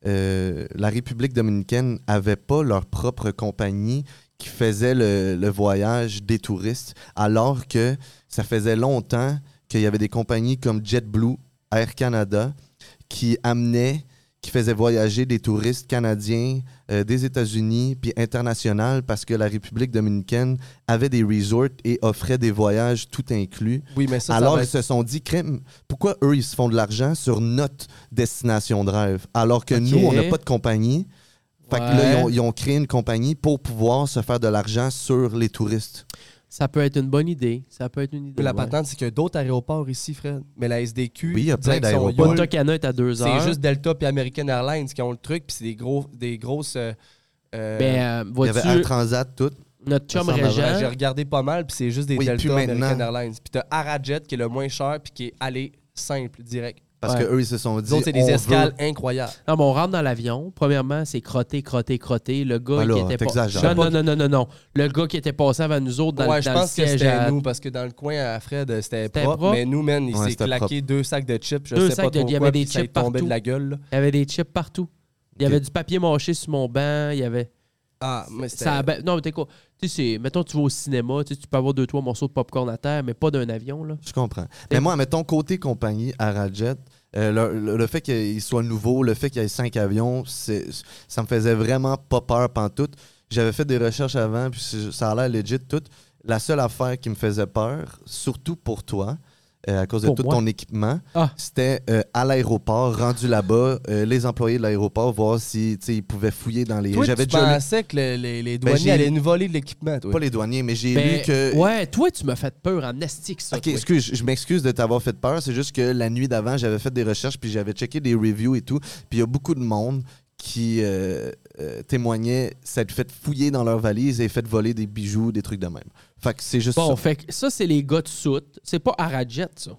[SPEAKER 10] euh, la République dominicaine avait pas leur propre compagnie qui faisait le, le voyage des touristes, alors que ça faisait longtemps qu'il y avait des compagnies comme JetBlue, Air Canada, qui amenaient, qui faisaient voyager des touristes canadiens euh, des États-Unis, puis international, parce que la République dominicaine avait des resorts et offrait des voyages tout inclus.
[SPEAKER 11] Oui, mais ça, ça
[SPEAKER 10] alors
[SPEAKER 11] va
[SPEAKER 10] ils
[SPEAKER 11] être-
[SPEAKER 10] se sont dit, crème, pourquoi eux, ils se font de l'argent sur notre destination de rêve, alors que
[SPEAKER 9] Ok.
[SPEAKER 10] nous, on n'a pas de compagnie. Fait que là,
[SPEAKER 9] Ouais.
[SPEAKER 10] ils ont, ils ont créé une compagnie pour pouvoir se faire de l'argent sur les touristes.
[SPEAKER 9] Ça peut être une bonne idée. Ça peut être une idée.
[SPEAKER 11] la
[SPEAKER 9] ouais.
[SPEAKER 11] patente, c'est qu'il y a d'autres aéroports ici, Fred. Mais la SDQ,
[SPEAKER 10] Oui, il y a plein
[SPEAKER 11] direct son
[SPEAKER 10] d'aéroports.
[SPEAKER 11] Yule,
[SPEAKER 9] Punta Cana est à deux heures.
[SPEAKER 11] c'est juste Delta puis American Airlines qui ont le truc, puis c'est des, gros, des grosses. euh, euh,
[SPEAKER 9] Ben, euh,
[SPEAKER 10] Il y
[SPEAKER 9] vois-tu,
[SPEAKER 10] avait Air Transat, tout.
[SPEAKER 9] notre chum
[SPEAKER 10] Ça ressemble à
[SPEAKER 9] Régent,
[SPEAKER 11] J'ai regardé pas mal, puis c'est juste des
[SPEAKER 10] Oui, puis
[SPEAKER 11] Delta
[SPEAKER 10] maintenant-
[SPEAKER 11] American Airlines. Puis t'as Arajet qui est le moins cher, puis qui est aller simple, direct.
[SPEAKER 10] Parce
[SPEAKER 9] Ouais.
[SPEAKER 10] que eux, ils se sont dit.
[SPEAKER 11] Les autres, c'est
[SPEAKER 10] on
[SPEAKER 11] des
[SPEAKER 10] veut-
[SPEAKER 11] escales incroyables.
[SPEAKER 9] Non, mais on rentre dans l'avion. Premièrement, c'est crotté, crotté, crotté. Le gars
[SPEAKER 10] Ben là,
[SPEAKER 9] qui était pas...
[SPEAKER 10] t'exagères.
[SPEAKER 9] non, non, non, non, non, non. Le gars qui était passé avant nous autres dans,
[SPEAKER 11] ouais,
[SPEAKER 9] le-
[SPEAKER 11] je
[SPEAKER 9] dans le
[SPEAKER 11] pense que
[SPEAKER 9] siège
[SPEAKER 11] c'était
[SPEAKER 9] à
[SPEAKER 11] nous, parce que dans le coin à Fred, euh, c'était
[SPEAKER 9] C'était
[SPEAKER 11] propre,
[SPEAKER 9] propre.
[SPEAKER 11] Mais nous, man, il
[SPEAKER 10] Ouais,
[SPEAKER 11] s'est
[SPEAKER 10] c'était
[SPEAKER 11] claqué
[SPEAKER 10] propre.
[SPEAKER 11] deux sacs de chips. Je
[SPEAKER 9] Deux
[SPEAKER 11] sais
[SPEAKER 9] sacs
[SPEAKER 11] pas
[SPEAKER 9] de-
[SPEAKER 11] trop
[SPEAKER 9] il y avait
[SPEAKER 11] quoi,
[SPEAKER 9] des
[SPEAKER 11] puis ça
[SPEAKER 9] chips
[SPEAKER 11] est tombé
[SPEAKER 9] partout.
[SPEAKER 11] de la gueule. là.
[SPEAKER 9] Il y avait des chips partout. Il y
[SPEAKER 10] Ok.
[SPEAKER 9] avait du papier mâché sur mon banc. Il y avait.
[SPEAKER 11] Ah, mais c'était...
[SPEAKER 9] Ça, ben, non, mais t'es quoi? Tu sais, c'est- mettons, tu vas au cinéma, tu sais, tu peux avoir deux, trois morceaux de popcorn à terre, mais pas d'un avion, là.
[SPEAKER 10] Je comprends. Mais moi, mettons, côté compagnie, Arajet, euh, le, le- le fait qu'il soit nouveau, le fait qu'il y ait cinq avions, c'est- ça me faisait vraiment pas peur pantoute. J'avais fait des recherches avant, puis c'est- ça a l'air legit tout. La seule affaire qui me faisait peur, surtout pour toi, euh, à cause de
[SPEAKER 9] Pour
[SPEAKER 10] tout
[SPEAKER 9] moi?
[SPEAKER 10] ton équipement,
[SPEAKER 9] Ah.
[SPEAKER 10] c'était euh, à l'aéroport, rendu là-bas, euh, les employés de l'aéroport, voir si tu sais, ils pouvaient fouiller dans les.
[SPEAKER 11] Toi, tu
[SPEAKER 10] J'avais déjà lu-
[SPEAKER 11] pensais que le- les, les
[SPEAKER 10] Ben,
[SPEAKER 11] douaniers
[SPEAKER 10] j'ai-
[SPEAKER 11] allaient nous voler de l'équipement, toi.
[SPEAKER 10] pas les douaniers, mais j'ai
[SPEAKER 9] Ben,
[SPEAKER 10] lu que
[SPEAKER 9] Ouais, toi, tu m'as fait peur en astique, ça.
[SPEAKER 10] Ok,
[SPEAKER 9] toi.
[SPEAKER 10] excuse, je m'excuse de t'avoir fait peur. C'est juste que la nuit d'avant, j'avais fait des recherches, puis j'avais checké des reviews et tout. Puis il y a beaucoup de monde qui euh, euh, témoignait s'être fait fouiller dans leurs valises et fait voler des bijoux, des trucs de même. Fait que c'est juste
[SPEAKER 9] Bon,
[SPEAKER 10] ça.
[SPEAKER 9] fait que ça, c'est les gars de soute. C'est pas Arajet, ça.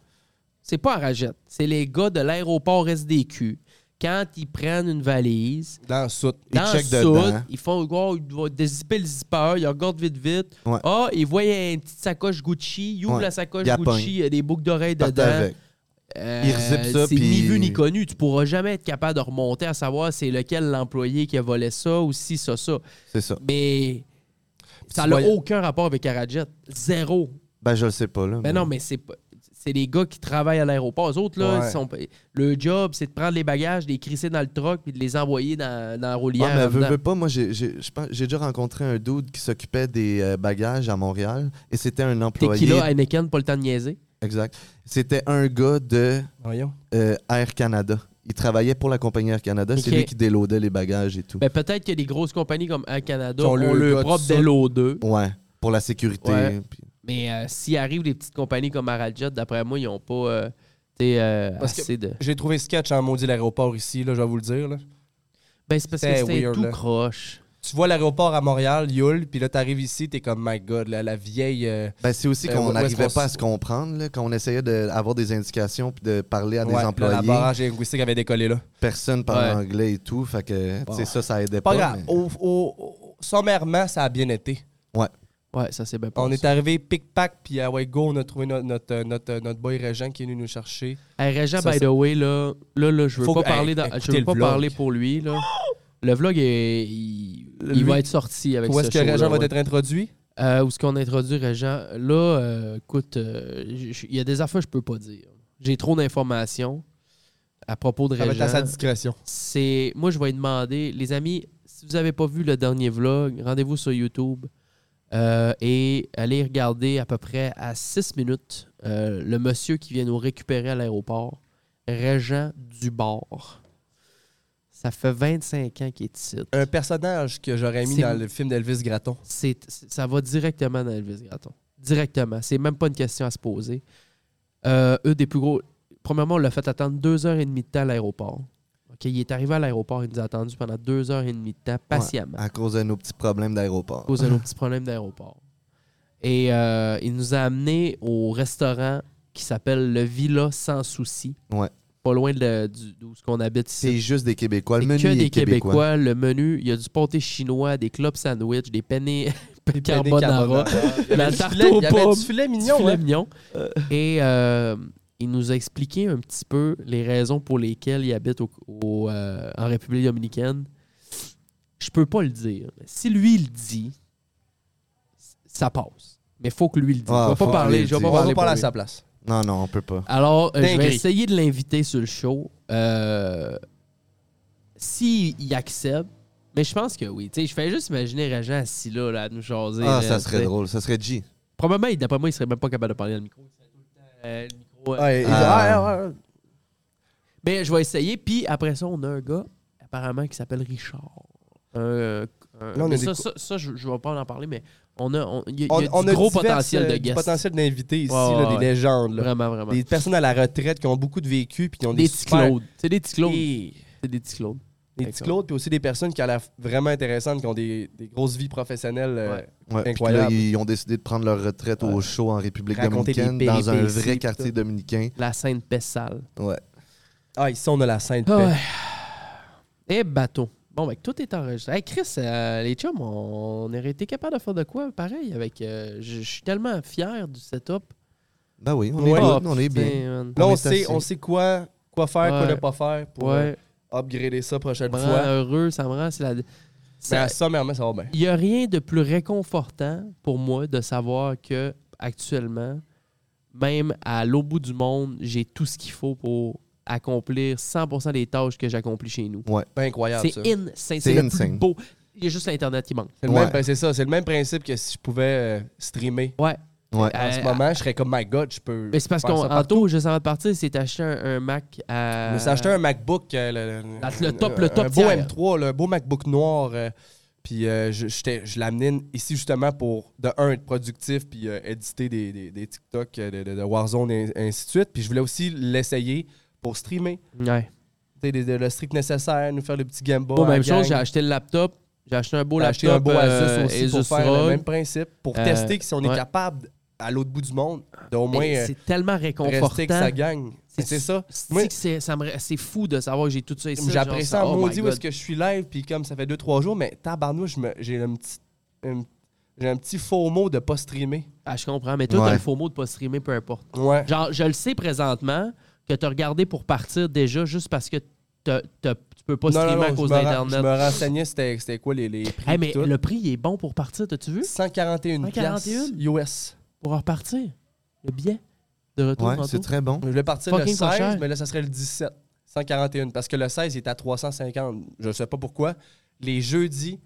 [SPEAKER 9] C'est pas Arajet. C'est les gars de l'aéroport SDQ. Quand ils prennent une valise,
[SPEAKER 11] Dans le soute.
[SPEAKER 10] Ils
[SPEAKER 9] dans le
[SPEAKER 10] checkent dedans.
[SPEAKER 9] soute, ils font oh, ils vont dézipper le zipper, ils regardent vite, vite. Ah,
[SPEAKER 10] Ouais.
[SPEAKER 9] ils voient une petite sacoche Gucci, ils ouvrent
[SPEAKER 10] Ouais.
[SPEAKER 9] la sacoche
[SPEAKER 10] Ils la
[SPEAKER 9] Gucci, il y a des boucles d'oreilles
[SPEAKER 10] Partez
[SPEAKER 9] dedans.
[SPEAKER 10] avec. Ils
[SPEAKER 9] Euh,
[SPEAKER 10] rezippent ça,
[SPEAKER 9] C'est
[SPEAKER 10] puis-
[SPEAKER 9] ni vu ni connu. Tu pourras jamais être capable de remonter à savoir c'est lequel l'employé qui a volé ça ou si ça, ça.
[SPEAKER 10] C'est ça.
[SPEAKER 9] Mais ça
[SPEAKER 11] Tu
[SPEAKER 9] n'a
[SPEAKER 11] voyais-
[SPEAKER 9] aucun rapport avec Arajet. Zéro.
[SPEAKER 10] Ben, je le sais pas, là.
[SPEAKER 9] Mais non, mais c'est pas- C'est les gars qui travaillent à l'aéroport. Eux autres, là,
[SPEAKER 11] Ouais.
[SPEAKER 9] ils sont, le job, c'est de prendre les bagages, de les crisser dans le truck puis de les envoyer dans, dans la
[SPEAKER 10] Ouais,
[SPEAKER 9] roulière.
[SPEAKER 10] Ah, mais
[SPEAKER 9] en
[SPEAKER 10] veux,
[SPEAKER 9] dedans.
[SPEAKER 10] veux pas, moi, j'ai- j'ai je pense- j'ai déjà rencontré un dude qui s'occupait des euh, bagages à Montréal et c'était un employé.
[SPEAKER 9] Tequila, Heineken, pas le temps de niaiser.
[SPEAKER 10] Exact. C'était un gars de
[SPEAKER 11] Voyons.
[SPEAKER 10] euh, Air Canada. Il travaillait pour la compagnie Air Canada. C'est
[SPEAKER 9] Ok.
[SPEAKER 10] lui qui déloadait les bagages et tout.
[SPEAKER 9] Ben, peut-être que des grosses compagnies comme Air Canada
[SPEAKER 11] Qui ont
[SPEAKER 9] ont
[SPEAKER 11] le gars
[SPEAKER 9] leur
[SPEAKER 11] de
[SPEAKER 9] propre
[SPEAKER 11] ça.
[SPEAKER 9] délo 2.
[SPEAKER 10] Ouais, pour la sécurité.
[SPEAKER 9] Ouais.
[SPEAKER 10] puis-
[SPEAKER 9] Mais euh, s'il arrive des petites compagnies comme Arajet, d'après moi, ils n'ont pas euh, t'sais, euh,
[SPEAKER 11] Parce que-
[SPEAKER 9] assez de.
[SPEAKER 11] J'ai trouvé sketch en maudit l'aéroport ici, là, je vais vous le dire. là.
[SPEAKER 9] Ben, c'est parce que
[SPEAKER 11] C'était
[SPEAKER 9] c'était
[SPEAKER 11] weird,
[SPEAKER 9] tout
[SPEAKER 11] là.
[SPEAKER 9] croche.
[SPEAKER 11] Tu vois l'aéroport à Montréal, Yule, puis là, t'arrives ici, t'es comme, my God, là, la vieille... euh,
[SPEAKER 10] Ben, c'est aussi
[SPEAKER 11] Ben, où-
[SPEAKER 10] qu'on
[SPEAKER 11] où est-ce
[SPEAKER 10] n'arrivait
[SPEAKER 11] qu'on
[SPEAKER 10] pas à
[SPEAKER 11] s-
[SPEAKER 10] se comprendre, là, quand on essayait d'avoir des indications puis de parler à
[SPEAKER 11] ouais,
[SPEAKER 10] des
[SPEAKER 11] là, La
[SPEAKER 10] employés.
[SPEAKER 11] barrage linguistique avait décollé, là.
[SPEAKER 10] Personne parlait
[SPEAKER 9] Ouais.
[SPEAKER 10] anglais et tout. Fait que, tu sais, ça, ça aidait
[SPEAKER 11] Pas
[SPEAKER 10] pas.
[SPEAKER 11] grave.
[SPEAKER 10] mais-
[SPEAKER 11] Au, au- au- sommairement, ça a bien été.
[SPEAKER 10] Ouais.
[SPEAKER 9] Ouais, ça c'est bien
[SPEAKER 11] On est
[SPEAKER 9] à...
[SPEAKER 11] arrivé pic-pac, puis à Wego, on a trouvé notre, notre, euh, notre, euh, notre boy Régent qui est venu nous chercher.
[SPEAKER 9] Régent,
[SPEAKER 11] Ça,
[SPEAKER 9] by
[SPEAKER 11] c'est-
[SPEAKER 9] the way, là, là, là je veux
[SPEAKER 11] Faut
[SPEAKER 9] pas
[SPEAKER 11] que-
[SPEAKER 9] parler,
[SPEAKER 11] hey,
[SPEAKER 9] dans- je
[SPEAKER 11] écoutez
[SPEAKER 9] veux
[SPEAKER 11] le
[SPEAKER 9] pas
[SPEAKER 11] vlog.
[SPEAKER 9] parler pour lui. Là. Le vlog, est- il, il
[SPEAKER 11] Lui-
[SPEAKER 9] va être sorti avec
[SPEAKER 11] Où
[SPEAKER 9] ce
[SPEAKER 11] est-ce que
[SPEAKER 9] show-là,
[SPEAKER 11] Régent va
[SPEAKER 9] ouais.
[SPEAKER 11] être introduit?
[SPEAKER 9] Euh, où est-ce qu'on introduit Régent? Là, euh, écoute, euh, j- j- il y a des affaires que je peux pas dire. J'ai trop d'informations. à propos de
[SPEAKER 11] Ça va être à sa
[SPEAKER 9] Régent,
[SPEAKER 11] discrétion.
[SPEAKER 9] c'est. Moi, je vais lui demander, les amis, si vous n'avez pas vu le dernier vlog, rendez-vous sur YouTube euh, et allez regarder à peu près à 6 minutes euh, le monsieur qui vient nous récupérer à l'aéroport, Régent Dubord. Ça fait 25 ans qu'il est ici.
[SPEAKER 11] Un personnage que j'aurais mis
[SPEAKER 9] C'est-
[SPEAKER 11] dans le film d'Elvis Gratton.
[SPEAKER 9] c'est, c'est- ça va directement dans Elvis Gratton. Directement. C'est même pas une question à se poser. Euh, eux, des plus gros. Premièrement, on l'a fait attendre deux heures et demie de temps à l'aéroport. OK, il est arrivé à l'aéroport, il nous a attendu pendant deux heures et demie de temps, patiemment,
[SPEAKER 10] À cause de nos petits problèmes
[SPEAKER 9] à
[SPEAKER 10] d'aéroport.
[SPEAKER 9] cause de nos petits problèmes d'aéroport. Et euh, il nous a amenés au restaurant qui s'appelle le Villa Sans Souci.
[SPEAKER 10] Ouais.
[SPEAKER 9] Pas loin de, du- d'où ce qu'on habite ici.
[SPEAKER 10] C'est juste des Québécois. Le
[SPEAKER 9] C'est
[SPEAKER 10] menu
[SPEAKER 9] que
[SPEAKER 10] est
[SPEAKER 9] des Québécois.
[SPEAKER 10] québécois.
[SPEAKER 9] Le menu, il y a du pâté chinois, des clubs sandwich, des penne
[SPEAKER 11] Carbonara.
[SPEAKER 9] carbonara,
[SPEAKER 11] Il y avait
[SPEAKER 9] la
[SPEAKER 11] du
[SPEAKER 9] tarte
[SPEAKER 11] filet-
[SPEAKER 9] aux
[SPEAKER 11] il y avait
[SPEAKER 9] pommes.
[SPEAKER 11] du filet
[SPEAKER 9] Petit
[SPEAKER 11] mignon,
[SPEAKER 9] filet
[SPEAKER 11] hein.
[SPEAKER 9] mignon. Et euh, il nous a expliqué un petit peu les raisons pour lesquelles il habite au- au, euh, en République dominicaine. Je peux pas le dire. Si lui il le dit, ça passe. Mais faut que lui le dise.
[SPEAKER 10] Ah,
[SPEAKER 9] je vais
[SPEAKER 10] faut
[SPEAKER 9] pas parler.
[SPEAKER 10] qu'il
[SPEAKER 9] Je vais
[SPEAKER 10] le
[SPEAKER 9] pas
[SPEAKER 10] dise.
[SPEAKER 11] On va
[SPEAKER 9] parler. pour
[SPEAKER 11] parler à
[SPEAKER 9] lui.
[SPEAKER 11] sa place.
[SPEAKER 10] Non, non, on peut pas.
[SPEAKER 9] Alors, euh, je vais
[SPEAKER 11] Dinguerie.
[SPEAKER 9] essayer de l'inviter sur le show. Euh, S'il y accepte, mais je pense que oui. Tu sais, je fais juste imaginer Régent assis là, là, à nous jaser.
[SPEAKER 10] Ah,
[SPEAKER 9] là,
[SPEAKER 10] ça
[SPEAKER 9] tu
[SPEAKER 10] serait
[SPEAKER 9] sais.
[SPEAKER 10] drôle. Ça serait G.
[SPEAKER 9] Probablement, il- d'après moi, il serait même pas capable de parler dans le micro. Il serait tout le temps, euh, le micro, euh.
[SPEAKER 11] Ouais, il-
[SPEAKER 10] Ah.
[SPEAKER 11] ouais, ouais, ouais.
[SPEAKER 9] Mais Ben, je vais essayer. Puis après ça, on a un gars, apparemment, qui s'appelle Richard. Un- un-
[SPEAKER 11] Là, on a
[SPEAKER 9] mais
[SPEAKER 11] des
[SPEAKER 9] ça,
[SPEAKER 11] co-
[SPEAKER 9] ça, ça, je, je vais pas en parler, mais on a, on- il y a, il y a
[SPEAKER 11] On, on
[SPEAKER 9] du
[SPEAKER 11] a
[SPEAKER 9] gros
[SPEAKER 11] divers,
[SPEAKER 9] potentiel
[SPEAKER 11] euh,
[SPEAKER 9] de
[SPEAKER 11] du
[SPEAKER 9] guest.
[SPEAKER 11] potentiel d'invités ici,
[SPEAKER 9] Ouais, ouais,
[SPEAKER 11] là,
[SPEAKER 9] ouais.
[SPEAKER 11] des légendes. là.
[SPEAKER 9] Vraiment, vraiment.
[SPEAKER 11] Des personnes à la retraite qui ont beaucoup de vécu puis qui ont des,
[SPEAKER 9] Des petits
[SPEAKER 11] super-
[SPEAKER 9] Claudes. C'est des petits Claudes.
[SPEAKER 11] Et-
[SPEAKER 9] C'est des petits Claudes.
[SPEAKER 11] Des petits Claudes, puis aussi des personnes qui ont l'air vraiment intéressantes, qui ont des, des grosses vies professionnelles. euh,
[SPEAKER 9] Ouais.
[SPEAKER 10] Ouais, puis
[SPEAKER 11] Incroyable.
[SPEAKER 10] là, ils ont décidé de prendre leur retraite au show en République
[SPEAKER 11] Raconter des
[SPEAKER 10] dominicaine, dans un
[SPEAKER 11] péripéties,
[SPEAKER 10] vrai
[SPEAKER 11] pis
[SPEAKER 10] quartier
[SPEAKER 11] tout.
[SPEAKER 10] dominicain.
[SPEAKER 9] La scène Pessale.
[SPEAKER 10] Ouais.
[SPEAKER 11] Ah, ici, on a la sainte
[SPEAKER 9] Ah
[SPEAKER 11] paix.
[SPEAKER 9] ouais. Et bateau. Bon, ben, tout est enregistré. Hey, Chris, euh, les chums, on aurait été capable de faire de quoi pareil avec. euh, je je suis tellement fier du setup.
[SPEAKER 10] Ben oui, on
[SPEAKER 11] Ouais.
[SPEAKER 10] est
[SPEAKER 9] Ah,
[SPEAKER 10] good, on est
[SPEAKER 9] putain,
[SPEAKER 10] bien.
[SPEAKER 9] man.
[SPEAKER 11] Là,
[SPEAKER 10] On
[SPEAKER 11] on
[SPEAKER 10] est
[SPEAKER 11] sait,
[SPEAKER 10] assis.
[SPEAKER 11] on sait quoi, quoi faire, quoi
[SPEAKER 9] Ouais.
[SPEAKER 11] ne pas faire pour
[SPEAKER 9] Ouais,
[SPEAKER 11] euh, upgrader ça prochaine
[SPEAKER 9] ça me
[SPEAKER 11] fois.
[SPEAKER 9] rend heureux, ça me rend. c'est la-
[SPEAKER 11] Mais
[SPEAKER 9] ça-
[SPEAKER 11] à sommairement, ça va bien.
[SPEAKER 9] Il n'y a rien de plus réconfortant pour moi de savoir que actuellement, même à l'au bout du monde, j'ai tout ce qu'il faut pour accomplir 100% des tâches que j'accomplis chez nous.
[SPEAKER 11] C'est incroyable,
[SPEAKER 9] C'est
[SPEAKER 11] ça.
[SPEAKER 9] insane. C'est
[SPEAKER 10] C'est
[SPEAKER 9] le plus
[SPEAKER 10] insane.
[SPEAKER 9] beau. Il y a juste l'Internet qui manque.
[SPEAKER 11] C'est le
[SPEAKER 10] Ouais.
[SPEAKER 11] même- ben, c'est ça, c'est le même principe que si je pouvais euh, streamer.
[SPEAKER 9] Ouais.
[SPEAKER 10] Ouais.
[SPEAKER 11] En ce
[SPEAKER 9] Euh,
[SPEAKER 11] moment, je serais comme, my God, je peux.
[SPEAKER 9] Mais c'est parce
[SPEAKER 11] faire ça partout.
[SPEAKER 9] qu'Anto, juste avant de partir, s'est acheté un, un Mac à.
[SPEAKER 11] Je me suis acheté un MacBook. euh, le,
[SPEAKER 9] Dans le top- le
[SPEAKER 11] un
[SPEAKER 9] top
[SPEAKER 11] beau
[SPEAKER 9] tiers.
[SPEAKER 11] M3, là, un beau MacBook noir. euh, puis euh, je, j'étais- je l'amenais ici justement pour, de un, être productif, puis euh, éditer des, des, des TikTok euh, de, de- de Warzone et ainsi de suite. Puis je voulais aussi l'essayer pour streamer.
[SPEAKER 9] Ouais.
[SPEAKER 11] Tu sais, des- des- le strict nécessaire, nous faire le petit game boy.
[SPEAKER 9] Bon,
[SPEAKER 11] à la
[SPEAKER 9] même
[SPEAKER 11] gang.
[SPEAKER 9] chose, j'ai acheté le laptop. J'ai acheté un beau
[SPEAKER 11] J'ai
[SPEAKER 9] laptop.
[SPEAKER 11] acheté un beau Asus
[SPEAKER 9] euh,
[SPEAKER 11] aussi pour
[SPEAKER 9] Asus
[SPEAKER 11] faire le
[SPEAKER 9] ROG.
[SPEAKER 11] même principe, pour
[SPEAKER 9] Euh,
[SPEAKER 11] tester que si on est
[SPEAKER 9] ouais.
[SPEAKER 11] capable, à l'autre bout du monde, d'au moins
[SPEAKER 9] Mais
[SPEAKER 11] euh,
[SPEAKER 9] C'est tellement
[SPEAKER 11] rester que ça
[SPEAKER 9] réconfortant.
[SPEAKER 11] gagne. Mais C'est ça.
[SPEAKER 9] C'est-
[SPEAKER 11] Moi-
[SPEAKER 9] c'est- ça me- C'est fou de savoir que j'ai tout ça ici. genre,
[SPEAKER 11] J'apprécie ça
[SPEAKER 9] oh
[SPEAKER 11] en
[SPEAKER 9] my
[SPEAKER 11] maudit où
[SPEAKER 9] God.
[SPEAKER 11] est-ce que je suis live, puis comme ça fait 2-3 jours, mais tabarnouche, je me- j'ai un petit, un, j'ai un petit faux mot de pas streamer.
[SPEAKER 9] Ah, je comprends, mais toi,
[SPEAKER 10] Ouais.
[SPEAKER 9] t'as le faux mot de pas streamer, peu importe.
[SPEAKER 11] Ouais.
[SPEAKER 9] Genre, je le sais présentement que t'as regardé pour partir déjà juste parce que t'as- t'as- tu peux pas streamer à cause
[SPEAKER 11] je, me ren- je
[SPEAKER 9] d'Internet.
[SPEAKER 11] me renseignais c'était c'était quoi les, les prix.
[SPEAKER 9] Hey,
[SPEAKER 11] pis
[SPEAKER 9] mais
[SPEAKER 11] tout.
[SPEAKER 9] le prix il est bon pour partir, t'as-tu vu?
[SPEAKER 11] 141 piastres
[SPEAKER 9] 141?
[SPEAKER 11] US.
[SPEAKER 9] Pour repartir. Le billet de retour.
[SPEAKER 10] Ouais,
[SPEAKER 9] tantôt.
[SPEAKER 10] c'est très bon.
[SPEAKER 11] Je voulais partir le
[SPEAKER 9] Fucking pas
[SPEAKER 11] 16,
[SPEAKER 9] cher.
[SPEAKER 11] mais là, ça serait le 17. 141, parce que le 16 est à 350. Je sais pas pourquoi. Les jeudis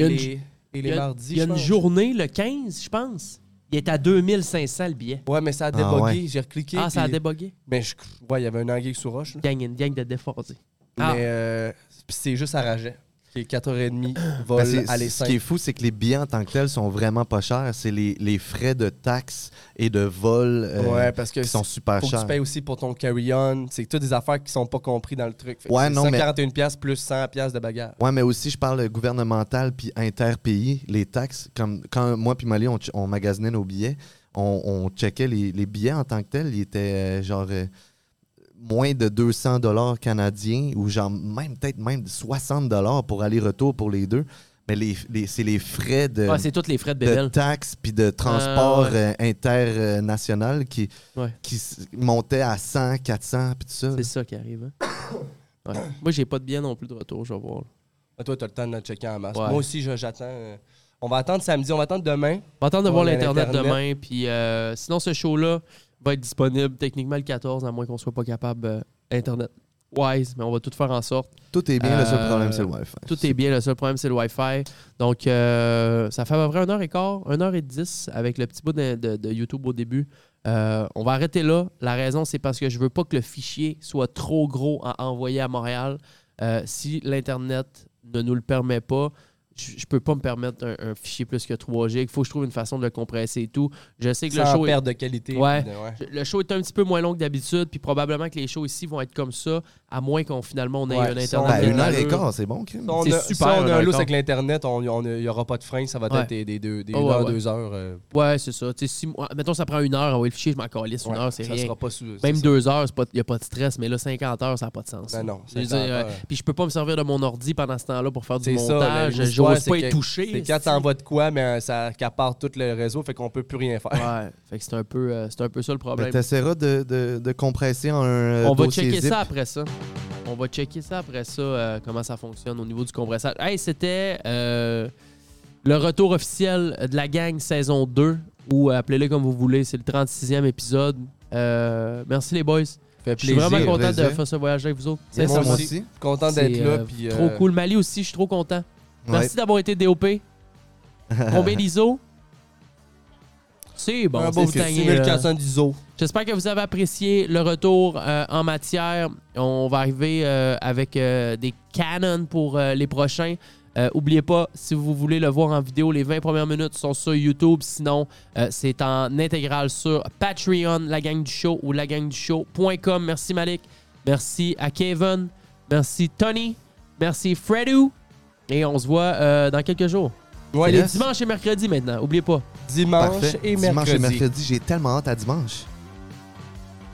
[SPEAKER 11] et,
[SPEAKER 9] y a une
[SPEAKER 11] les, et
[SPEAKER 9] Il
[SPEAKER 11] les
[SPEAKER 9] y a-
[SPEAKER 11] mardis.
[SPEAKER 9] Il y a
[SPEAKER 11] je
[SPEAKER 9] une
[SPEAKER 11] pense.
[SPEAKER 9] journée, le 15, je pense. Il est à 2500 le billet.
[SPEAKER 11] Ouais, mais ça a
[SPEAKER 10] Ah,
[SPEAKER 11] débogué.
[SPEAKER 10] ouais.
[SPEAKER 11] J'ai recliqué.
[SPEAKER 9] ah, ça a
[SPEAKER 11] puis-
[SPEAKER 9] débogué.
[SPEAKER 11] Mais je... ouais, il y avait un anguille sous roche. là.
[SPEAKER 9] Gang, une gang de déforzés. Ah.
[SPEAKER 11] Mais euh, pis c'est juste arrageant. C'est 4h30,
[SPEAKER 10] Ben,
[SPEAKER 11] vol,
[SPEAKER 10] c'est-
[SPEAKER 11] aller
[SPEAKER 10] ce
[SPEAKER 11] 5.
[SPEAKER 10] qui est fou, c'est que les billets en tant que tels sont vraiment pas chers. C'est les, les frais de taxes et de vol euh,
[SPEAKER 11] ouais, parce que
[SPEAKER 10] qui
[SPEAKER 11] c'est-
[SPEAKER 10] sont super
[SPEAKER 11] faut que tu
[SPEAKER 10] chers.
[SPEAKER 11] payes aussi pour ton carry-on. C'est toutes des affaires qui sont pas comprises dans le truc. Fait que
[SPEAKER 10] Ouais,
[SPEAKER 11] c'est
[SPEAKER 10] non, mais-
[SPEAKER 11] 141 piastres plus 100 piastres de bagarre.
[SPEAKER 10] Ouais, mais aussi, je parle gouvernemental puis interpays, les taxes. Comme quand moi puis Molly, on, ch- on magasinait nos billets, on, on checkait les, les billets en tant que tels. Ils étaient euh, genre euh, moins de 200 dollars canadiens ou genre même peut-être même 60 dollars pour aller-retour pour les deux. Mais les, les- c'est les frais
[SPEAKER 11] euh,
[SPEAKER 10] de,
[SPEAKER 9] Ah, c'est tous les frais de
[SPEAKER 10] de
[SPEAKER 9] Bébel.
[SPEAKER 10] taxes puis de transport
[SPEAKER 9] Ah,
[SPEAKER 10] euh, international qui,
[SPEAKER 9] Ouais.
[SPEAKER 10] qui s- montaient à 100, 400 puis tout ça.
[SPEAKER 9] C'est ça qui arrive. hein. Ouais. Moi, j'ai pas de billet non plus de retour, je vais voir.
[SPEAKER 11] Ah, toi, t'as le temps de le checker en masse.
[SPEAKER 9] Ouais.
[SPEAKER 11] Moi aussi, je- j'attends. euh, On va attendre samedi, on va attendre demain.
[SPEAKER 9] On va attendre de
[SPEAKER 11] Ouais,
[SPEAKER 9] voir
[SPEAKER 11] mais
[SPEAKER 9] l'Internet
[SPEAKER 11] l'Internet-
[SPEAKER 9] demain. Puis euh, sinon, ce show-là va être disponible techniquement le 14, à moins qu'on soit pas capable euh, Internet. wise, mais on va tout faire en sorte.
[SPEAKER 10] Tout est bien, le seul
[SPEAKER 9] Euh,
[SPEAKER 10] problème, c'est le Wi-Fi.
[SPEAKER 9] Tout est bien, le seul problème, c'est le Wi-Fi. Donc, euh, ça fait à peu près 1h15, 1h10 avec le petit bout de, de- de YouTube au début. Euh, on va arrêter là. La raison, c'est parce que je veux pas que le fichier soit trop gros à envoyer à Montréal. Euh, si l'Internet ne nous le permet pas, je je peux pas me permettre un, un fichier plus que 3 G. Il faut que je trouve une façon de le compresser et tout. Je sais que le
[SPEAKER 11] Sans
[SPEAKER 9] show est-
[SPEAKER 11] perte de qualité.
[SPEAKER 9] Ouais.
[SPEAKER 11] puis de- ouais.
[SPEAKER 9] je- Le show est un petit peu moins long que d'habitude, puis probablement que les shows ici vont être comme ça, à moins qu'on finalement on ait
[SPEAKER 11] Ouais,
[SPEAKER 9] un
[SPEAKER 11] si on-
[SPEAKER 9] internet.
[SPEAKER 10] Ben, une heure et
[SPEAKER 9] venteux.
[SPEAKER 10] quart, c'est bon, Kim. Ben,
[SPEAKER 11] Si on
[SPEAKER 9] C'est
[SPEAKER 11] a-
[SPEAKER 9] super,
[SPEAKER 11] Si on a
[SPEAKER 9] là,
[SPEAKER 11] un lousse
[SPEAKER 9] d'accord.
[SPEAKER 11] avec l'Internet, on- on- il n'y aura pas de frein. Ça va
[SPEAKER 9] Ouais.
[SPEAKER 11] être des, des deux, des
[SPEAKER 9] Oh,
[SPEAKER 11] une
[SPEAKER 9] ouais,
[SPEAKER 11] heure,
[SPEAKER 9] ouais.
[SPEAKER 11] deux heures. euh,
[SPEAKER 9] Ouais, c'est ça. Tu sais, si moi- mettons, ça prend une heure, envoyer le fichier, je m'en calisse. Une
[SPEAKER 11] ouais,
[SPEAKER 9] heure, c'est
[SPEAKER 11] ça
[SPEAKER 9] rien.
[SPEAKER 11] sera pas sous. c'est
[SPEAKER 9] Même
[SPEAKER 11] ça.
[SPEAKER 9] deux heures, il n'y a pas de stress, mais là, 50 heures, ça n'a pas de sens.
[SPEAKER 11] Ben non,
[SPEAKER 9] Je veux
[SPEAKER 11] 50
[SPEAKER 9] dire,
[SPEAKER 11] heures.
[SPEAKER 9] euh, puis je peux pas me servir de mon ordi pendant ce temps-là pour faire du
[SPEAKER 11] C'est ça, là,
[SPEAKER 9] montage.
[SPEAKER 11] l'histoire,
[SPEAKER 9] J'ose
[SPEAKER 11] c'est
[SPEAKER 9] pas y
[SPEAKER 11] que-
[SPEAKER 9] toucher.
[SPEAKER 11] C'est quand
[SPEAKER 9] esti.
[SPEAKER 11] t'envoies de quoi, mais euh, ça accapare tout le réseau, fait qu'on peut plus rien faire.
[SPEAKER 9] Ouais, fait que c'est un, peu, euh, c'est un peu ça le
[SPEAKER 10] Ben,
[SPEAKER 9] problème.
[SPEAKER 10] t'essaieras de, de, de compresser en un euh,
[SPEAKER 9] On va
[SPEAKER 10] dossier
[SPEAKER 9] checker
[SPEAKER 10] zip.
[SPEAKER 9] ça après ça. On va checker ça après ça, euh, comment ça fonctionne au niveau du compressage. Hey, c'était euh, le retour officiel de la gang saison 2, ou euh, appelez-le comme vous voulez, c'est le 36e épisode. Euh, merci les boys.
[SPEAKER 11] Fait
[SPEAKER 9] Je suis vraiment content
[SPEAKER 10] plaisir.
[SPEAKER 9] de faire ce voyage avec vous autres.
[SPEAKER 10] C'est
[SPEAKER 11] Moi
[SPEAKER 10] ça, moi
[SPEAKER 11] aussi.
[SPEAKER 10] aussi.
[SPEAKER 11] Content d'être
[SPEAKER 9] C'est,
[SPEAKER 11] là.
[SPEAKER 9] euh,
[SPEAKER 11] puis,
[SPEAKER 9] Trop
[SPEAKER 11] euh,
[SPEAKER 9] cool. Mali aussi, je suis trop content.
[SPEAKER 10] Ouais.
[SPEAKER 9] Merci d'avoir été DOP. Combien d'ISO? C'est bon.
[SPEAKER 11] un
[SPEAKER 9] c'est euh,
[SPEAKER 11] beau
[SPEAKER 9] tangué,
[SPEAKER 11] petit
[SPEAKER 9] là.
[SPEAKER 11] 1400 d'ISO.
[SPEAKER 9] J'espère que vous avez apprécié le retour euh, en matière. On va arriver euh, avec euh, des canons pour euh, les prochains. Euh, oubliez pas, si vous voulez le voir en vidéo, les 20 premières minutes sont sur YouTube. Sinon, euh, c'est en intégrale sur Patreon, la gang du show ou la gang du show.com. Merci Malik. Merci à Kevin. Merci Tony. Merci Fredu. Et on se voit euh, dans quelques jours.
[SPEAKER 11] Ouais,
[SPEAKER 9] C'est
[SPEAKER 11] les
[SPEAKER 9] les dimanches et mercredis maintenant. Oubliez pas.
[SPEAKER 11] dimanche
[SPEAKER 10] Parfait.
[SPEAKER 11] et
[SPEAKER 10] Dimanche et
[SPEAKER 11] mercredi.
[SPEAKER 10] mercredi, j'ai tellement hâte à dimanche.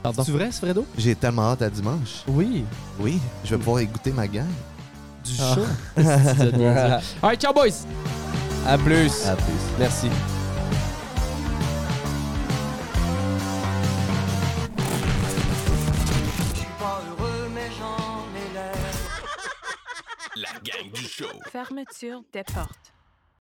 [SPEAKER 9] Pardon.
[SPEAKER 11] C'est vrai, c'est Fredo?
[SPEAKER 10] J'ai tellement hâte à dimanche.
[SPEAKER 11] Oui.
[SPEAKER 10] Oui, je vais pouvoir écouter ma gang.
[SPEAKER 11] Du
[SPEAKER 9] Ah.
[SPEAKER 11] show.
[SPEAKER 9] All right, ciao boys.
[SPEAKER 11] à plus.
[SPEAKER 10] À plus.
[SPEAKER 11] Merci.
[SPEAKER 1] La gang du show.
[SPEAKER 4] Fermeture des portes.